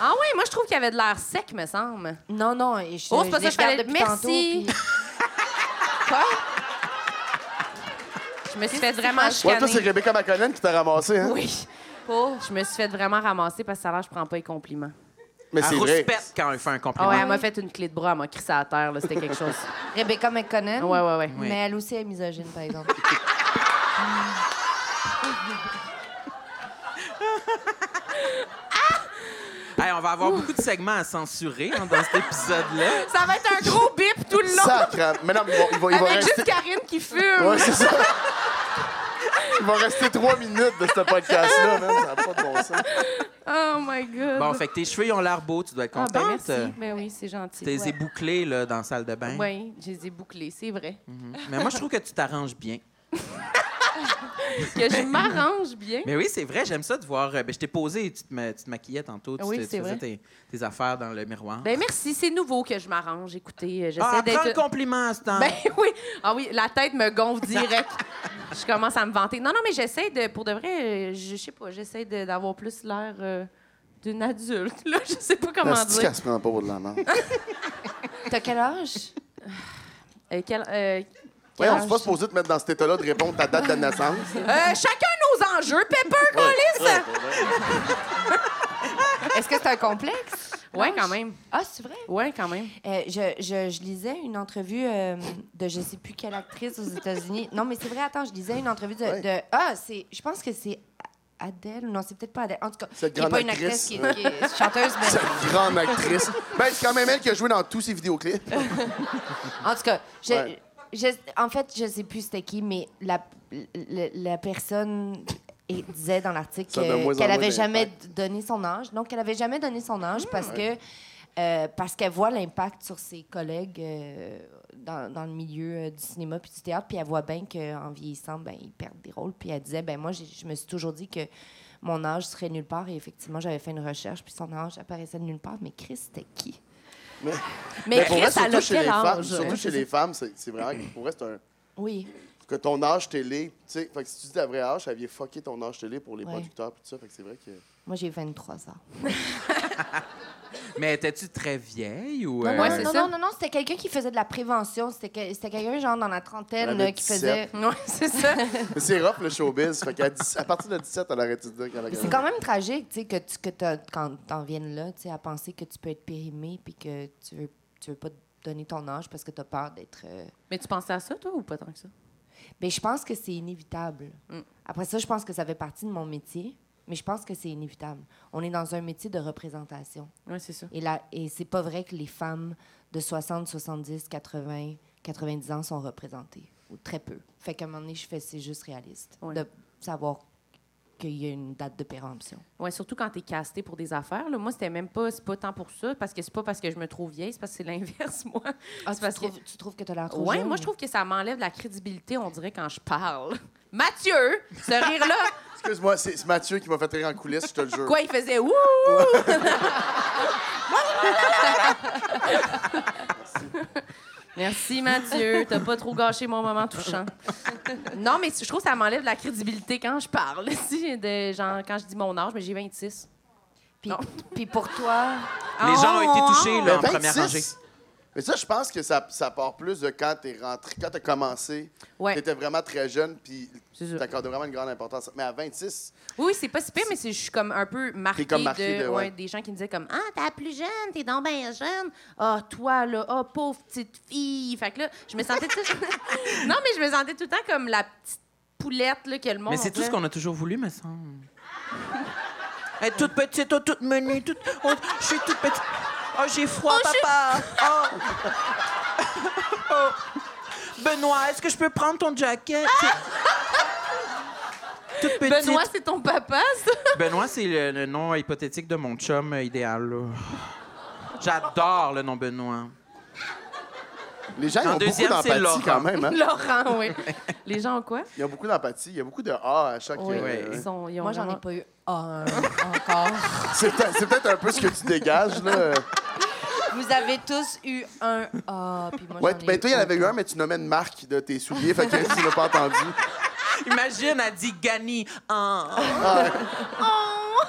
Ah oui, moi, je trouve qu'il y avait de l'air sec, me semble.
Non, non, et je,
Oh, c'est pas ça
les
que je fallais-
regarde depuis
Merci.
tantôt, puis- Quoi?
Je me suis fait vraiment
Ouais, toi, c'est
chicaner.
Rebecca McConnell qui t'a ramassé, hein?
Oui. Oh, je me suis fait vraiment ramasser parce que ça a l'air que je prends pas les compliments.
Mais
Elle
c'est vrai.
rouspète quand elle fait un
Ah
compliment.
ouais, elle m'a fait une clé de bras, elle m'a crissé à terre, là, c'était quelque chose.
Rebecca McConnell.
Ouais, ouais, ouais.
Oui.
Mais elle aussi est misogyne, par exemple.
Hey, on va avoir beaucoup de segments à censurer hein, dans cet épisode-là.
Ça va être un gros bip tout le long,
Ça crampe. Mais non, mais il va, il va, il va
avec
rester.
juste Karine qui fume.
Ouais, c'est ça. il va rester trois minutes de ce podcast-là, man. Ça n'a pas de bon sens.
Oh my God.
Bon, fait que tes cheveux, ils ont l'air beaux. Tu dois être
ah,
contente. euh.
ben merci. Ben oui, c'est gentil.
T'es
Ouais.
ébouclé là, dans la salle de bain.
Oui, je les ai bouclés, c'est vrai.
Mais moi, je trouve que tu t'arranges bien.
Que je m'arrange bien.
Mais oui, c'est vrai, j'aime ça de voir. euh, ben, je t'ai posé, tu te, ma- tu te maquillais tantôt, tu,
Oui,
te- tu
c'est
faisais
vrai.
tes, tes affaires dans le miroir.
Ben merci, c'est nouveau que je m'arrange. Écoutez, euh, j'essaie
ah, prends le
d'être.
compliment à ce temps.
Ben oui, ah oui, la tête me gonfle direct. je commence à me vanter. Non, non, mais j'essaie de, pour de vrai, euh, je sais pas, j'essaie de- d'avoir plus l'air euh, d'une adulte. Là, je sais pas comment
Est-ce
dire.
qu'elle se prend pas pour de la merde?
T'as quel âge?
Euh, quel- euh,
Ouais, on se pas supposé te mettre dans cet état-là de répondre ta date de naissance.
euh, chacun nos enjeux, Pepper, Colis.
Est-ce que c'est un complexe?
Ouais, quand même.
Ah, c'est vrai?
Ouais, quand même.
Euh, je, je- je lisais une entrevue euh, de je sais plus quelle actrice aux États-Unis. Non, mais c'est vrai, attends, je lisais une entrevue de.
Ouais.
de- ah, c'est. Je pense que c'est Adèle. ou Non, c'est peut-être pas Adèle. En tout cas,
Cette
qui est pas
grande
une actrice, qui, est-
actrice,
qui est chanteuse, mais.
Cette grande actrice. Ben, c'est quand même elle qui a joué dans tous ses vidéoclips.
En tout cas, je-
Ouais.
je- en fait, je sais plus c'était qui, mais la, la, la personne et- disait dans l'article
Ça a de moins en
que- qu'elle
moins
avait jamais
d'impact. Hmm.
donné son âge. Donc, elle avait jamais donné son âge parce que euh, parce qu'elle voit l'impact sur ses collègues euh, dans, dans le milieu euh, du cinéma puis du théâtre, puis elle voit bien qu'en vieillissant, ben, ils perdent des rôles. Puis elle disait, ben moi, j'ai- je me suis toujours dit que mon âge serait nulle part. Et effectivement, j'avais fait une recherche, puis son âge apparaissait de nulle part. Mais Chris, c'était qui?
Mais
Ben, pour vrai,
Chris, elle a
chez les
quel
femmes,
âge?
surtout chez les femmes, c'est c'est vraiment que pour vrai, c'est un.
Oui.
Que ton âge télé, tu sais, fait que si tu dis ta vraie âge, elle vient fucker ton âge télé pour les
Ouais.
producteurs pis tout ça, fait que c'est vrai que.
Moi, j'ai 23 ans.
Mais étais-tu très vieille ou.
Non,
euh,
non,
Ouais, c'est
non,
ça.
non, non, non, c'était quelqu'un qui faisait de la prévention. C'était que- c'était quelqu'un, genre, dans la
Elle
trentaine,
avait
là, qui faisait.
Ouais, c'est ça.
Mais c'est rough le showbiz, fait qu'à dix- à partir de 17, elle arrête de dire qu'elle a
C'est quand même tragique, tu sais, que, tu, que t'as- quand t'en viennes là, tu sais, à penser que tu peux être périmé puis que tu veux, tu veux pas te donner ton âge parce que t'as peur d'être. euh,
Mais tu pensais à ça, toi, ou pas tant que ça?
Mais je pense que c'est inévitable.
Mm.
Après ça, je pense que ça fait partie de mon métier, mais je pense que c'est inévitable. On est dans un métier de représentation.
Ouais, c'est ça.
Et, là, et c'est pas vrai que les femmes de 60, 70, 80, 90 ans sont représentées, ou très peu. Fait qu'à un moment donné, je fais, c'est juste réaliste
Ouais.
de savoir qu'il y a une date de péremption.
Ouais, surtout quand t'es casté pour des affaires. Là. Moi, c'était même pas, c'est pas tant pour ça, parce que c'est pas parce que je me trouve vieille, c'est parce que c'est l'inverse, moi.
Ah,
c'est
tu,
parce que.
trouves, tu trouves que t'as l'air trop
Ouais,
jeune?
moi, je trouve que ça m'enlève de la crédibilité, on dirait, quand je parle. Mathieu, ce rire-là,
Excuse-moi, c'est c'est Mathieu qui m'a fait rire en coulisses, je te le jure.
quoi, il faisait ouh! Merci Mathieu, t'as pas trop gâché mon moment touchant. Non, mais je trouve que ça m'enlève de la crédibilité quand je parle. Si, de, genre, quand je dis mon âge, mais j'ai 26.
Puis,
Non.
puis pour toi,
Les gens ont été touchés
Mais
là, en première
26,
rangée.
Mais ça, je pense que ça, ça part plus de quand t'es rentré, quand t'as commencé.
Ouais.
T'étais vraiment très jeune, puis
C'est ça.
t'accordais vraiment une grande importance. Mais à 26,
Oui, c'est pas si pire, mais c'est- je suis comme un peu marquée,
T'es comme marquée
de,
de-
ouais,
ouais.
des gens qui me disaient comme Ah, t'es la plus jeune, t'es donc bien jeune. Ah, toi, là, ah, pauvre petite fille. Fait que là, je me sentais tout... Non, mais je me sentais tout le temps comme la petite poulette là, que le monde.
Mais c'est tout ce qu'on a toujours voulu, me semble. Être toute petite, oh, toute menue, toute... oh, je suis toute petite. Oh, j'ai froid, papa. Oh. Oh. Benoît, est-ce que je peux prendre ton jacket? Toute petite.
Benoît, c'est ton papa, ça?
Benoît, c'est le, le nom hypothétique de mon chum euh, idéal. là. J'adore le nom Benoît.
les gens ils
En
ont
deuxième,
beaucoup
c'est
d'empathie
Laurent.
quand même. Hein?
Laurent, oui. Les gens ont quoi?
Il y a beaucoup d'empathie, il y a beaucoup de A à chaque.
Oui,
euh,
ils, sont, ils ont
moi, j'en ai
vraiment-
pas eu un encore.
C'est peut- c'est peut-être un peu ce que tu dégages, là.
Vous avez tous eu un ah, puis moi,
Ouais,
j'en ai
ben toi, il y en avait eu
aucun.
un, mais tu nommais une marque de tes souliers, fait que tu l'as pas entendu.
Imagine, elle dit Gani. Ah.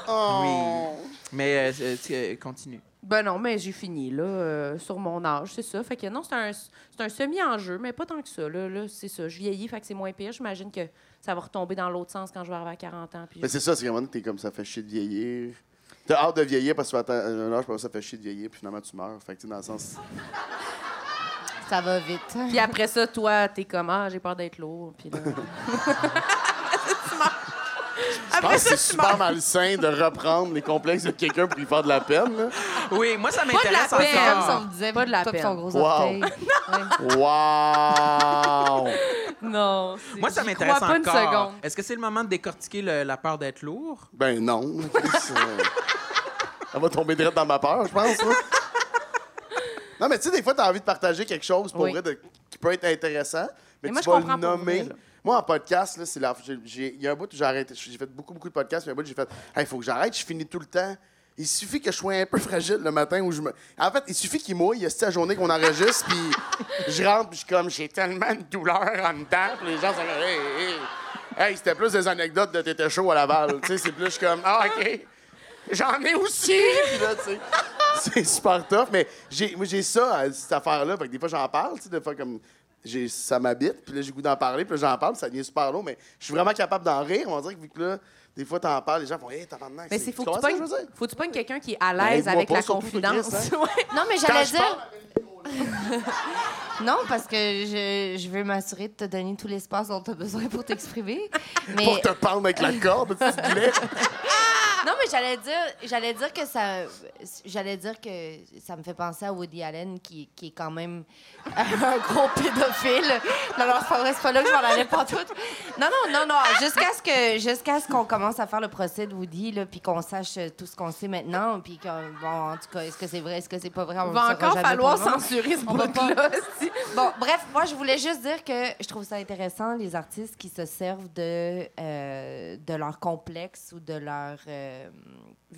Oh.
Oui. Mais euh, je- tu- euh, continue.
Ben non, mais j'ai fini, là, euh, sur mon âge, c'est ça. Fait que non, c'est un, c'est un semi-enjeu, mais pas tant que ça. Là, là c'est ça. Je vieillis, fait que c'est moins pire. J'imagine que ça va retomber dans l'autre sens quand je vais arriver à 40 ans. Puis
Mais c'est ça, c'est qu'à un moment donné, t'es comme ça fait chier de vieillir. T'as hâte de vieillir parce que tu vas attendre un âge, parce que ça fait chier de vieillir, puis finalement tu meurs. Fait que, tu sais, dans le sens.
Ça va vite.
Puis après ça, toi, t'es comme, ah, j'ai peur d'être lourd. Puis là.
Je pense que c'est super malsain de reprendre les complexes de quelqu'un pour lui faire de la peine, là.
Oui, moi, ça
Pas de la
m'intéresse
peine, comme si on
encore.
me disait.
Pas de la
toi pis
peine.
ton gros
Wow.
orteil.
Wow!
non.
Moi, ça m'intéresse encore. Est-ce que c'est le moment de décortiquer le- la peur d'être lourd?
Ben non. Chris, euh, Elle va tomber direct dans ma peur, je pense. hein. Non, mais tu sais, des fois, t'as envie de partager quelque chose pour
Oui.
vrai de- qui peut être intéressant, mais
Mais moi,
tu
je
vas
comprends
le
pour
nommer.
vrai, là.
moi, en podcast, là, c'est la. j'ai- j'ai- Il y a un bout où j'ai arrêté. J'ai fait beaucoup, beaucoup de podcasts, mais il y a un bout où j'ai fait il faut que j'arrête, je finis tout le temps. Il suffit que je sois un peu fragile le matin où je me. En fait, il suffit qu'il mouille, il y a cette journée qu'on enregistre, puis je rentre, puis je suis comme j'ai tellement de douleur en dedans, puis les gens sont comme hey, hey, hey. Hey, c'était plus des anecdotes de t'étais chaud à Laval. tu sais, c'est plus je suis comme ah, OK. J'en ai aussi! Puis là, tu sais, c'est super tough, mais j'ai, moi, j'ai ça, euh, cette affaire-là. Fait que des fois, j'en parle, tu sais, des fois, comme. J'ai, ça m'habite, puis là, j'ai le goût d'en parler, puis là, j'en parle, puis ça devient super long, mais je suis vraiment capable d'en rire. On dirait que, vu que là, des fois, t'en parles, les gens font, hey, t'as pas de
Mais c'est faut
tu
que tu
comprends ce
pognes-
que je veux dire?
faut que tu pognes quelqu'un qui est à l'aise
Ben,
avec
moi
la
pas, surtout que Chris,
confidence.
hein.
Ouais.
Non, mais
Quand
j'allais
je parle,
dire. Non, parce que je, je veux m'assurer de te donner tout l'espace dont tu as besoin pour t'exprimer. Mais
pour te parler avec la corde, s'il te plaît.
Ah, non, mais j'allais dire, j'allais dire que ça, j'allais dire que ça me fait penser à Woody Allen qui, qui est quand même un gros pédophile. Non, non, c'est pas vrai, c'est pas là que je m'en allais pas tout. Non, non, non, non. Jusqu'à ce que, jusqu'à ce qu'on commence à faire le procès de Woody là, puis qu'on sache tout ce qu'on sait maintenant, puis qu'on- bon, en tout cas, est-ce que c'est vrai, est-ce que c'est pas vrai, on
Il
le
va
saura
encore
jamais pour
falloir
le moment.
censurer ce
On va pas-
bout-là. si.
Bon, bref, moi, je voulais juste dire que je trouve ça intéressant, les artistes qui se servent de, euh, de leur complexe ou de leur, euh, de leurs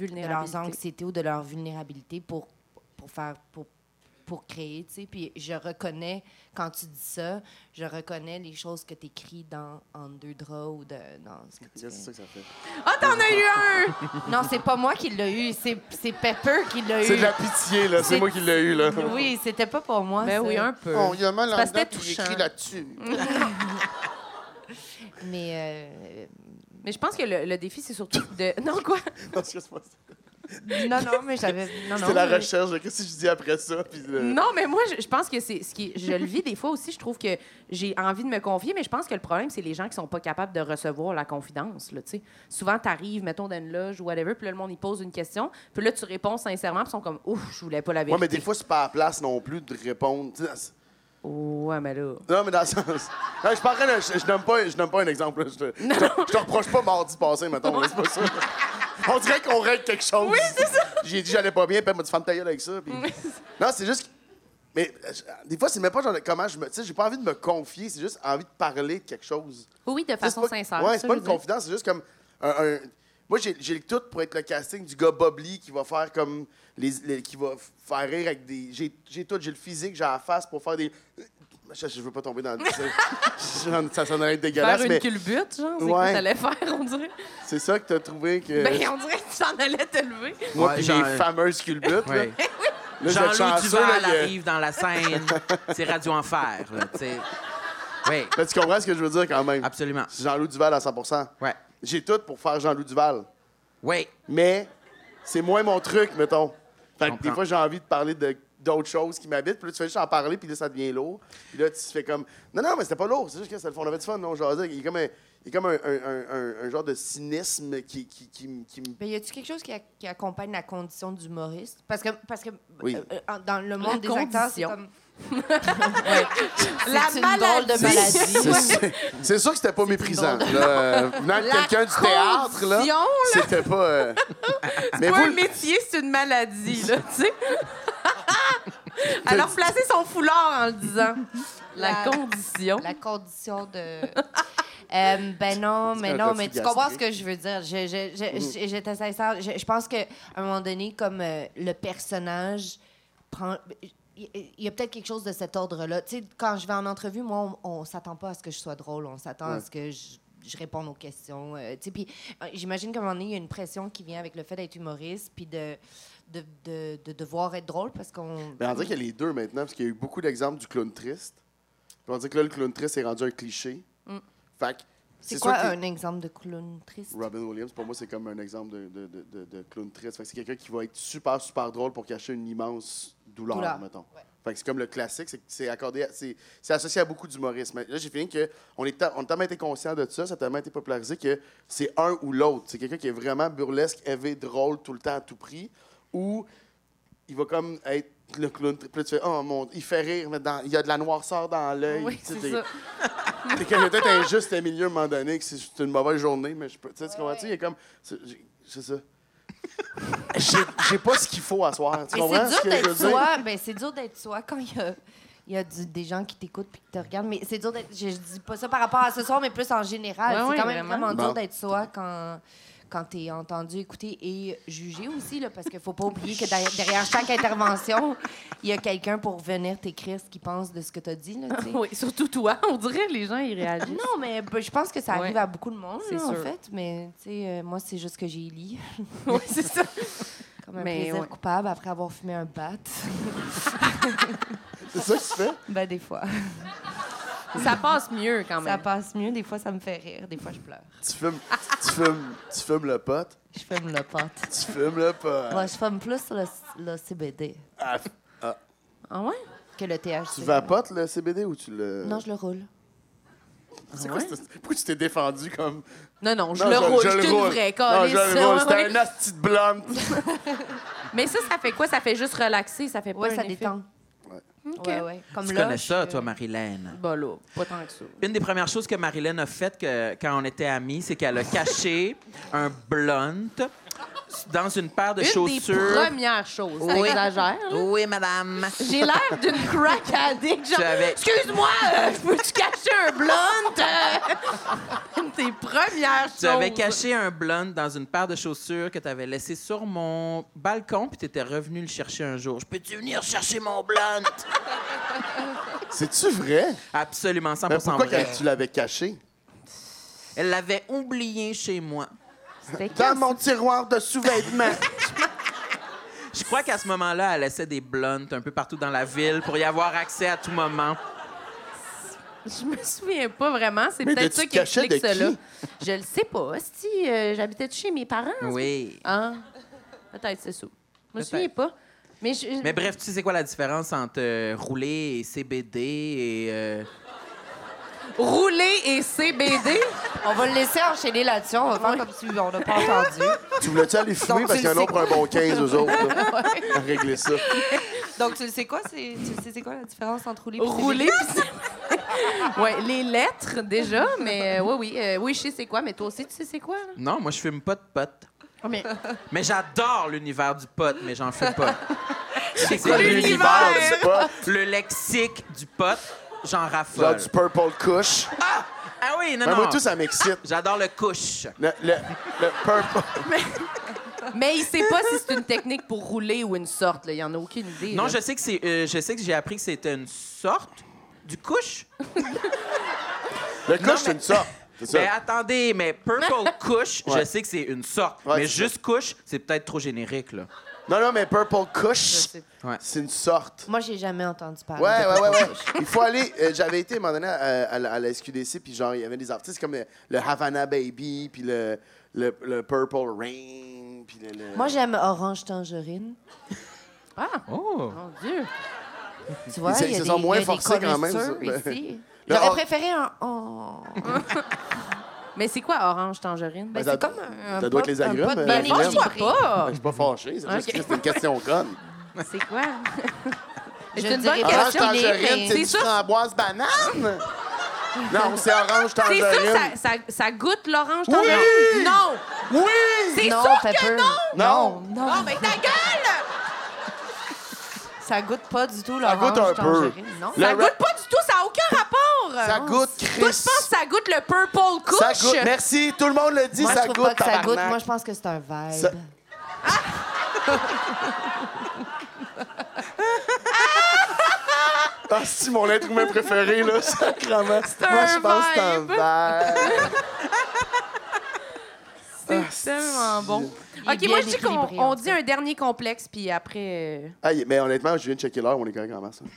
Vulnérabilité.
anxiétés ou de leur vulnérabilité pour, pour faire... Pour, pour créer, tu sais. Puis je reconnais, quand tu dis ça, je reconnais les choses que tu écris dans En deux draps ou de- dans ce que tu
C'est
fais.
ça que ça fait.
Ah, t'en as eu un!
Non, c'est pas moi qui l'a eu, c'est c'est Pepper qui l'a eu.
C'est de la pitié, là. C'est
C'est-
moi qui l'ai eu, là.
Oui, c'était pas pour moi.
Ben
ça.
oui, un peu.
y a mal
en parce que dedans, c'était puis il écrit touchant.
là-dessus.
Mais euh,
Mais je pense que le, le défi, c'est surtout de. Non, quoi?
non, excuse-moi.
Non, non, mais j'avais. Non, non.
C'était la
mais-
recherche de qu'est-ce que je dis après ça, puis le-
Non, mais moi, je, je pense que c'est ce qui. Je le vis des fois aussi. Je trouve que j'ai envie de me confier, mais je pense que le problème, c'est les gens qui sont pas capables de recevoir la confidence. Là, tu sais. Souvent, tu arrives, mettons, dans une loge ou whatever, puis là, le monde, il pose une question, puis là, tu réponds sincèrement, puis ils sont comme, ouf, je voulais pas la
Ouais,
vérité.
mais des fois, c'est pas à la place non plus de répondre. Tu sais, dans-
Ouais, mais là.
Non, mais dans le sens. Non, je suis pas en train de- Je, je nomme pas, je nomme pas un exemple. là. Je, te- je te- je te reproche pas mardi passé, mettons. là, c'est pas ça. On dirait qu'on règle quelque chose. Oui, c'est ça. J'ai dit j'allais pas bien, puis elle m'a dit ferme ta gueule avec ça. puis- Non, c'est juste. que- Mais euh, je- des fois, c'est même pas genre de comment je me. Tu sais, j'ai pas envie de me confier, c'est juste envie de parler de quelque chose.
Oui, de
Tu sais, c'est
façon
pas-
sincère.
Ouais,
ça,
c'est pas
je veux
une
dire.
confidence, c'est juste comme un. un- Moi, j'ai j'ai le tout pour être le casting du gars Bob Lee qui va faire comme. Les, les- qui va f- faire rire avec des. J'ai j'ai tout, j'ai le physique, j'ai la face pour faire des. Je, je veux pas tomber dans le. ça, ça sonnerait dégueulasse,
Faire une
mais
culbute, genre, c'est
Ouais. Euh,
quoi t'allais faire, on dirait?
c'est ça que t'as trouvé que.
Ben, on dirait que tu t'en allais te lever.
moi,
Ouais,
pis
genre-
mes fameuses culbutes. là.
Ouais.
Là, vous êtes
Jean-Loup
chanceux, là,
Duval
que-
arrive dans la scène. C'est Radio Enfer, là, tu sais. Oui,
Mais tu comprends ce que je veux dire quand même?
absolument.
C'est Jean-Loup Duval à 100
Ouais.
J'ai tout pour faire Jean-Loup Duval.
Oui.
mais c'est moins mon truc, mettons. Fait que des
Comprends.
fois, j'ai envie de parler de d'autres choses qui m'habitent, puis là, tu fais juste en parler, puis là, ça devient lourd. Puis là, tu te fais comme... Non, non, mais c'était pas lourd, c'est juste que c'était le fond. On avait du fun, non, jasait. Il y a comme un, il y a comme un, un- un- un- un genre de cynisme qui, qui, qui, me- qui me...
Mais y a-tu quelque chose qui, ac- qui accompagne la condition d'humoriste? Parce que, parce que
Oui.
euh, euh, en- dans le monde des acteurs, c'est
condition.
comme. la c'est une drôle de
maladie.
maladie.
C'est- C'est c'est sûr que c'était pas méprisant. Là, euh, venant de quelqu'un du théâtre, là,
condition, là.
c'était pas... euh, Mais
Pas
vous,
un métier, c'est une maladie, là, tu sais. Alors, placer son foulard en le disant. La
La-
condition.
La condition de. Euh, ben non, mais
un
non, mais
refus
tu comprends ce
gastrique. Mm.
que je veux dire. Je- je- je- je- J'étais sincère. Je, je pense qu'à un moment donné, comme euh, le personnage prend. Il il y a peut-être quelque chose de cet ordre-là. Tu sais, quand je vais en entrevue, moi, on, on s'attend pas à ce que je sois drôle. On s'attend
Ouais.
à ce que je, je réponds aux questions. euh, tu sais, puis euh, j'imagine qu'à un moment donné, il y a une pression qui vient avec le fait d'être humoriste, puis de, de, de- de devoir être drôle parce qu'on.
Mais Ben, on dirait qu'il y a les deux maintenant, parce qu'il y a eu beaucoup d'exemples du clown triste. Puis on dirait que là, le clown triste est rendu un cliché. Fait que,
Mm. C'est
sûr
quoi
que-
un exemple de clown triste?
Robin Williams, pour moi, c'est comme un exemple de, de, de- de- de clown triste. Fait que c'est quelqu'un qui va être super, super drôle pour cacher une immense douleur,
Douleur,
mettons.
ouais.
Fait que c'est comme le classique, c'est que c'est accordé, à- c'est c'est associé à beaucoup d'humorisme. Là, j'ai fini que on est ta- on a tellement été conscient de ça, ça a tellement été popularisé que c'est un ou l'autre. C'est quelqu'un qui est vraiment burlesque, élevé, drôle tout le temps à tout prix, ou il va comme être le clown. tri- Puis là, tu fais, oh mon, il fait rire, mais dans- il y a de la noirceur dans l'œil.
Oui,
Tu sais,
c'est
t'es-
ça.
c'est qu'il y a peut-être un juste un milieu à un moment donné, que c'est c'est une mauvaise journée, mais je peux. Tu sais, tu comprends-tu? Il est comme. c'est- j'ai- C'est ça. J'ai j'ai pas ce qu'il faut à soir. Tu
Mais
comprends ce
c'est dur
que je
d'être
veux dire?
soi. Ben, c'est dur d'être soi quand il y a, il y a du- des gens qui t'écoutent puis qui te regardent. Mais c'est dur d'être. Je, je dis pas ça par rapport à ce soir, mais plus en général.
Ouais,
c'est
ouais,
quand même
vraiment.
vraiment
Bon.
dur d'être soi quand. Quand t'es entendu, écouté et jugé aussi, là, parce qu'il faut pas oublier que derrière, derrière chaque intervention, il y a quelqu'un pour venir t'écrire ce qu'il pense de ce que t'as dit. Là, tu sais.
Oui, surtout toi. On dirait que les gens, ils réagissent.
Non, mais ben, je pense que ça arrive
Ouais.
à beaucoup de monde,
C'est
là, en
sûr.
fait. Mais tu sais, euh, moi, c'est juste que j'ai lu
oui, c'est ça.
comme un
Mais
plaisir
ouais.
coupable après avoir fumé un bat.
C'est ça que tu fais?
ben, des fois.
Ça passe mieux quand
Ça
même.
passe mieux. Des fois, ça me fait rire. Des fois, je pleure.
Tu fumes, tu fumes, tu fumes le pote.
Je fume le pot.
Tu fumes le pote.
Ouais, je fume plus le, le CBD
Ah, ah.
Ah ouais?
que le THC.
tu vapotes le CBD ou tu le.
Non, je le roule.
C'est quoi cette- Pourquoi tu t'es défendu comme.
Non, non, je
Non,
le roule.
je
Je
le
suis une
roule.
vraie
Non, je
câlisse,
le roule.
ouais,
C'était
ouais.
un asti de blonde.
Mais ça, ça fait quoi? Ça fait juste relaxer. Ça fait pas
Ouais,
un
ça
effet.
détend.
Ouais.
Ouais, ouais. Comme
Tu
là,
connais
je-
ça, toi, Marilyn?
Bah là, pas tant que ça.
Une des premières choses que Marilyn a faites que- quand on était amis, c'est qu'elle a caché un blunt dans une paire de
Une
chaussures.
des premières choses. Ça
Oui.
exagère.
Oui, madame.
J'ai l'air d'une crack addict. Genre,
Tu avais-
excuse-moi, euh, je peux-tu cacher un blunt? Euh, Une des premières choses.
Tu avais caché un blunt dans une paire de chaussures que tu avais laissé sur mon balcon, puis tu étais revenu le chercher un jour. Je peux-tu venir chercher mon blunt?
C'est-tu vrai?
Absolument 100%
Mais pourquoi
vrai.
que tu l'avais caché?
Elle l'avait oublié chez moi.
C'était
Dans mon tiroir de sous-vêtements.
Je crois qu'à ce moment-là, elle laissait des blunts un peu partout dans la ville pour y avoir accès à tout moment.
Je me souviens pas vraiment. C'est
Mais
peut-être
de-
ça
tu
qui
cachais
explique
de
cela.
qui?
Je le sais pas. Si j'habitais chez mes parents.
Oui.
Hein? Peut-être c'est ça. Je me
Peut-être.
souviens pas. Mais je.
Mais bref, tu sais quoi la différence entre euh, rouler et CBD et... euh,
Rouler et CBD.
On va le laisser enchaîner là-dessus. On va faire comme si on n'a pas entendu.
tu voulais-tu aller fumer
Donc,
parce
tu
qu'il y en
le
a
sais.
pour un bon 15 aux autres? là, à régler ça.
Donc, tu sais quoi, c'est, tu sais c'est quoi la différence entre rouler et
Rouler. puis- ouais, les lettres déjà, mais euh, ouais, oui, euh, oui, je sais c'est quoi, mais toi aussi tu sais c'est quoi. là?
Non, moi, je fume pas de potes.
Mais-
Mais j'adore l'univers du pote, mais j'en fais pas. C'est
Comme l'univers du pot.
Le lexique du pote, j'en
Genre
raffole.
du purple kush.
Ah oui, non,
Mais
non.
moi, tout, ça m'excite.
J'adore le couche.
Le, le, le purple.
Mais il sait pas si c'est une technique pour rouler ou une sorte. là. Il y en a aucune idée.
Non,
là.
je sais que c'est, euh, je sais que j'ai appris que c'était une sorte du couche. mais-
Le kush,
Ben, ah.
c'est une sorte. C'est ça.
Mais attendez, mais purple couche, je
Ouais.
sais que c'est une sorte,
Ouais,
mais
c'est ça.
juste couche, c'est peut-être trop générique là.
Non, non, mais purple kush,
sais
Ouais.
c'est une sorte.
Moi, j'ai jamais entendu parler.
Ouais,
de
ouais, ouais,
Ah, purple
ouais. Il faut aller. euh, J'avais été à un moment donné à, à la- à la SQDC, puis genre, il y avait des artistes comme le, le Havana Baby, puis le, le, le Purple Rain, puis le. le-
Moi, j'aime orange tangerine.
Ah,
Oh.
mon Dieu.
Tu vois,
Ils-
il y
ils
a
se
des,
sont moins
il y a des
forcés quand même,
connaisseurs
ça. Ben,
ici.
le
J'aurais
or-
préféré un... oh.
Mais c'est quoi orange tangerine?
Ben,
Ah, ça-
c'est comme un, un
ça doit être les
pot- un
agrumes,
pot de
euh,
Ben,
la
banane.
moi, je
Marilyn.
sais pas.
Je suis pas fâché, Ah, c'est juste
Ok.
que c'est une question conne.
C'est quoi?
Je
C'est une bonne
dirais pas
Orange
question.
qu'il est, mais-
tangerine, c'est
C'est
du
sûr-
framboise banane? Non, c'est orange
C'est sûr que ça,
tangerine.
ça, ça goûte l'orange
Oui!
tangerine? Non!
Oui!
C'est
non,
sûr
Pepper.
que non!
Non.
Non, non.
Oh, ben ta gueule!
Ça goûte pas du tout
Ça
l'orange
goûte un peu.
tangerine, Non.
Le
Ça
rap-
goûte pas du tout, ça n'a aucun rapport!
Ça goûte,
Toi, je
Chris.
pense que ça goûte le purple couche.
Ça goûte. Merci, tout le monde le dit,
Moi, je
ça
trouve
goûte.
pas que ça goûte.
tabarnak.
Moi, je pense que c'est un vibe.
Ça- Ah, si, mon être humain préféré, là, sacrement. Moi, je pense que c'est un verre. Ah,
C'est tellement bon.
Il est
OK,
bien
moi, je dis qu'on
équilibré, en
on
tout
dit
cas.
un dernier complexe, puis après... euh,
Ah, y- mais honnêtement, je viens de checker l'heure, on est correct en masse. hein.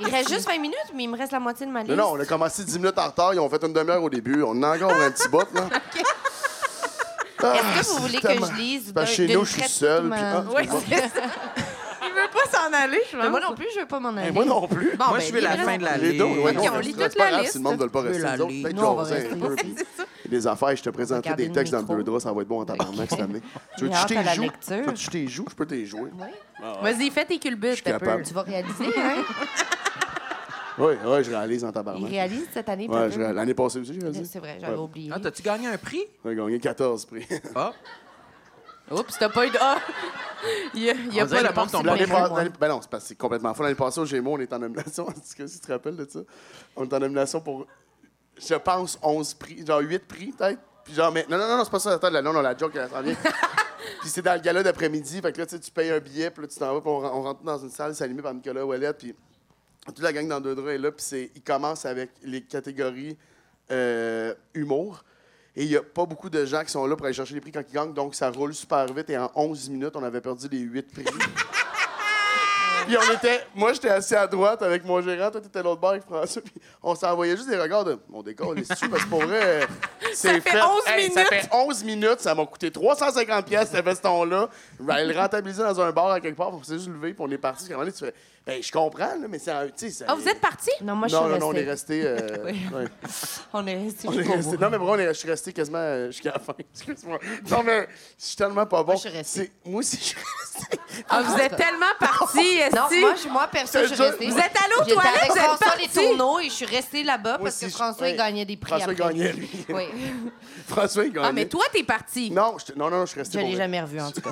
Il reste juste 20 minutes, mais il me reste la moitié de ma liste.
Non, non, on a commencé 10 minutes en retard, ils ont fait une demi-heure au début. On a encore un petit bout, là. Ah,
Est-ce que vous
c'est
voulez que
tellement-
je lise
Parce que
d'un-
chez nous,
d'une
je suis
traite
seul.
toute
Puis,
ma-
ah,
Ouais,
excuse-moi.
c'est ça. Il veut pas s'en aller, je
Mais
pense.
moi non plus, je veux pas m'en aller.
Moi non plus.
Bon,
Moi,
ben,
je veux la
il
fin de la
Les deux, ouais,
Ok,
non,
on
mais
lit
c'est
toute
pas
la
grave
liste.
Si le monde ne veut pas rester,
la
nous autres,
lire.
peut-être
Nous, on va
jaser
rester.
un peu. puis-
C'est ça.
Les affaires, je te présentais
Regarder
des textes
le
dans le
micro.
deux draps, ça va être bon en tabarnak cette année. Tu veux que
J'ai
je
hâte à la
t'ai joué?
lecture.
Tu veux que je t'ai joué? Je peux t'y jouer.
Ah,
Vas-y, fais tes culbutes,
suis
un peu.
capable.
Tu vas réaliser, hein?
Oui, oui, je réalise en
Il
tabarnak.
réalise cette année.
Ouais,
peut-être.
je ré- L'année passée aussi, j'ai réalisé.
C'est vrai, j'avais
Ouais.
oublié.
Ah, t'as-tu gagné un prix?
J'ai gagné 14 prix.
Ah,
Oups, t'as pas eu de... Ah! Il y a, il y a
On dirait
pas de
le monde tombe
participant.
L'année
Pas
passée, l'année- ben non, c'est parce que c'est complètement faux. L'année passée, au Gémeaux, on est en nomination. Est-ce que tu te rappelles de ça? On est en nomination pour, je pense, 11 prix, genre 8 prix peut-être. Puis genre, mais non, non, non, non, c'est pas ça. Attends, là, non, non, la joke, elle s'en vient. puis c'est dans le gala d'après-midi. Fait que là, tu sais, tu payes un billet, puis là, tu t'en vas, puis on, on rentre dans une salle, c'est animé par Nicolas Ouellet, puis toute la gang dans deux draps est là, puis c'est, il commence avec les catégories euh, humour. Et il n'y a pas beaucoup de gens qui sont là pour aller chercher les prix quand ils gagnent, donc ça roule super vite. Et en 11 minutes, on avait perdu les 8 prix. Puis on était, moi j'étais assis à droite avec mon gérant, toi t'étais à l'autre bord avec François. Puis on s'envoyait juste des regards de mon décor, les dessus parce que pour vrai, euh, c'est
Ça fait 11
Ça
minutes.
fait 11 minutes, ça m'a coûté 350 pièces ce veston-là. Elle le rentabiliser dans un bar à quelque part, on s'est juste levé, puis on est parti. Puis à un moment donné, tu fais, ben je comprends, là, mais c'est, un- tu sais, ça-
Ah, vous êtes partis?
Non, moi, je suis
non, non, non, on est
restée.
resté. euh,
Oui.
ouais.
On est resté
On est
jusqu'au
resté-
bout.
Non, mais bon, je suis resté quasiment euh, jusqu'à la fin. Excuse-moi. Non, mais je suis tellement pas bon.
Moi, je suis restée.
C'est- Moi aussi, je suis resté.
Ah, vous êtes tellement partis,
Non,
esti!
moi, je- moi, perso, je suis
Je-
restée.
Vous êtes allés aux
J'étais
toilettes,
avec
vous êtes
François
partis.
Les Tourneaux et je suis restée là-bas
Moi
parce que
aussi, je-
François,
ouais.
il gagnait des prix
François
après.
gagnait, lui.
Oui.
François, il gagnait.
Ah, mais toi, t'es parti.
Non, je, non, non, je suis resté.
Je
pour
l'ai
vrai.
jamais revu, en tout cas.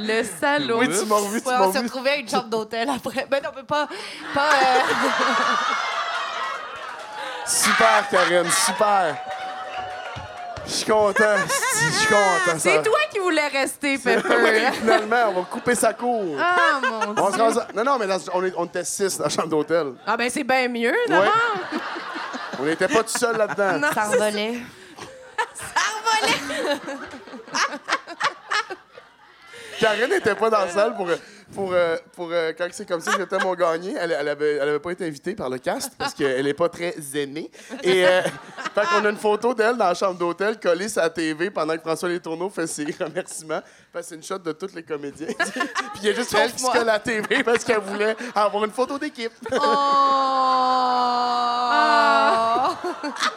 Le salaud.
Oui, tu m'as revu, tu
Ouais,
m'as
on s'est
revu.
retrouvés à une chambre d'hôtel après. Ben non, mais pas... pas euh,
Super, Karen, super. Je suis content, esti, je suis content.
C'est
ça.
toi qui voulais rester, Pepper.
Ouais, Finalement, on va couper sa cour.
Ah, mon
On se rend- Non, non, mais dans- on, est- on était six dans la chambre d'hôtel.
Ah, ben, c'est bien mieux,
Ouais.
d'abord.
On n'était pas tout seul là-dedans.
ça revolait.
Karen n'était pas
Euh.
dans la salle pour, pour, euh, pour, euh, quand c'est comme ça que j'étais mon gagné. Elle, elle, avait, elle avait pas été invitée par le cast parce qu'elle n'est pas très aimée. Et euh, fait qu'on a une photo d'elle dans la chambre d'hôtel collée sur la TV pendant que François Les Tourneaux fait ses remerciements. Parce que c'est une shot de tous les comédiens. Puis il y a juste elle qui se colle à la TV parce qu'elle voulait avoir une photo d'équipe.
Ah.
Oh!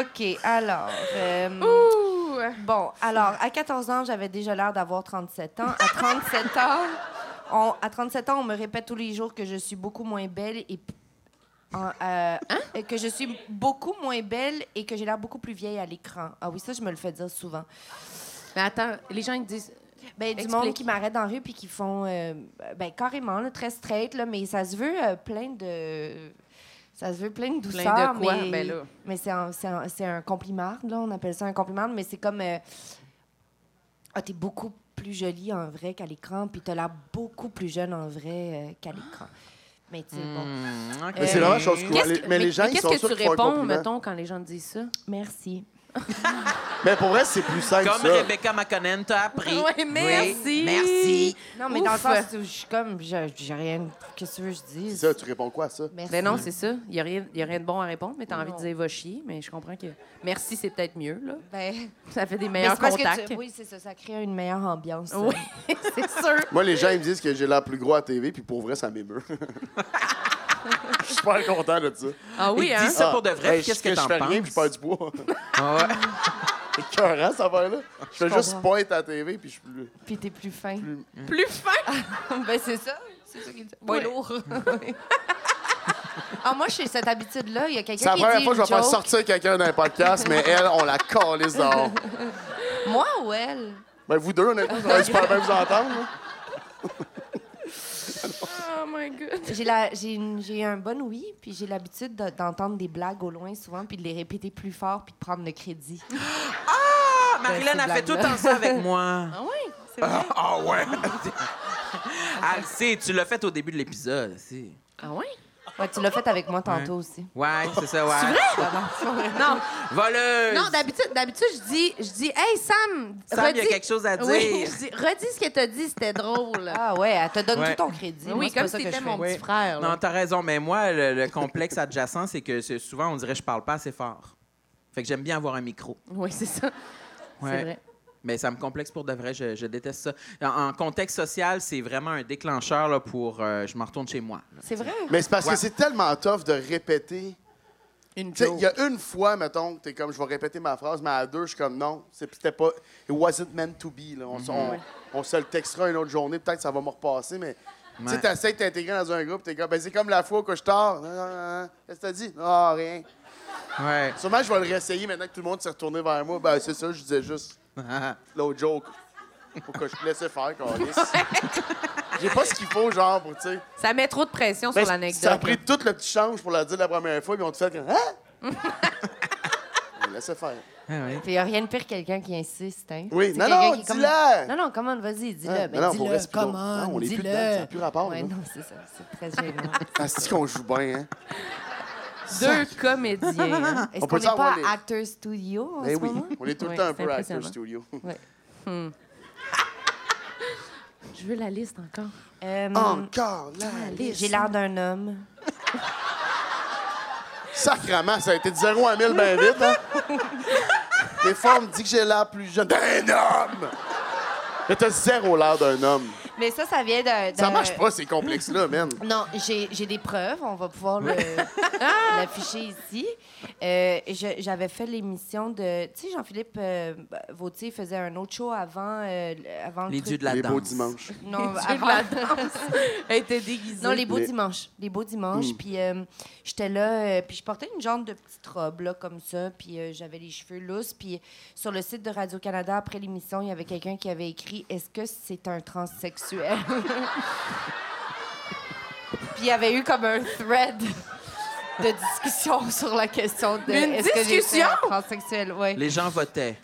OK, alors. euh, Bon, alors, à 14 ans, j'avais déjà l'air d'avoir 37 ans. À 37 ans, on, à 37 ans, on me répète tous les jours que je suis beaucoup moins belle et. p- en- euh, et Que je suis beaucoup moins belle et que j'ai l'air beaucoup plus vieille à l'écran. Ah oui, ça, je me le fais dire souvent.
Mais attends, les gens, ils disent...
Ben, du
Explique.
monde qui m'arrête dans la rue puis qui font euh, ben, carrément là, très straight là, mais ça se veut euh, plein de ça se veut plein de douceur
de quoi?
mais
Ben là.
mais c'est un, c'est un- c'est un compliment là, on appelle ça un compliment mais c'est comme euh, ah t'es beaucoup plus jolie en vrai qu'à l'écran puis t'as l'air beaucoup plus jeune en vrai euh, qu'à l'écran. Mais tu sais, bon,
Hmm, ok.
Mais c'est vraiment chose cool.
Qu'est-ce que-
Les- Mais les gens, ils
qu'est-ce
sont
que
sûrs
tu
qu'ils font un
réponds,
compliment.
mettons, quand les gens te disent ça?
merci.
Mais pour vrai, c'est plus simple
Comme
ça.
Rebecca McConnell t'a appris.
Ouais, merci.
Oui, merci.
Non mais dans le sens où je suis comme je- j'ai rien qu'est-ce que tu veux que je
C'est
dise
ça, tu réponds quoi à ça?
Merci.
Ben non, c'est ça. Il n'y a, rien- y a rien de bon à répondre, mais tu as envie de
Non.
dire va chier, mais je comprends que merci, c'est peut-être mieux, là.
Ben,
Ça fait des
mais
meilleurs
c'est parce que
contacts.
tu- oui, c'est ça, ça crée une meilleure ambiance.
Oui, c'est sûr.
Moi, les gens, ils me disent que j'ai l'air plus gros à TV, puis pour vrai, ça m'émeut. Je suis super content de ça.
Ah oui,
Il
hein?
dit ça
Ah,
pour de vrai,
hey,
puis qu'est-ce
je-
que t'en
Je fais rien, puis je perds
penses?
du poids.
Ah ouais.
C'est écœurant, cette affaire-là. Je fais juste
comprends.
pointe à la TV, puis je suis plus...
Puis t'es plus fin.
Mm.
Plus fin!
ben c'est ça. C'est ça qu'il dit. Moins
Ouais.
lourd. ah, moi, j'ai cette habitude-là. Il y a
C'est la
quelqu'un qui
première
dit
fois que je
une
vais faire
joke.
sortir quelqu'un d'un podcast, mais elle, on la calisse dehors.
Moi ou elle?
Ben, vous deux, honnêtement, j'aurais super bien vous entendre. là.
Oh my God.
J'ai la- j'ai une- j'ai un bon oui, puis j'ai l'habitude de- d'entendre des blagues au loin souvent, puis de les répéter plus fort, puis de prendre le crédit.
Ah,
Ben,
Marilyn a fait tout en ça avec moi.
Ah oui?
Ah ouais. Elle le sait, tu l'as fait au début de l'épisode. si.
Ah oui?
Ouais, tu l'as fait avec moi tantôt aussi.
Ouais, c'est ça, ouais. C'est vrai?
Non,
Voleuse!
non d'habitude, d'habitude, je dis, je dis, hey Sam,
Sam, il y a
redis-
quelque chose à dire.
Oui, je dis, redis ce que t'as dit, c'était drôle.
Ah ouais, elle te donne
Ouais.
tout ton crédit.
Oh Oui,
Moi, c'est
comme
pas
si
ça que
t'étais
je
mon
fais.
petit frère. là.
Non, t'as raison, mais moi, le, le complexe adjacent, c'est que c'est- souvent, on dirait que je parle pas assez fort. Fait que j'aime bien avoir un micro.
Oui, c'est ça.
Ouais.
C'est vrai.
Mais ça me complexe pour de vrai, je, je déteste ça. En, en contexte social, c'est vraiment un déclencheur là, pour euh, je me retourne chez moi. là.
C'est vrai.
Mais c'est parce
Ouais.
que c'est tellement tough de répéter.
Une
Tu sais,
joke.
il y a une fois, mettons, que t'es comme, je vais répéter ma phrase, mais à deux, je suis comme, non, c'est- c'était pas. It wasn't meant to be. là. On, s- on- on se le textera une autre journée, peut-être que ça va me repasser, mais. Tu sais,
Ouais.
t'essaies de t'intégrer dans un groupe, t'es comme, ben c'est comme la fois que je tard. Non, non, non, non. Qu'est-ce que t'as dit? Ah, rien.
Ouais.
Sûrement, je vais le réessayer maintenant que tout le monde s'est retourné vers moi. Ben, c'est ça, je disais juste
Ah
l'autre joke. Pour que je te laissais faire, câlisse. J'ai pas ce qu'il faut, genre, pour, tu sais.
Ça met trop de pression
Ben,
sur l'anecdote.
Ça a pris tout le petit change pour la dire la première fois, puis on te fait comme, Hein? On laissait faire.
Ah ouais.
Puis y a rien de pire que quelqu'un qui insiste, hein.
Oui,
C'est
non,
quelqu'un
non,
qui est comme-
dis-le!
Non, non, comment, vas-y, dis-le.
Hein? Non,
Ben,
non, pour
dis-le,
reste plus
come
drôle. Non,
on,
on est plus
dis-le.
dedans, ça n'a plus rapport,
Ouais,
là.
non, c'est ça, c'est très gênant.
Asti Ah, qu'on joue bien, hein?
Deux comédiens. hein.
Est-ce
On
qu'on
peut
n'est
dire
pas
avoir les-
à Actors Studio en
Ben
ce
oui,
moment?
on est tout le
Ouais,
temps un
c'est
peu acteur
impressionnant.
studio.
Je veux la liste encore.
Euh,
Ah. Encore là!
J'ai l'air d'un homme.
Sacrement, ça a été de 0 à 1000 bien vite, hein? Des fois, on me dit que j'ai l'air plus jeune d'un homme! Mais t'as zéro l'air d'un homme.
Mais ça, ça vient de...
Ça marche pas, ces complexes-là, man.
Non, j'ai j'ai des preuves. On va pouvoir le- l'afficher ici. Euh, je- J'avais fait l'émission de... Tu sais, Jean-Philippe euh, Vautier faisait un autre show avant, euh, le- avant le
Les
truc.
dieux de la
Les beaux
danse.
dimanches.
Non,
Tu veux
avant-
la danse. Elle était déguisée.
Non, les beaux
Les-
dimanches. Les beaux dimanches.
Hmm.
Puis euh, j'étais là, euh, puis je portais une genre de petite robe, là, comme ça. Puis euh, j'avais les cheveux lousses. Puis euh, sur le site de Radio-Canada, après l'émission, il y avait quelqu'un qui avait écrit Est-ce que c'est un transsexuel Puis il y avait eu comme un thread de discussion sur la question de
Une
Est-ce que j'ai été
discussion?
un transsexuel Ouais.
Les gens votaient.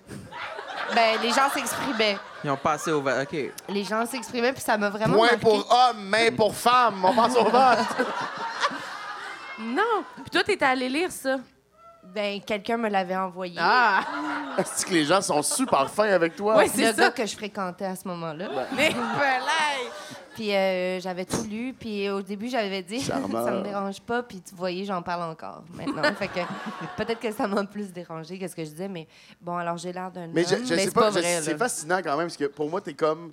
Ben, les gens s'exprimaient.
Ils ont passé au vote. OK.
Les gens s'exprimaient, puis ça m'a vraiment.
Point
marquée.
pour homme, main pour femme. On passe au vote.
Non. Puis toi, t'étais allé lire ça.
Ben, quelqu'un me l'avait envoyé.
Ah!
Est-ce que les gens sont super fins avec toi?
Ouais,
le
c'est
gars
ça.
que je fréquentais à ce moment-là.
Mais voilà!
Puis euh, j'avais tout lu, puis au début j'avais dit ça
Charmeur.
me dérange pas, puis tu voyais j'en parle encore maintenant. fait que peut-être que ça m'a plus dérangé que ce que je disais, mais bon alors j'ai l'air d'un
Mais je,
homme,
je
mais
sais
c'est
pas,
pas,
je-
vrai.
c'est
là.
fascinant quand même, parce que pour moi, t'es comme.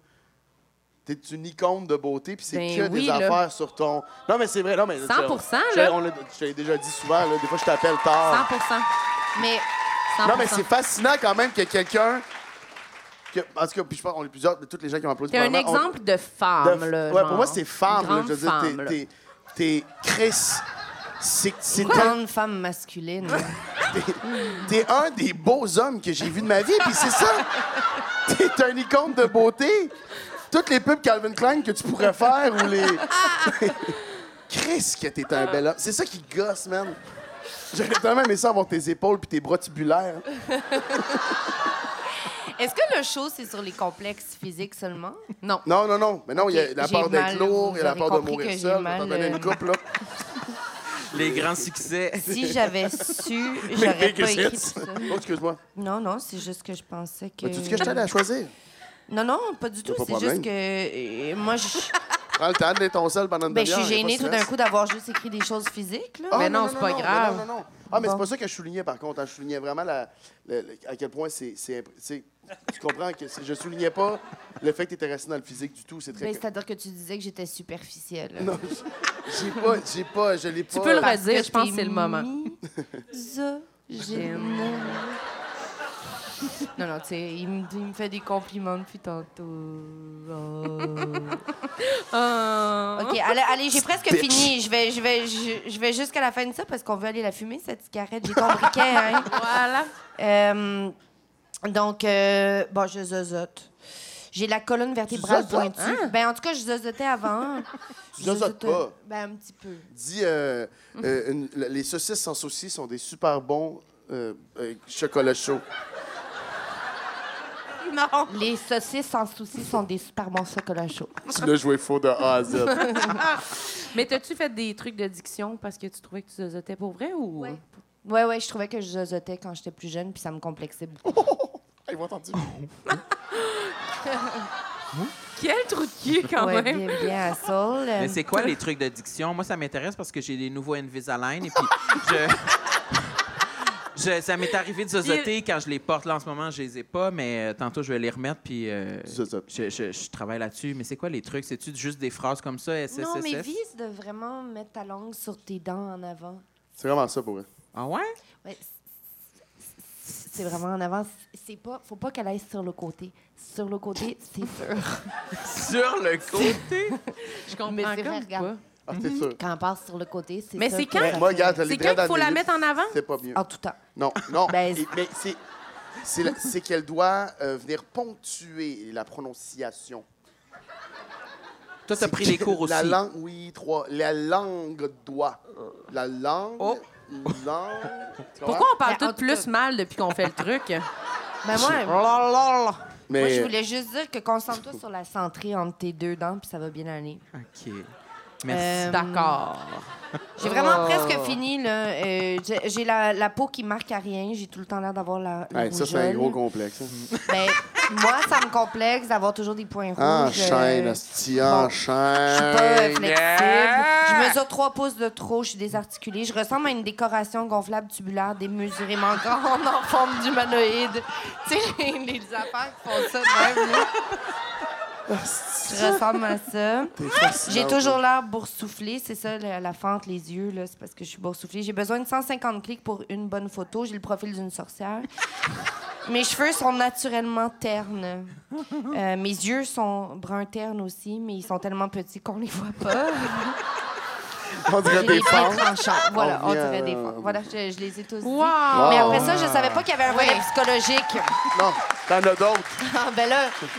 T'es une icône de beauté, puis c'est
Ben
que
oui,
des
là.
affaires sur ton. Non, mais c'est vrai, non, mais.
100%,
je-
là.
on l'a- Je te l'ai déjà dit souvent, là, des fois, je t'appelle tard.
100
Mais
100
Non, mais c'est fascinant quand même que quelqu'un. Que, en tout cas, puis je pense qu'on est plusieurs, tous les gens qui m'applaudissent.
T'es un
probablement, ont-
exemple de
de-
femme, là.
ouais,
genre.
pour moi, c'est femme, là,
Grande
Je veux dire,
femme,
t'es-
là.
t'es. T'es. Chris. C'est. c'est
une
tel-
grande femme masculine.
T'es un des beaux hommes que j'ai vu de ma vie, puis c'est ça. T'es un icône de beauté. Toutes les pubs Calvin Klein que tu pourrais faire ou les. Chris, que t'es un bel homme. C'est ça qui gosse, man. J'aurais tellement aimé ça avoir tes épaules puis tes bras tubulaires.
Est-ce que le show c'est sur les complexes physiques seulement
Non.
Non, non, non. Mais non, il y a
Ok,
la
j'ai
part
mal,
d'être lourd, il y a la
vous
part
aurez
de
compris que
mourir
j'ai
seul.
mal,
T'en connais
euh,
une couple, là.
Les grands succès.
Si j'avais su, j'aurais pas
biggest
écrit
hits.
tout ça.
Oh, excuse-moi.
Non non, c'est juste que je pensais que.
Mais tu dis Bah, que je t'aide à choisir.
Non non, pas du tout.
pas de
C'est juste
problème.
que euh, moi je.
Prends le temps d'être ton seul pendant une
Ben, je suis
demi-heure, y a pas de
gênée tout
stress.
d'un coup d'avoir juste écrit des choses physiques. Là.
Ah,
Mais non, c'est pas
mais
grave.
non, non, non. Ah, mais
Bon.
c'est pas ça que je soulignais, par contre. hein. Je soulignais vraiment la- la- la- à quel point c'est... c'est impr- c'est- Tu comprends que c'est- je soulignais pas le fait que t'étais resté dans le physique du tout. C'est
Ben,
très...
C'est-à-dire que tu disais que j'étais superficielle.
non, j'ai pas... J'ai pas... Je l'ai pas...
Tu peux le
Parce
redire,
que
je pense
t'es
que c'est le moment.
misogyne. non, non, tu sais, il me il me fait des compliments depuis tantôt. Oh.
Euh,
OK, allez, allez, j'ai presque fini. Je vais, je vais, je, je vais jusqu'à la fin de ça parce qu'on veut aller la fumer, cette cigarette. J'ai ton briquet, hein.
Voilà.
Euh, donc, euh, bon, je zozote. J'ai la colonne vertébrale
Tu zozotes?
pointue. Ben, en tout cas, je zozotais avant.
Tu zozotes
zozotais.
pas.
Ben, un petit peu.
Dis, euh, euh, une- le- les saucisses sans saucisses sont des super bons euh, euh, chocolats chauds.
Non.
Les saucisses sans souci sont des super bons chocolats chauds.
Tu l'as joué faux de A à Z.
Mais t'as-tu fait des trucs de diction parce que tu trouvais que tu zozotais pour vrai ou.
Ouais. Ouais, ouais, je trouvais que je zozotais quand j'étais plus jeune, puis ça me complexait beaucoup.
Ils m'ont entendu.
Quel trou de cul quand
ouais,
même.
euh, bien, bien à Saul. euh.
Mais c'est quoi les trucs de diction? Moi, ça m'intéresse parce que j'ai des nouveaux Invisalign et puis je... je- ça m'est arrivé de zozoter quand je les porte. Là, en ce moment, je les ai pas, mais euh, tantôt, je vais les remettre puis euh,
Zozote.
je, je- je travaille là-dessus. Mais c'est quoi les trucs? C'est-tu juste des phrases comme ça, SSSS?
Non, mais vise de vraiment mettre ta langue sur tes dents en avant.
C'est vraiment ça pour vrai.
Ah ouais?
Ouais, c'est- c'est c'est vraiment en avant. C'est pas, faut pas qu'elle aille sur le côté. Sur le côté, c'est sûr.
Sur le côté?
Je comprends
Mais c'est vrai,
comme
regarde.
pas.
Ah, t'es sûr.
Quand elle passe sur le côté, c'est
Mais
sûr
c'est
que-
quand?
Moi, regarde, les
Mm-hmm. C'est
dreads
quand qu'il
dans
faut
le
la
milieu,
mettre en avant?
C'est pas mieux.
En tout temps.
Non, non.
Ben,
Et- mais c'est. C'est, la- c'est qu'elle doit euh, venir ponctuer la prononciation.
Toi, t'as
C'est
pris
que
les cours aussi.
La langue, oui, trois. La langue doit. La langue.
Oh.
Langue. Tu comprends?
Pourquoi on parle
Mais en
Ben, tout
tout
plus mal depuis qu'on fait le truc?
Ben, moi,
Mais,
moi, je voulais juste dire que concentre-toi sur la centrée entre tes deux dents, puis ça va bien aller.
OK. Merci.
Euh,
D'accord.
J'ai
Oh.
vraiment presque fini, là. Euh, j'ai- j'ai la, la peau qui marque à rien. J'ai tout le temps l'air d'avoir la. le
Ouais, ça,
rougeole.
c'est un gros complexe. hein.
Ben, moi, ça me complexe d'avoir toujours des points rouges.
Enchaîne,
euh,
Asti,
Je suis pas euh,
enchaîne.
flexible. Je mesure 3 pouces de trop, je suis désarticulée. Je ressemble à une décoration gonflable tubulaire démesurément grande en forme d'humanoïde. Tu sais, les, les affaires qui font ça de même, là. Je ressemble à ça.
T'es fascinante.
J'ai toujours l'air boursouflée, c'est ça la, la fente, les yeux, là, c'est parce que je suis boursouflée. J'ai besoin de 150 clics pour une bonne photo. J'ai le profil d'une sorcière. mes cheveux sont naturellement ternes. Euh, mes yeux sont brun terne aussi, mais ils sont tellement petits qu'on les voit pas.
On
J'ai
dirait
les
des
pieds
fentes.
tranchants. Voilà, on,
On vient,
dirait des
euh,
fentes. Voilà, je, je les ai tous dit.
Wow! Ben,
Mais
Wow.
après ça, je savais pas qu'il y avait un volet
Oui.
psychologique.
Non, t'en as d'autres.
Ah, ben là,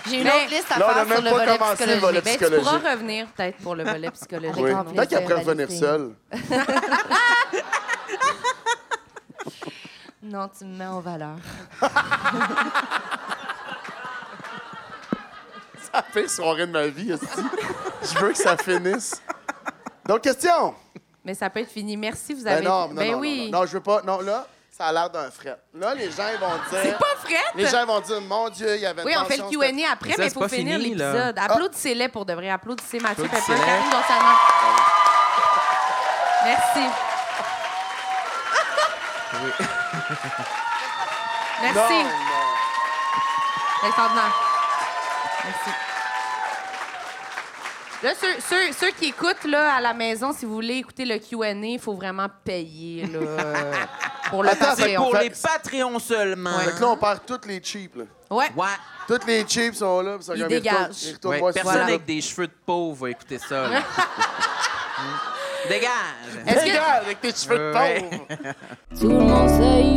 j'ai une
Mais-
autre liste à
Là, on
faire
a
sur
même
le
pas
volet
commencé le
psychologique.
volet
Ben, tu
psychologique.
pourras revenir peut-être pour le volet psychologique.
Avec
Oui.
grand
non?
Peut-être
plaisir,
qu'après revenir
Valérie.
seule.
Non, tu me mets en valeur.
La pire soirée de ma vie, Asti. Je veux que ça finisse. Donc, question.
Mais ça peut être fini. Merci, vous
Ben
avez.
non, non,
ben
non,
oui.
non, non. Non, je veux pas. Non, là, ça a l'air d'un fret. Là, les gens, ils vont dire.
C'est pas frette!
Les gens vont dire, mon Dieu, il y avait une
Oui, on fait le
tension, c'était-
Q&A après,
Ça,
mais il
c'est
faut
pas
finir
fini, là.
l'épisode.
Ah.
Applaudissez-les pour de vrai. Applaudissez Mathieu Pepper,
Applaudissez-les.
Karine Gonsalman. Merci. Merci.
Non, non.
Extraordinaire. Merci. Là, ceux, ceux- ceux qui écoutent là, à la maison, si vous voulez écouter le Q&A, il faut vraiment payer là, euh, pour le
Attends,
C'est
Patreon.
pour
fait-
les Patreons seulement.
Fait que là, on perd toutes les cheap, là.
Ouais.
Ouais.
Toutes les cheap sont là. puis ça,
Ils
comme, retournent-
dégagent.
ils retournent
Ouais,
voir sur
Personne
YouTube.
avec des cheveux de pauvre va écouter ça. là. Mm. Dégage!
Est-ce que-
Dégage avec tes cheveux de
Ouais.
pauvre.
Tout le monde sait